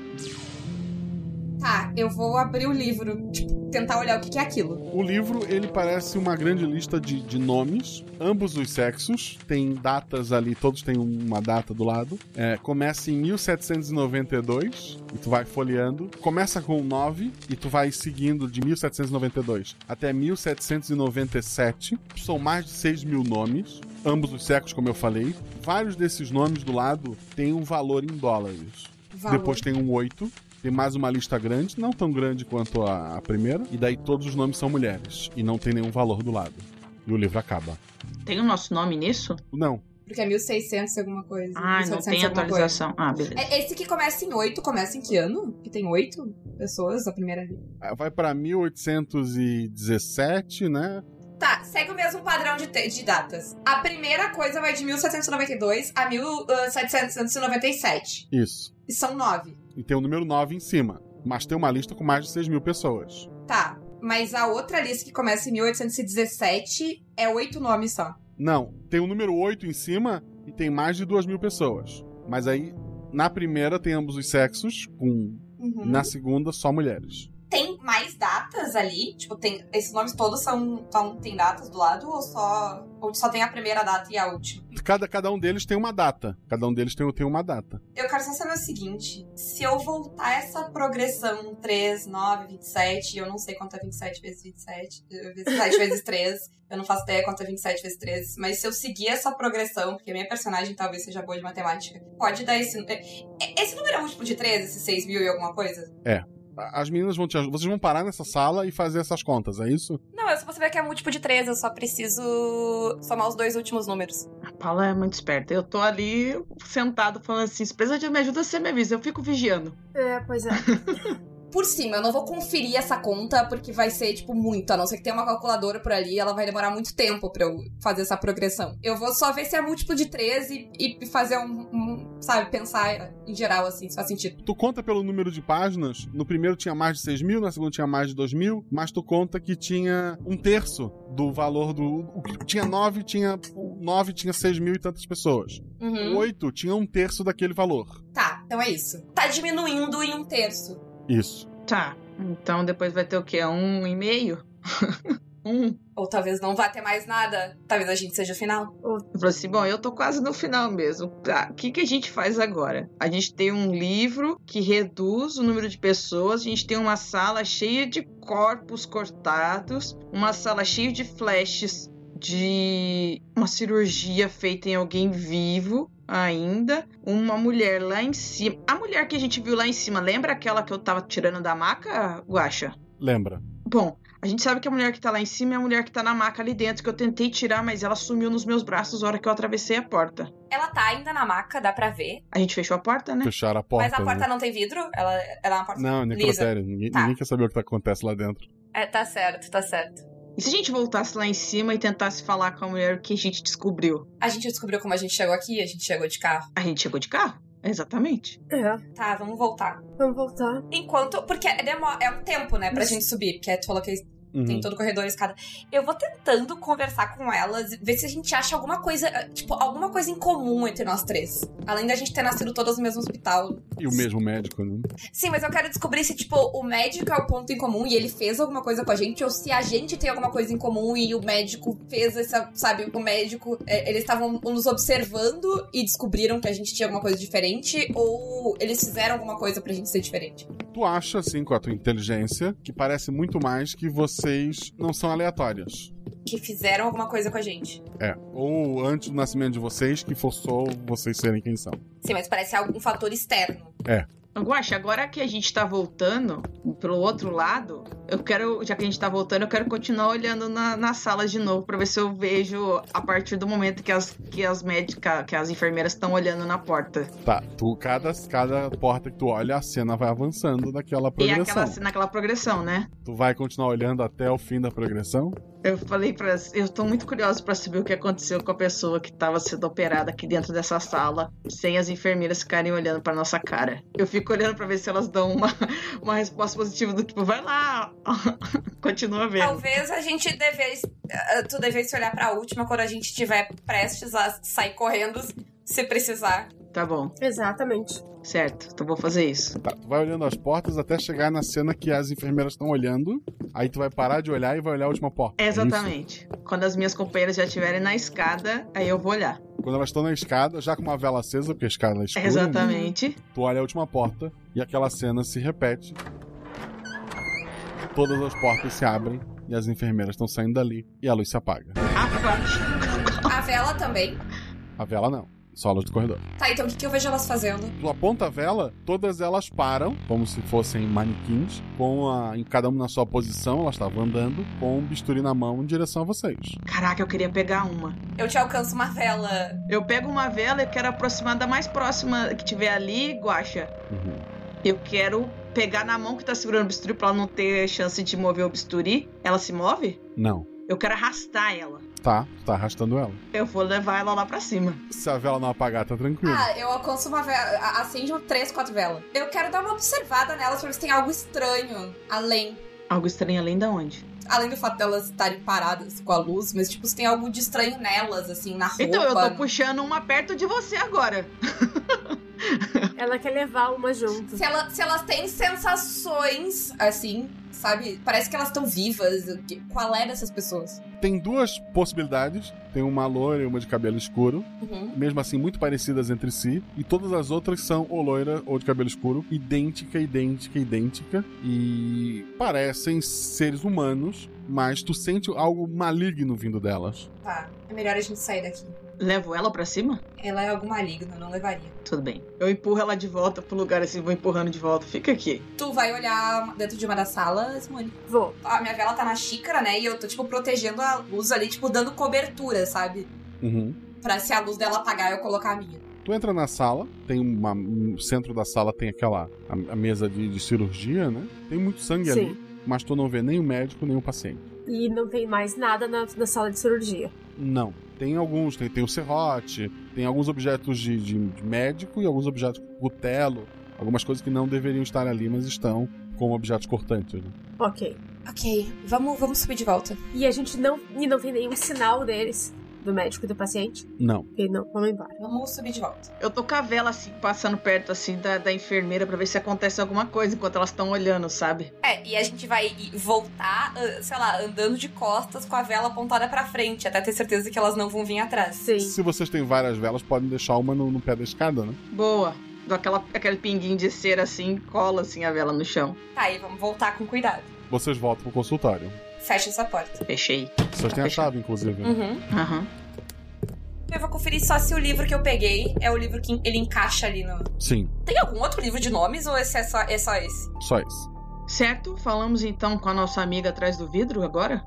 P: Tá, eu vou abrir o livro, tipo, tentar olhar o que, que é aquilo.
A: O livro, ele parece uma grande lista de, de nomes, ambos os sexos, tem datas ali, todos têm uma data do lado. É, começa em 1792, e tu vai folheando. Começa com 9, e tu vai seguindo de 1792 até 1797. São mais de 6 mil nomes, ambos os sexos, como eu falei. Vários desses nomes do lado têm um valor em dólares.
F: Valor.
A: Depois tem um 8. Tem mais uma lista grande, não tão grande quanto a, a primeira. E daí todos os nomes são mulheres. E não tem nenhum valor do lado. E o livro acaba.
D: Tem o nosso nome nisso?
A: Não.
P: Porque é 1600 e alguma coisa.
D: Ah, não
P: 1700
D: tem
P: e alguma
D: atualização.
P: coisa.
D: Ah, beleza.
P: É, Esse que começa em 8, começa em que ano? Que tem 8 pessoas a primeira vez.
A: Ah, Vai pra 1817, né?
P: Tá, segue o mesmo padrão de, te- de datas. A primeira coisa vai de 1792 a ah, 1797.
A: Isso.
P: E são 9.
A: E tem o número 9 em cima. Mas tem uma lista com mais de 6 mil pessoas.
P: Tá, mas a outra lista que começa em 1817 é 8 nomes só.
A: Não, tem o número 8 em cima e tem mais de 2 mil pessoas. Mas aí, na primeira, tem ambos os sexos, com.
P: Uhum.
A: Na segunda, só mulheres.
P: Tem mais datas ali? Tipo, tem esses nomes todos são, tão- tem datas do lado ou só ou só tem a primeira data e a última?
A: Cada, cada um deles tem uma data. Cada um deles tem, tem uma data.
P: Eu quero só saber o seguinte, se eu voltar essa progressão 3, 9, 27, eu não sei quanto é 27 vezes 27, eh, 27 vezes 3, eu não faço ideia quanto é 27 vezes 3, mas se eu seguir essa progressão, porque minha personagem talvez seja boa de matemática, pode dar esse... eh, Esse número é múltiplo de 3, esse 6 mil e alguma coisa?
A: É. A- As meninas vão te ajudar. Vocês vão parar nessa sala e fazer essas contas, é isso?
P: Não, eu só posso ver que é múltiplo de 3, eu só preciso somar os dois últimos números.
D: A Paula é muito esperta. Eu tô ali sentado falando assim: se precisar de me ajuda, você me avisa. Eu fico vigiando.
P: É, pois é. Por cima, eu não vou conferir essa conta porque vai ser, tipo, muito. A não ser que tenha uma calculadora por ali, ela vai demorar muito tempo pra eu fazer essa progressão. Eu vou só ver se é múltiplo de 13 e e fazer um, um, sabe, pensar em geral, assim, se faz sentido.
A: Tu conta pelo número de páginas. No primeiro tinha mais de 6 mil, na segunda tinha mais de 2 mil, mas tu conta que tinha um terço do valor do. o que Tinha 9, tinha. 9 tinha 6 mil e tantas pessoas.
P: Uhum.
A: O 8 tinha um terço daquele valor.
P: Tá, então é isso. Tá diminuindo em um terço.
A: Isso.
D: Tá. Então depois vai ter o quê? Um e meio? um.
P: Ou talvez não vá ter mais nada. Talvez a gente seja o final.
D: Eu falei assim, bom, eu tô quase no final mesmo. Tá, o que, que a gente faz agora? A gente tem um livro que reduz o número de pessoas, a gente tem uma sala cheia de corpos cortados, uma sala cheia de flashes de uma cirurgia feita em alguém vivo ainda, uma mulher lá em cima. A mulher que a gente viu lá em cima, lembra aquela que eu tava tirando da maca, Guaxa?
A: Lembra?
D: Bom, a gente sabe que a mulher que tá lá em cima é a mulher que tá na maca ali dentro, que eu tentei tirar, mas ela sumiu nos meus braços na hora que eu atravessei a porta.
P: Ela tá ainda na maca, dá pra ver.
D: A gente fechou a porta, né?
A: Fecharam a porta. né?
P: não tem vidro? Ela, ela é uma Uhum. porta
A: Não, necrotério. Ninguém, ninguém quer saber o que tá- acontece lá dentro.
P: É, tá certo, tá certo.
D: E se a gente voltasse lá em cima e tentasse falar com a mulher o que a gente descobriu?
P: A gente descobriu como a gente chegou aqui, a gente chegou de carro.
D: A gente chegou de carro? Exatamente.
P: É. Tá, vamos voltar.
Q: Vamos voltar.
P: Enquanto. Porque é, demo- é um tempo, né, pra
Q: Mas-
P: gente subir, porque é tu falou que
Q: Uhum.
P: tem todo o corredor, escada. Eu vou tentando conversar com elas, ver se a gente acha alguma coisa, eh, tipo, alguma coisa em comum entre nós três. Além da gente ter nascido todas no mesmo hospital.
A: E o mesmo médico, né?
P: Sim, mas eu quero descobrir se, tipo, o médico é o ponto em comum e ele fez alguma coisa com a gente, ou se a gente tem alguma coisa em comum e o médico fez essa, sabe, o médico. é, eles estavam nos observando e descobriram que a gente tinha alguma coisa diferente, ou eles fizeram alguma coisa pra gente ser diferente.
A: Tu acha, assim, com a tua inteligência, que parece muito mais que vocês não são aleatórias.
P: Que fizeram alguma coisa com a gente.
A: É. Ou antes do nascimento de vocês, que forçou vocês serem quem são.
P: Sim, mas parece é algum fator externo.
A: É.
D: Guaxa, agora que a gente tá voltando pelo outro lado, eu quero, já que a gente tá voltando, eu quero continuar olhando na, na sala de novo pra ver se eu vejo a partir do momento que as, que as médicas, que as enfermeiras estão olhando na porta.
A: Tá, tu, cada, cada porta que tu olha, a cena vai avançando daquela
D: E
A: progressão.
D: aquela, naquela progressão, né?
A: Tu vai continuar olhando até o fim da progressão?
D: Eu falei pra. Eu tô muito curiosa pra saber o que aconteceu com a pessoa que tava sendo operada aqui dentro dessa sala, sem as enfermeiras ficarem olhando pra nossa cara. Eu fico olhando pra ver se elas dão uma, uma resposta positiva do tipo, vai lá, continua vendo.
P: Talvez a gente devesse. eh, Tu devesse olhar pra última quando a gente estiver prestes a sair correndo, se precisar.
D: Tá bom,
Q: Exatamente.
D: certo, então vou fazer isso.
A: Tá, tu vai olhando as portas até chegar na cena que as enfermeiras estão olhando. Aí tu vai parar de olhar e vai olhar a última porta. É isso?
D: Exatamente. Quando as minhas companheiras já estiverem na escada, aí eu vou olhar.
A: Quando elas estão na escada, já com uma vela acesa, porque a escada é escura.
D: Exatamente.
A: né? Tu olha a última porta e aquela cena se repete. Todas as portas se abrem e as enfermeiras estão saindo dali e a luz se apaga.
P: A vela também.
A: A vela não. solas do corredor.
P: Tá, então o que, que eu vejo elas fazendo?
A: Tu aponta a vela, todas elas param, como se fossem manequins, com a, em cada uma na sua posição, elas estavam andando, com um bisturi na mão em direção a vocês.
D: Caraca, eu queria pegar uma.
P: Eu te alcanço uma vela.
D: Eu pego uma vela e quero aproximar da mais próxima que tiver ali, guacha.
A: Uhum.
D: Eu quero pegar na mão que tá segurando o bisturi pra ela não ter chance de mover o bisturi. Ela se move?
A: Não.
D: Eu quero arrastar ela.
A: Tá, tu tá arrastando ela.
D: Eu vou levar ela lá pra cima.
A: Se a vela não apagar, tá tranquilo.
P: Ah, eu alcanço uma vela. a- Acende um três, quatro velas. Eu quero dar uma observada nelas pra ver se tem algo estranho além.
D: Algo estranho além da onde?
P: Além do fato delas estarem paradas com a luz, mas tipo, se tem algo de estranho nelas, assim, na roupa.
D: Então, eu tô puxando uma perto de você agora.
Q: Ela quer levar uma junto.
P: Se, ela- se elas têm sensações, assim, sabe? Parece que elas estão vivas. O que- Qual é dessas pessoas?
A: Tem duas possibilidades. Tem uma loira e uma de cabelo escuro.
P: Uhum.
A: Mesmo assim, muito parecidas entre si. E todas as outras são ou loira ou de cabelo escuro. Idêntica, idêntica, idêntica. E parecem seres humanos, mas tu sente algo maligno vindo delas.
P: Tá, é melhor a gente sair daqui.
D: Levo ela pra cima?
P: Ela é algo maligno, não levaria.
D: Tudo bem. Eu empurro ela de volta pro lugar assim, vou empurrando de volta. Fica aqui.
P: Tu vai olhar dentro de uma das salas, Moni?
Q: Vou.
P: A minha vela tá na xícara, né? E eu tô, tipo, protegendo a luz ali, tipo, dando cobertura, sabe?
A: Uhum.
P: Pra se a luz dela apagar, eu colocar a minha.
A: Tu entra na sala, tem uma. No centro da sala tem aquela. a, a mesa de, de cirurgia, né? Tem muito sangue
Q: Sim.
A: ali, mas tu não vê nem o médico, nem o paciente.
Q: E não tem mais nada na, na sala de cirurgia.
A: Não. Tem alguns, tem, tem o serrote, tem alguns objetos de, de- de médico e alguns objetos de cutelo, algumas coisas que não deveriam estar ali, mas estão como objetos cortantes. né?
Q: Ok.
P: Ok, vamos, vamos subir de volta.
Q: E a gente não. E não tem nenhum sinal deles, do médico e do paciente.
A: Não.
Q: Ok, não, vamos embora.
P: Vamos subir de volta.
D: Eu tô com a vela assim, passando perto assim da, da enfermeira pra ver se acontece alguma coisa enquanto elas estão olhando, sabe?
P: É, e a gente vai i- voltar, ah, sei lá, andando de costas com a vela apontada pra frente, até ter certeza que elas não vão vir atrás.
A: Se vocês têm várias velas, podem deixar uma no, no pé da escada, né?
D: Boa. Dou aquela, aquele pinguinho de cera assim, cola assim a vela no chão.
P: Tá, e vamos voltar com cuidado.
A: Vocês voltam pro consultório.
P: Fecha essa porta.
D: Fechei.
A: Vocês têm a chave, inclusive. né?
P: Uhum.
D: Aham.
P: Eu vou conferir só se o livro que eu peguei é o livro que ele encaixa ali no.
A: Sim,
P: Tem algum outro livro de nomes ou esse é só, é só esse?
A: só isso.
D: Certo? Falamos então com a nossa amiga atrás do vidro agora?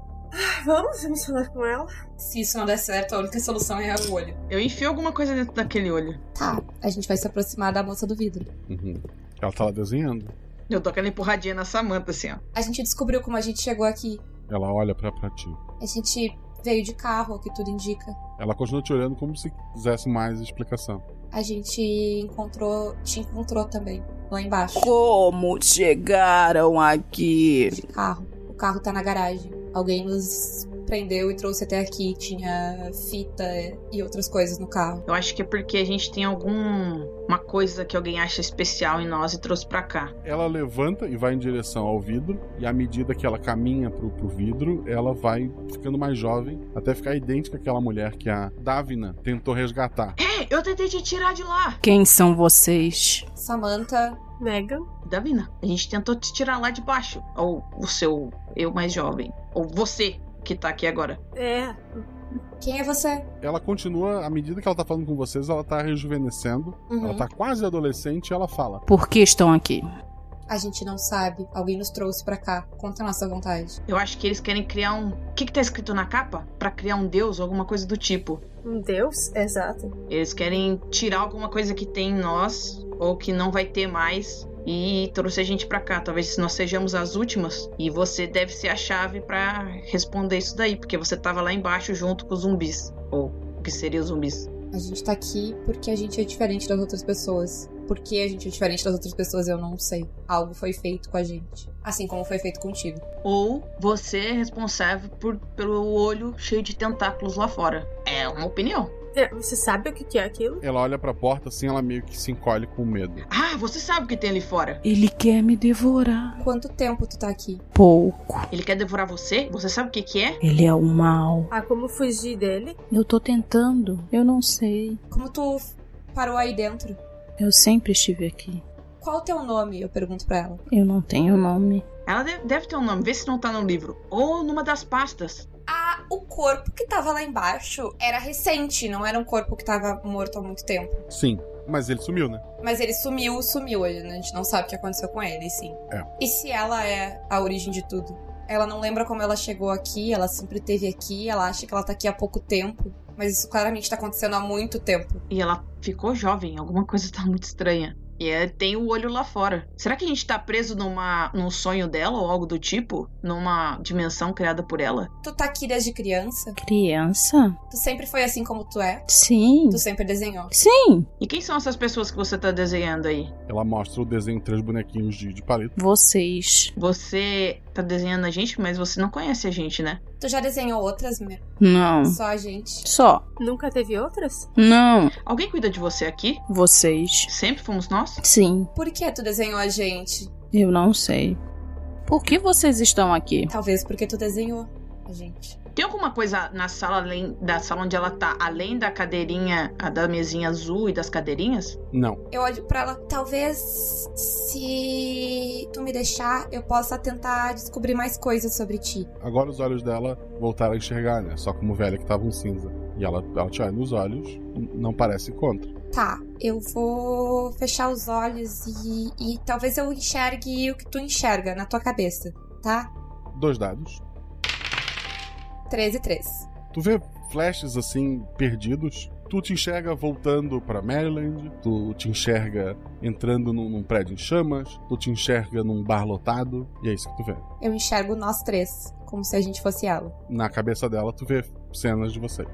Q: Vamos, vamos falar com ela.
P: Se isso não der certo, a única solução é o olho.
D: Eu enfio alguma coisa dentro daquele olho.
P: Tá, a gente vai se aproximar da moça do vidro.
A: Uhum. Ela tá lá desenhando.
D: Eu dou aquela empurradinha na Samanta assim, ó.
P: A gente descobriu como a gente chegou aqui.
A: Ela olha pra, pra ti.
P: A gente veio de carro, o que tudo indica.
A: Ela continua te olhando como se quisesse mais explicação.
P: A gente encontrou. te encontrou também, lá embaixo.
L: Como chegaram aqui?
P: tipo De carro. O carro tá na garagem. Alguém nos prendeu e trouxe até aqui. Tinha fita e outras coisas no carro.
D: Eu acho que é porque a gente tem alguma coisa que alguém acha especial em nós e trouxe pra cá.
A: Ela levanta e vai em direção ao vidro, e à medida que ela caminha pro, pro vidro, ela vai ficando mais jovem, até ficar idêntica àquela mulher que a Davina tentou resgatar.
D: Ei, É, eu tentei te tirar de lá!
L: Quem são vocês?
P: Samantha.
Q: Megan.
D: Davina, a gente tentou te tirar lá de baixo. Ou o seu eu mais jovem. Ou você que tá aqui agora.
Q: É.
P: Quem é você?
A: Ela continua, à medida que ela tá falando com vocês, ela tá rejuvenescendo,
P: Uhum.
A: ela tá quase adolescente e ela fala.
L: Por que estão aqui?
P: A gente não sabe. Alguém nos trouxe pra cá. Contra a nossa vontade.
D: Eu acho que eles querem criar um. O que, que tá escrito na capa? Pra criar um deus, alguma coisa do tipo.
Q: Um deus? Exato.
D: Eles querem tirar alguma coisa que tem em nós, ou que não vai ter mais. E trouxe a gente pra cá. Talvez nós sejamos as últimas. E você deve ser a chave pra responder isso daí. Porque você tava lá embaixo junto com os zumbis. Ou o que seria os zumbis.
P: A gente tá aqui porque a gente é diferente das outras pessoas. Por que a gente é diferente das outras pessoas, eu não sei. Algo foi feito com a gente. Assim como foi feito contigo.
D: Ou você é responsável por, pelo olho cheio de tentáculos lá fora. É uma opinião.
Q: É, Você sabe o que que é aquilo?
A: Ela olha pra porta assim, ela meio que se encolhe com medo.
D: Ah, você sabe o que tem ali fora.
L: Ele quer me devorar.
P: Quanto tempo tu tá aqui?
L: Pouco.
D: Ele quer devorar você? Você sabe o que, que é?
L: Ele é o mal.
Q: Ah, como fugir dele?
T: Eu tô tentando, eu não sei.
P: Como tu parou aí dentro?
T: Eu sempre estive aqui.
P: Qual o teu nome? Eu pergunto pra ela.
T: Eu não tenho nome.
D: Ela de- deve ter um nome, vê se não tá no livro. Ou numa das pastas.
P: Ah, o corpo que tava lá embaixo era recente, não era um corpo que tava morto há muito tempo.
A: Sim, mas ele sumiu, né?
P: Mas ele sumiu, sumiu. A gente não sabe o que aconteceu com ele, sim.
A: É.
P: E se ela é a origem de tudo? Ela não lembra como ela chegou aqui, ela sempre esteve aqui, ela acha que ela tá aqui há pouco tempo. Mas isso claramente tá acontecendo há muito tempo.
D: E ela ficou jovem, alguma coisa tá muito estranha. E é, tem o olho lá fora. Será que a gente tá preso numa, num sonho dela ou algo do tipo? Numa dimensão criada por ela?
P: Tu tá aqui desde criança?
L: Criança?
P: Tu sempre foi assim como tu é?
L: Sim.
P: Tu sempre desenhou?
L: Sim.
D: E quem são essas pessoas que você tá desenhando aí?
A: Ela mostra o desenho de três bonequinhos de, de palito.
L: Vocês.
D: Você tá desenhando a gente, mas você não conhece a gente, né?
P: Tu já desenhou outras, Mer?
L: Não.
P: Só a gente.
L: Só.
S: Nunca teve outras?
L: Não.
D: Alguém cuida de você aqui?
L: Vocês.
D: Sempre fomos nós?
L: Sim.
P: Por que tu desenhou a gente?
L: Eu não sei. Por que vocês estão aqui?
P: Talvez porque tu desenhou a gente.
D: Tem alguma coisa na sala além da sala onde ela tá, além da cadeirinha, a da mesinha azul e das cadeirinhas?
A: Não.
P: Eu olho pra ela. Talvez se tu me deixar, eu possa tentar descobrir mais coisas sobre ti.
A: Agora os olhos dela voltaram a enxergar, né? Só como velha que tava um cinza. E ela, ela te olha nos olhos, n- não parece contra.
P: Tá, eu vou fechar os olhos e, e talvez eu enxergue o que tu enxerga na tua cabeça, tá?
A: Dois dados.
P: 13 e 3.
A: Tu vê flashes assim, perdidos. Tu te enxerga voltando pra Maryland, tu te enxerga entrando num, num prédio em chamas, tu te enxerga num bar lotado, e é isso que tu vê.
P: Eu enxergo nós três, como se a gente fosse ela.
A: Na cabeça dela, tu vê cenas de vocês.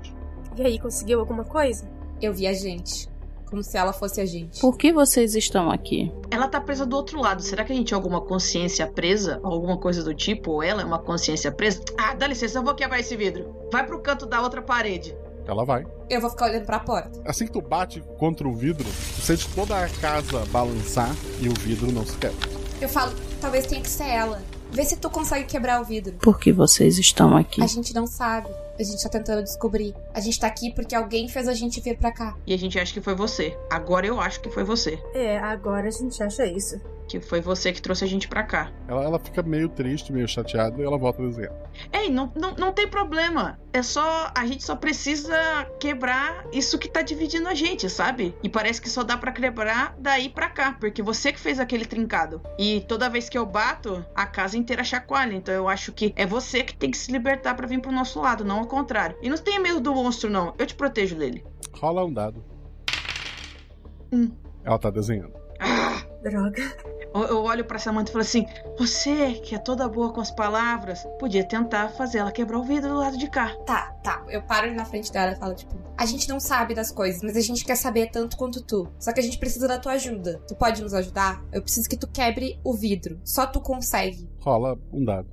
S: E aí, conseguiu alguma coisa?
P: Eu vi a gente, como se ela fosse a gente.
L: Por que vocês estão aqui?
D: Ela tá presa do outro lado. Será que a gente é alguma consciência presa? Alguma coisa do tipo? Ou ela é uma consciência presa? Ah, dá licença, eu vou quebrar esse vidro. Vai pro canto da outra parede.
A: Ela vai.
P: Eu vou ficar olhando pra porta.
A: Assim que tu bate contra o vidro, tu sente toda a casa balançar e o vidro não se quebra.
P: Eu falo, talvez tenha que ser ela. Vê se tu consegue quebrar o vidro.
L: Por que vocês estão aqui?
P: A gente não sabe. A gente tá tentando descobrir. A gente tá aqui porque alguém fez a gente vir pra cá.
D: E a gente acha que foi você. Agora eu acho que foi você.
S: É, agora a gente acha isso.
D: Que foi você que trouxe a gente pra cá.
A: Ela, ela fica meio triste, meio chateada e ela volta a desenhar.
D: Ei, não, não, não tem problema. É só. A gente só precisa quebrar isso que tá dividindo a gente, sabe? E parece que só dá pra quebrar daí pra cá, porque você que fez aquele trincado. E toda vez que eu bato, a casa inteira chacoalha. Então eu acho que é você que tem que se libertar pra vir pro nosso lado, não ao contrário. E não tenha medo do monstro, não. Eu te protejo dele.
A: Rola um dado.
D: Hum.
A: Ela tá desenhando.
S: Droga.
D: Ah, Eu- Eu olho pra Samantha e falo assim: Você, que é toda boa com as palavras, podia tentar fazer ela quebrar o vidro do lado de cá.
P: Tá, tá. Eu paro ali na frente dela e falo, tipo, a gente não sabe das coisas, mas a gente quer saber tanto quanto tu. Só que a gente precisa da tua ajuda. Tu pode nos ajudar? Eu preciso que tu quebre o vidro. Só tu consegue.
A: Rola um dado.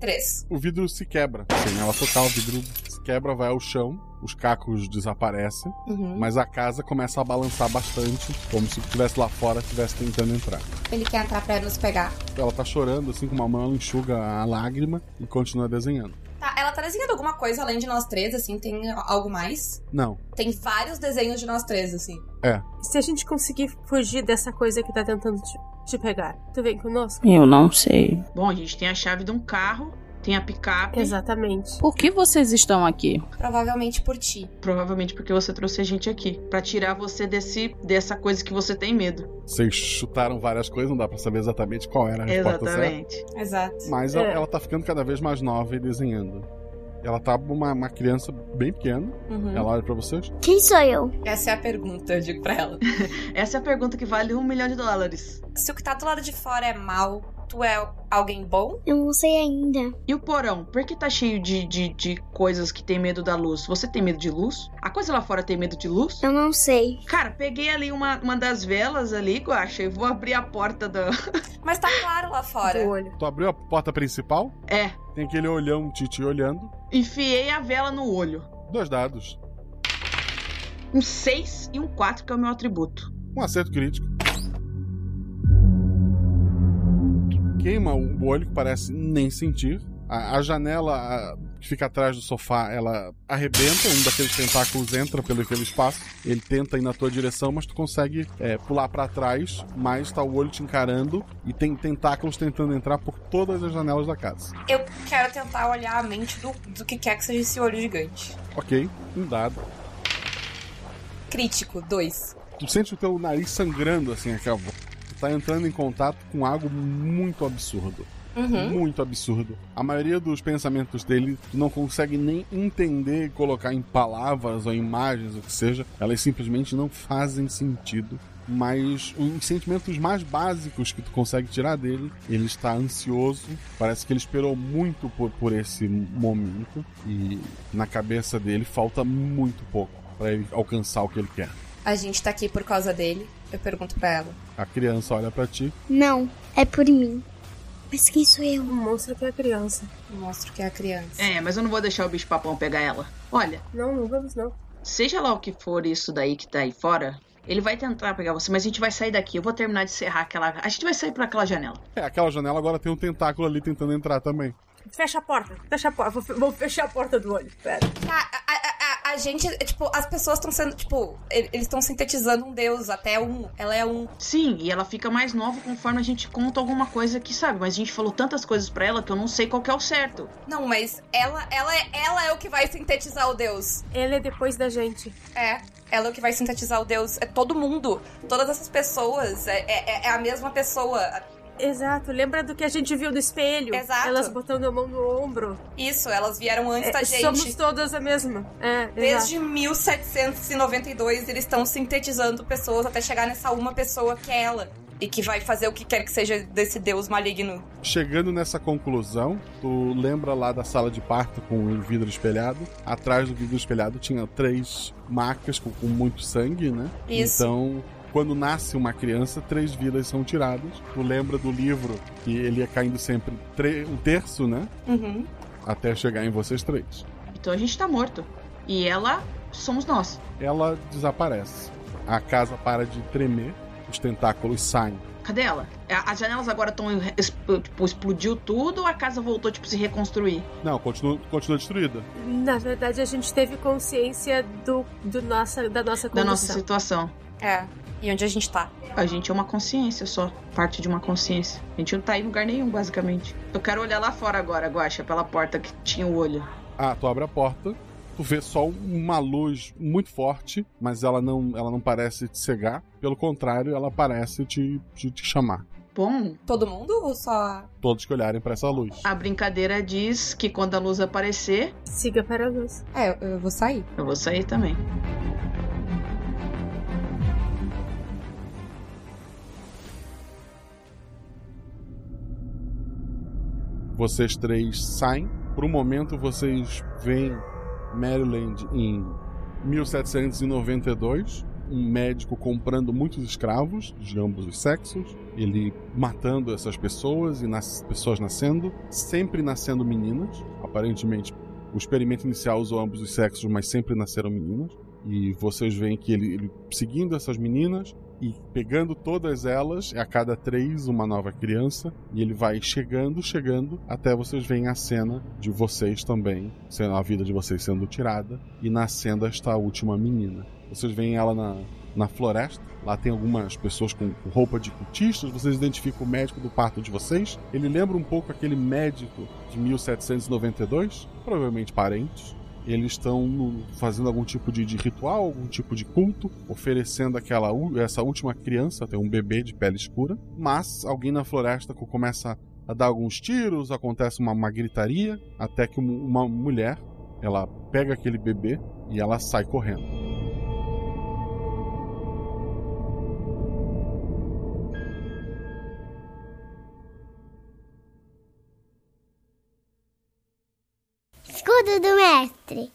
P: Três.
A: O vidro se quebra. Sem ela tocar, o vidro se quebra, vai ao chão, os cacos desaparecem,
P: Uhum.
A: mas a casa começa a balançar bastante, como se estivesse lá fora, estivesse tentando entrar.
P: Ele quer entrar pra nos pegar.
A: Ela tá chorando, assim, com uma mão, ela enxuga a lágrima e continua desenhando.
P: Tá, ela tá desenhando alguma coisa além de nós três, assim? Tem algo mais?
A: Não,
P: Tem vários desenhos de nós três, assim.
A: é.
S: Se a gente conseguir fugir dessa coisa que tá tentando te, te pegar, tu vem conosco?
L: Eu não sei.
D: Bom, a gente tem a chave de um carro, tem a picape.
S: Exatamente.
L: Por que vocês estão aqui?
P: Provavelmente por ti.
D: Provavelmente porque você trouxe a gente aqui. Pra tirar você desse, dessa coisa que você tem medo.
A: Vocês chutaram várias coisas, não dá pra saber exatamente qual era a resposta certa.
D: Exatamente.
P: Exato.
A: Mas
P: É.
A: ela, ela tá ficando cada vez mais nova e desenhando. Ela tá uma, uma criança bem pequena.
P: Uhum.
A: Ela olha pra vocês.
M: Quem sou eu?
P: Essa é a pergunta, eu digo pra ela.
D: Essa é a pergunta que vale um milhão de dólares.
P: Se o que tá do lado de fora é mal, tu é alguém bom?
M: Eu não sei ainda.
D: E o porão? Por que tá cheio de, de, de coisas que tem medo da luz? Você tem medo de luz? A coisa lá fora tem medo de luz?
M: Eu não sei.
D: Cara, peguei ali uma, uma das velas ali, Guaxa, e vou abrir a porta da.
P: Mas tá claro lá fora.
S: Do olho.
A: Tu abriu a porta principal,
D: É,
A: tem aquele olhão Titi olhando.
D: enfiei a vela no olho.
A: Dois dados.
D: Um 6 e um 4, que é o meu atributo.
A: Um acerto crítico. Tu Queima o olho que parece nem sentir. A, a janela a, que fica atrás do sofá, ela arrebenta, um daqueles tentáculos entra pelo aquele espaço, ele tenta ir na tua direção, mas tu consegue é, pular para trás, mas tá o olho te encarando e tem tentáculos tentando entrar por todas as janelas da casa.
P: Eu quero tentar olhar a mente do, do que quer que seja esse olho gigante.
A: Ok, um dado.
P: Crítico, dois.
A: Tu sente o teu nariz sangrando assim, acabou. Tu tá entrando em contato com algo muito absurdo.
P: Uhum.
A: Muito absurdo. A maioria dos pensamentos dele tu não consegue nem entender e colocar em palavras ou imagens, o que seja. Elas simplesmente não fazem sentido. Mas os sentimentos mais básicos que tu consegue tirar dele, ele está ansioso, parece que ele esperou muito por, por esse momento e na cabeça dele falta muito pouco para ele alcançar o que ele quer.
P: A gente tá aqui por causa dele. Eu pergunto pra ela.
A: A criança olha para ti.
U: Não, é por mim. Mas quem sou eu? O
Q: monstro que é a criança.
P: O monstro que é a criança.
D: É, mas eu não vou deixar o bicho papão pegar ela. Olha.
Q: Não, não vamos não.
D: Seja lá o que for isso daí que tá aí fora, ele vai tentar pegar você, mas a gente vai sair daqui. Eu vou terminar de serrar aquela. A gente vai sair por aquela janela.
A: É, aquela janela agora tem um tentáculo ali tentando entrar também.
Q: Fecha a porta, fecha a porta. Vou, fe- vou fechar a porta do olho. Pera.
P: Tá, a, a- a- a gente, é, tipo, as pessoas estão sendo, tipo, e- eles estão sintetizando um deus, até um. Ela é um.
D: Sim, e ela fica mais nova conforme a gente conta alguma coisa que sabe. Mas a gente falou tantas coisas pra ela que eu não sei qual que é o certo.
P: Não, mas ela, ela, é, ela é o que vai sintetizar o deus.
Q: Ele é depois da gente.
P: É. Ela é o que vai sintetizar o deus. É todo mundo. Todas essas pessoas. É, é- é a mesma pessoa.
Q: Exato, lembra do que a gente viu no espelho?
P: Exato.
Q: Elas botando a mão no ombro.
P: Isso, elas vieram antes
Q: É,
P: da gente.
Q: Somos todas a mesma. É,
P: Desde
Q: exato.
P: 1792 eles estão sintetizando pessoas até chegar nessa uma pessoa que é ela. E que vai fazer o que quer que seja desse deus maligno.
A: Chegando nessa conclusão, tu lembra lá da sala de parto com o vidro espelhado? Atrás do vidro espelhado tinha três marcas com, com muito sangue, né?
P: Isso.
A: Então, quando nasce uma criança, três vidas são tiradas. Tu lembra do livro que ele ia caindo sempre tre- um terço, né?
P: Uhum.
A: Até chegar em vocês três.
D: Então a gente tá morto. E ela somos nós.
A: Ela desaparece. A casa para de tremer, os tentáculos saem.
D: Cadê ela? A- As janelas agora estão. Tipo, explodiu tudo ou a casa voltou, tipo, se reconstruir?
A: Não, continua, continua destruída.
Q: Na verdade, a gente teve consciência do, do nossa, da nossa
D: Da
Q: condição.
D: nossa situação.
P: É. E onde a gente tá?
D: A gente é uma consciência só. Parte de uma consciência. A gente não tá em lugar nenhum, basicamente. Eu quero olhar lá fora agora, Guaxa, pela porta que tinha o olho.
A: Ah, tu abre a porta, tu vê só uma luz muito forte, mas ela não, ela não parece te cegar. Pelo contrário, ela parece te, te, te chamar.
D: Bom.
P: Todo mundo ou só.
A: Todos que olharem pra essa luz.
D: A brincadeira diz que quando a luz aparecer.
Q: Siga para a luz.
P: É, eu, eu vou sair.
D: Eu vou sair também.
A: Vocês três saem. Por um momento, vocês veem Maryland em 1792. Um médico comprando muitos escravos de ambos os sexos, ele matando essas pessoas e nas pessoas nascendo, sempre nascendo meninas. Aparentemente, o experimento inicial usou ambos os sexos, mas sempre nasceram meninas. E vocês veem que ele, ele seguindo essas meninas e pegando todas elas, é a cada três, uma nova criança. E ele vai chegando, chegando, até vocês veem a cena de vocês também, sendo a vida de vocês sendo tirada, e nascendo esta última menina. Vocês veem ela na, na floresta, lá tem algumas pessoas com com roupa de cultistas, vocês identificam o médico do parto de vocês. Ele lembra um pouco aquele médico de 1792, provavelmente parentes. Eles estão no- fazendo algum tipo de, de ritual, algum tipo de culto, oferecendo aquela u- essa última criança, tem um bebê de pele escura, mas alguém na floresta co- começa a dar alguns tiros, acontece uma, uma gritaria, até que um- uma mulher, ela pega aquele bebê e ela sai correndo.
U: Escudo do mestre.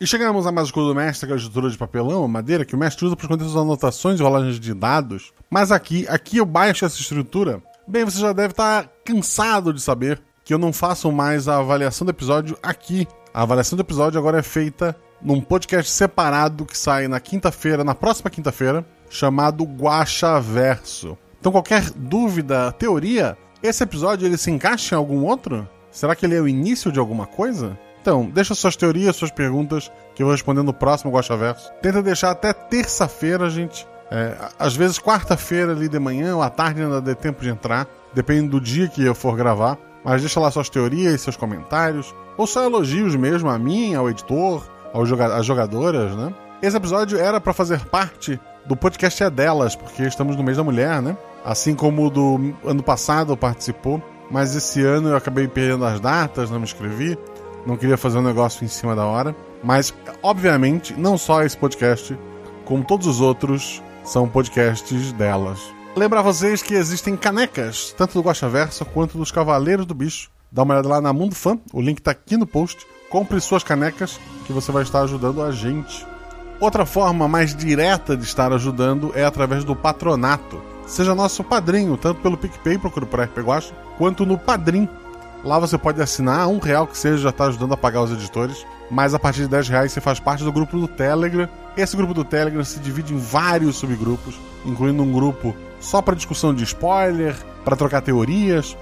A: E chegamos a mais um escudo do mestre, que é a estrutura de papelão, a madeira, que o mestre usa para esconder suas anotações e rolagens de dados. Mas aqui, aqui eu baixo essa estrutura. Bem, você já deve estar cansado de saber que eu não faço mais a avaliação do episódio aqui. A avaliação do episódio agora é feita num podcast separado que sai na quinta-feira, na próxima quinta-feira, chamado Guacha Verso. Então qualquer dúvida, teoria, esse episódio ele se encaixa em algum outro? Será que ele é o início de alguma coisa? Então, deixa suas teorias, suas perguntas, que eu vou responder no próximo Guacha Verso. Tenta deixar até terça-feira, gente. É, às vezes quarta-feira ali de manhã ou à tarde ainda dê tempo de entrar. Depende do dia que eu for gravar. Mas deixa lá suas teorias, seus comentários. Ou só elogios mesmo a mim, ao editor, aos joga às jogadoras, né? Esse episódio era para fazer parte do podcast É Delas, porque estamos no mês da mulher, né? Assim como o do ano passado participou, mas esse ano eu acabei perdendo as datas, não me inscrevi, não queria fazer um negócio em cima da hora. Mas, obviamente, não só esse podcast, como todos os outros, são podcasts delas. Lembrar vocês que existem canecas, tanto do Guaxa Versa quanto dos Cavaleiros do Bicho. Dá uma olhada lá na Mundo Fã, o link tá aqui no post. Compre suas canecas, que você vai estar ajudando a gente. Outra forma mais direta de estar ajudando é através do patronato. Seja nosso padrinho, tanto pelo PicPay, procura por RP Guacha, quanto no Padrim. Lá você pode assinar, um real que seja já está ajudando a pagar os editores, mas a partir de 10 reais você faz parte do grupo do Telegram. Esse grupo do Telegram se divide em vários subgrupos, incluindo um grupo só para discussão de spoiler, para trocar teorias,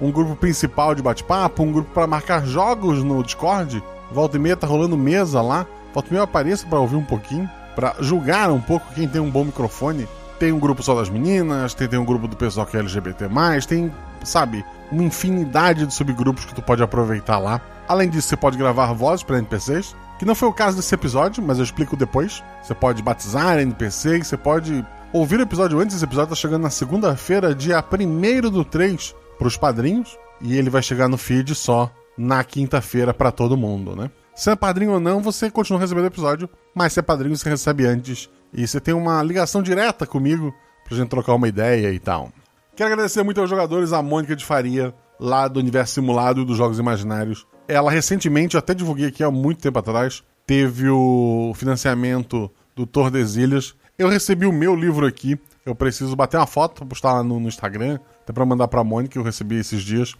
A: um grupo principal de bate-papo, um grupo para marcar jogos no Discord. Volta e meia tá rolando mesa lá, Volta meio apareça para ouvir um pouquinho, para julgar um pouco quem tem um bom microfone. Tem um grupo só das meninas, tem, tem um grupo do pessoal que é LGBT, tem, sabe, uma infinidade de subgrupos que tu pode aproveitar lá. Além disso, você pode gravar vozes para NPCs, que não foi o caso desse episódio, mas eu explico depois. Você pode batizar NPC, você pode ouvir o episódio antes. Esse episódio tá chegando na segunda-feira, dia 1 do 3, para os padrinhos, e ele vai chegar no feed só na quinta-feira para todo mundo, né? Se é padrinho ou não, você continua recebendo o episódio, mas se é padrinho, você recebe antes. E você tem uma ligação direta comigo pra gente trocar uma ideia e tal. Quero agradecer muito aos jogadores, a Mônica de Faria, lá do Universo Simulado e dos Jogos Imaginários. Ela recentemente, eu até divulguei aqui há muito tempo atrás, teve o financiamento do Tordesilhas. Eu recebi o meu livro aqui, eu preciso bater uma foto, postar lá no, no Instagram, até pra mandar pra Mônica, eu recebi esses dias.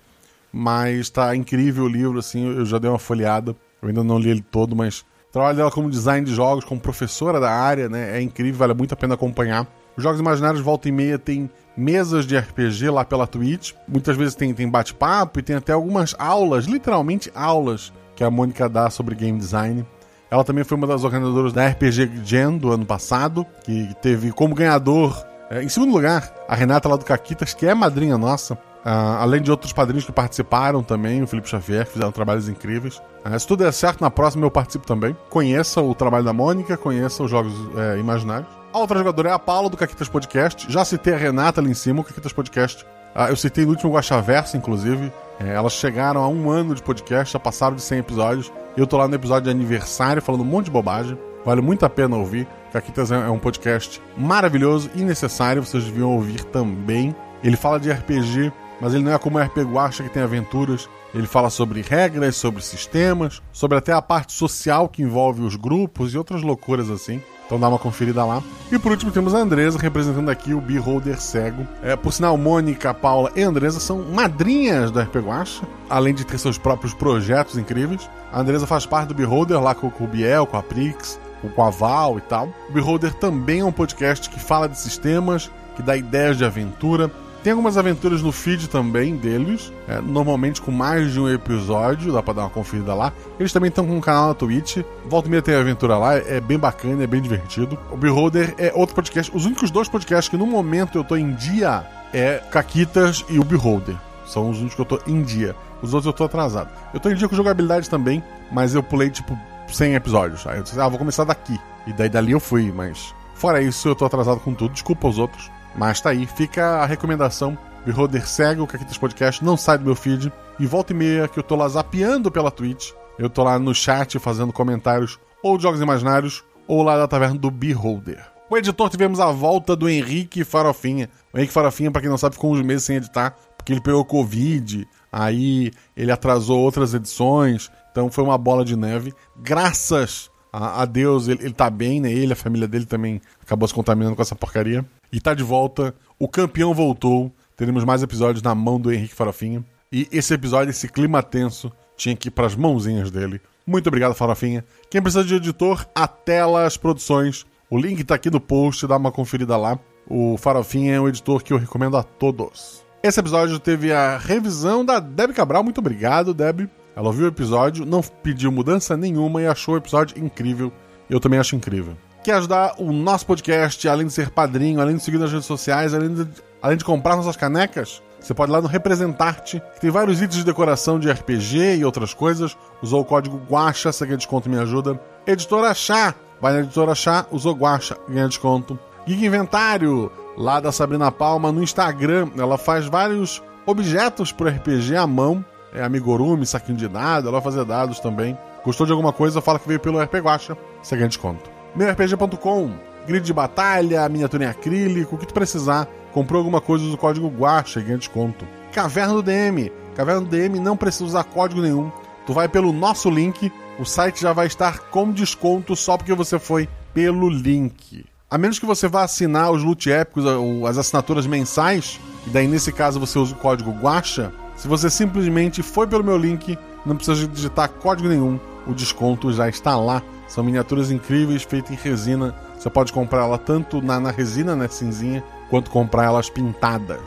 A: Mas tá incrível o livro, assim, eu já dei uma folheada. Eu ainda não li ele todo, mas o trabalho dela como design de jogos, como professora da área, né? É incrível, vale muito a pena acompanhar. Os Jogos Imaginários Volta e Meia tem mesas de RPG lá pela Twitch. Muitas vezes tem, tem bate-papo e tem até algumas aulas, literalmente aulas, que a Mônica dá sobre game design. Ela também foi uma das organizadoras da RPG Gen do ano passado, que teve como ganhador, é, em segundo lugar, a Renata lá do Caquitas, que é madrinha nossa. Uh, além de outros padrinhos que participaram também, o Felipe Xavier, que fizeram trabalhos incríveis. Uh, se tudo der certo, na próxima eu participo também. Conheça o trabalho da Mônica, conheça os Jogos é, Imaginários. A outra jogadora é a Paula, do Caquitas Podcast. Já citei a Renata ali em cima, o Caquitas Podcast. Uh, eu citei no último Guaxaverso, inclusive. É, elas chegaram a um ano de podcast, já passaram de 100 episódios. Eu tô lá no episódio de aniversário, falando um monte de bobagem. Vale muito a pena ouvir. Caquitas é um podcast maravilhoso e necessário, vocês deviam ouvir também. Ele fala de RPG mas ele não é como o RPG Guacha que tem aventuras. Ele fala sobre regras, sobre sistemas, sobre até a parte social que envolve os grupos e outras loucuras assim. Então dá uma conferida lá. E por último temos a Andresa representando aqui o Beholder cego. É, por sinal, Mônica, Paula e Andresa são madrinhas da RPG Guacha, além de ter seus próprios projetos incríveis. A Andresa faz parte do Beholder lá com, com o Biel, com a Prix, com, com a Val e tal. O Beholder também é um podcast que fala de sistemas, que dá ideias de aventura, tem algumas aventuras no feed também deles, é, normalmente com mais de um episódio, dá pra dar uma conferida lá. Eles também estão com um canal na Twitch, volta e meia tem aventura lá, é bem bacana, é bem divertido. O Beholder é outro podcast, os únicos dois podcasts que no momento eu tô em dia é Caquitas e o Beholder. São os únicos que eu tô em dia. Os outros eu tô atrasado. Eu tô em dia com jogabilidade também, mas eu pulei tipo 100 episódios. Aí eu disse, ah, vou começar daqui. E daí dali eu fui, mas. Fora isso, eu tô atrasado com tudo. Desculpa os outros. Mas tá aí, fica a recomendação. Beholder segue o Caquitas é Podcast, não sai do meu feed. E volta e meia que eu tô lá zapeando pela Twitch. Eu tô lá no chat fazendo comentários ou de jogos imaginários ou lá da taverna do Beholder. O editor tivemos a volta do Henrique Farofinha. O Henrique Farofinha, para quem não sabe, ficou uns meses sem editar porque ele pegou Covid, aí ele atrasou outras edições, então foi uma bola de neve. Graças a, Deus, ele, ele tá bem, né? Ele, a família dele também acabou se contaminando com essa porcaria. E tá de volta. O campeão voltou. Teremos mais episódios na mão do Henrique Farofinha. E esse episódio, esse clima tenso, tinha que ir pras mãozinhas dele. Muito obrigado, Farofinha. Quem precisa de editor, a Telas Produções. O link tá aqui no post, dá uma conferida lá. O Farofinha é um editor que eu recomendo a todos. Esse episódio teve a revisão da Deb Cabral. Muito obrigado, Deb. Ela ouviu o episódio, não pediu mudança nenhuma e achou o episódio incrível. Eu também acho incrível. Quer ajudar o nosso podcast, além de ser padrinho, além de seguir nas redes sociais, além de, além de comprar nossas canecas? Você pode ir lá no Representarte, que tem vários itens de decoração de RPG e outras coisas. Usou o código GUAXA, você ganha desconto e me ajuda. Editora Chá, vai na Editora Chá, usou GUAXA, ganha desconto. Geek Inventário, lá da Sabrina Palma no Instagram. Ela faz vários objetos pro RPG à mão. É amigurumi, saquinho de dado, ela vai fazer dados também. Gostou de alguma coisa, fala que veio pelo RP Guacha. Você ganha desconto. MeuRPG.com, grid de batalha, miniatura em acrílico, o que tu precisar. Comprou alguma coisa, usa o código Guacha e ganha desconto. Caverna do DM. Caverna do DM não precisa usar código nenhum. Tu vai pelo nosso link, o site já vai estar com desconto só porque você foi pelo link. A menos que você vá assinar os loot épicos, as assinaturas mensais, e daí nesse caso você usa o código GUACHA, se você simplesmente foi pelo meu link, não precisa digitar código nenhum, o desconto já está lá. São miniaturas incríveis feitas em resina. Você pode comprar ela tanto na, na resina, né, cinzinha, quanto comprar elas pintadas.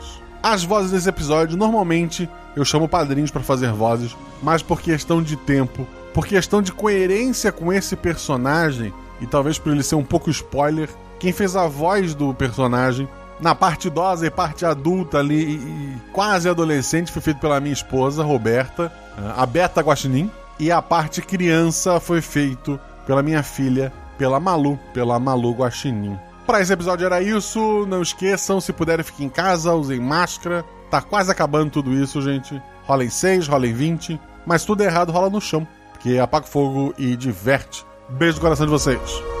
A: As vozes desse episódio, normalmente eu chamo padrinhos para fazer vozes, mas por questão de tempo, por questão de coerência com esse personagem, e talvez por ele ser um pouco spoiler, quem fez a voz do personagem na parte idosa e parte adulta ali, e quase adolescente, foi feito pela minha esposa, Roberta, a Beta Guaxinim, e a parte criança foi feito pela minha filha, pela Malu, pela Malu Guaxinim. Para esse episódio era isso, não esqueçam, se puderem fiquem em casa, usem máscara, tá quase acabando tudo isso, gente. Rola em 6, rola em 20, mas tudo errado rola no chão, porque apaga o fogo e diverte. Beijo no coração de vocês.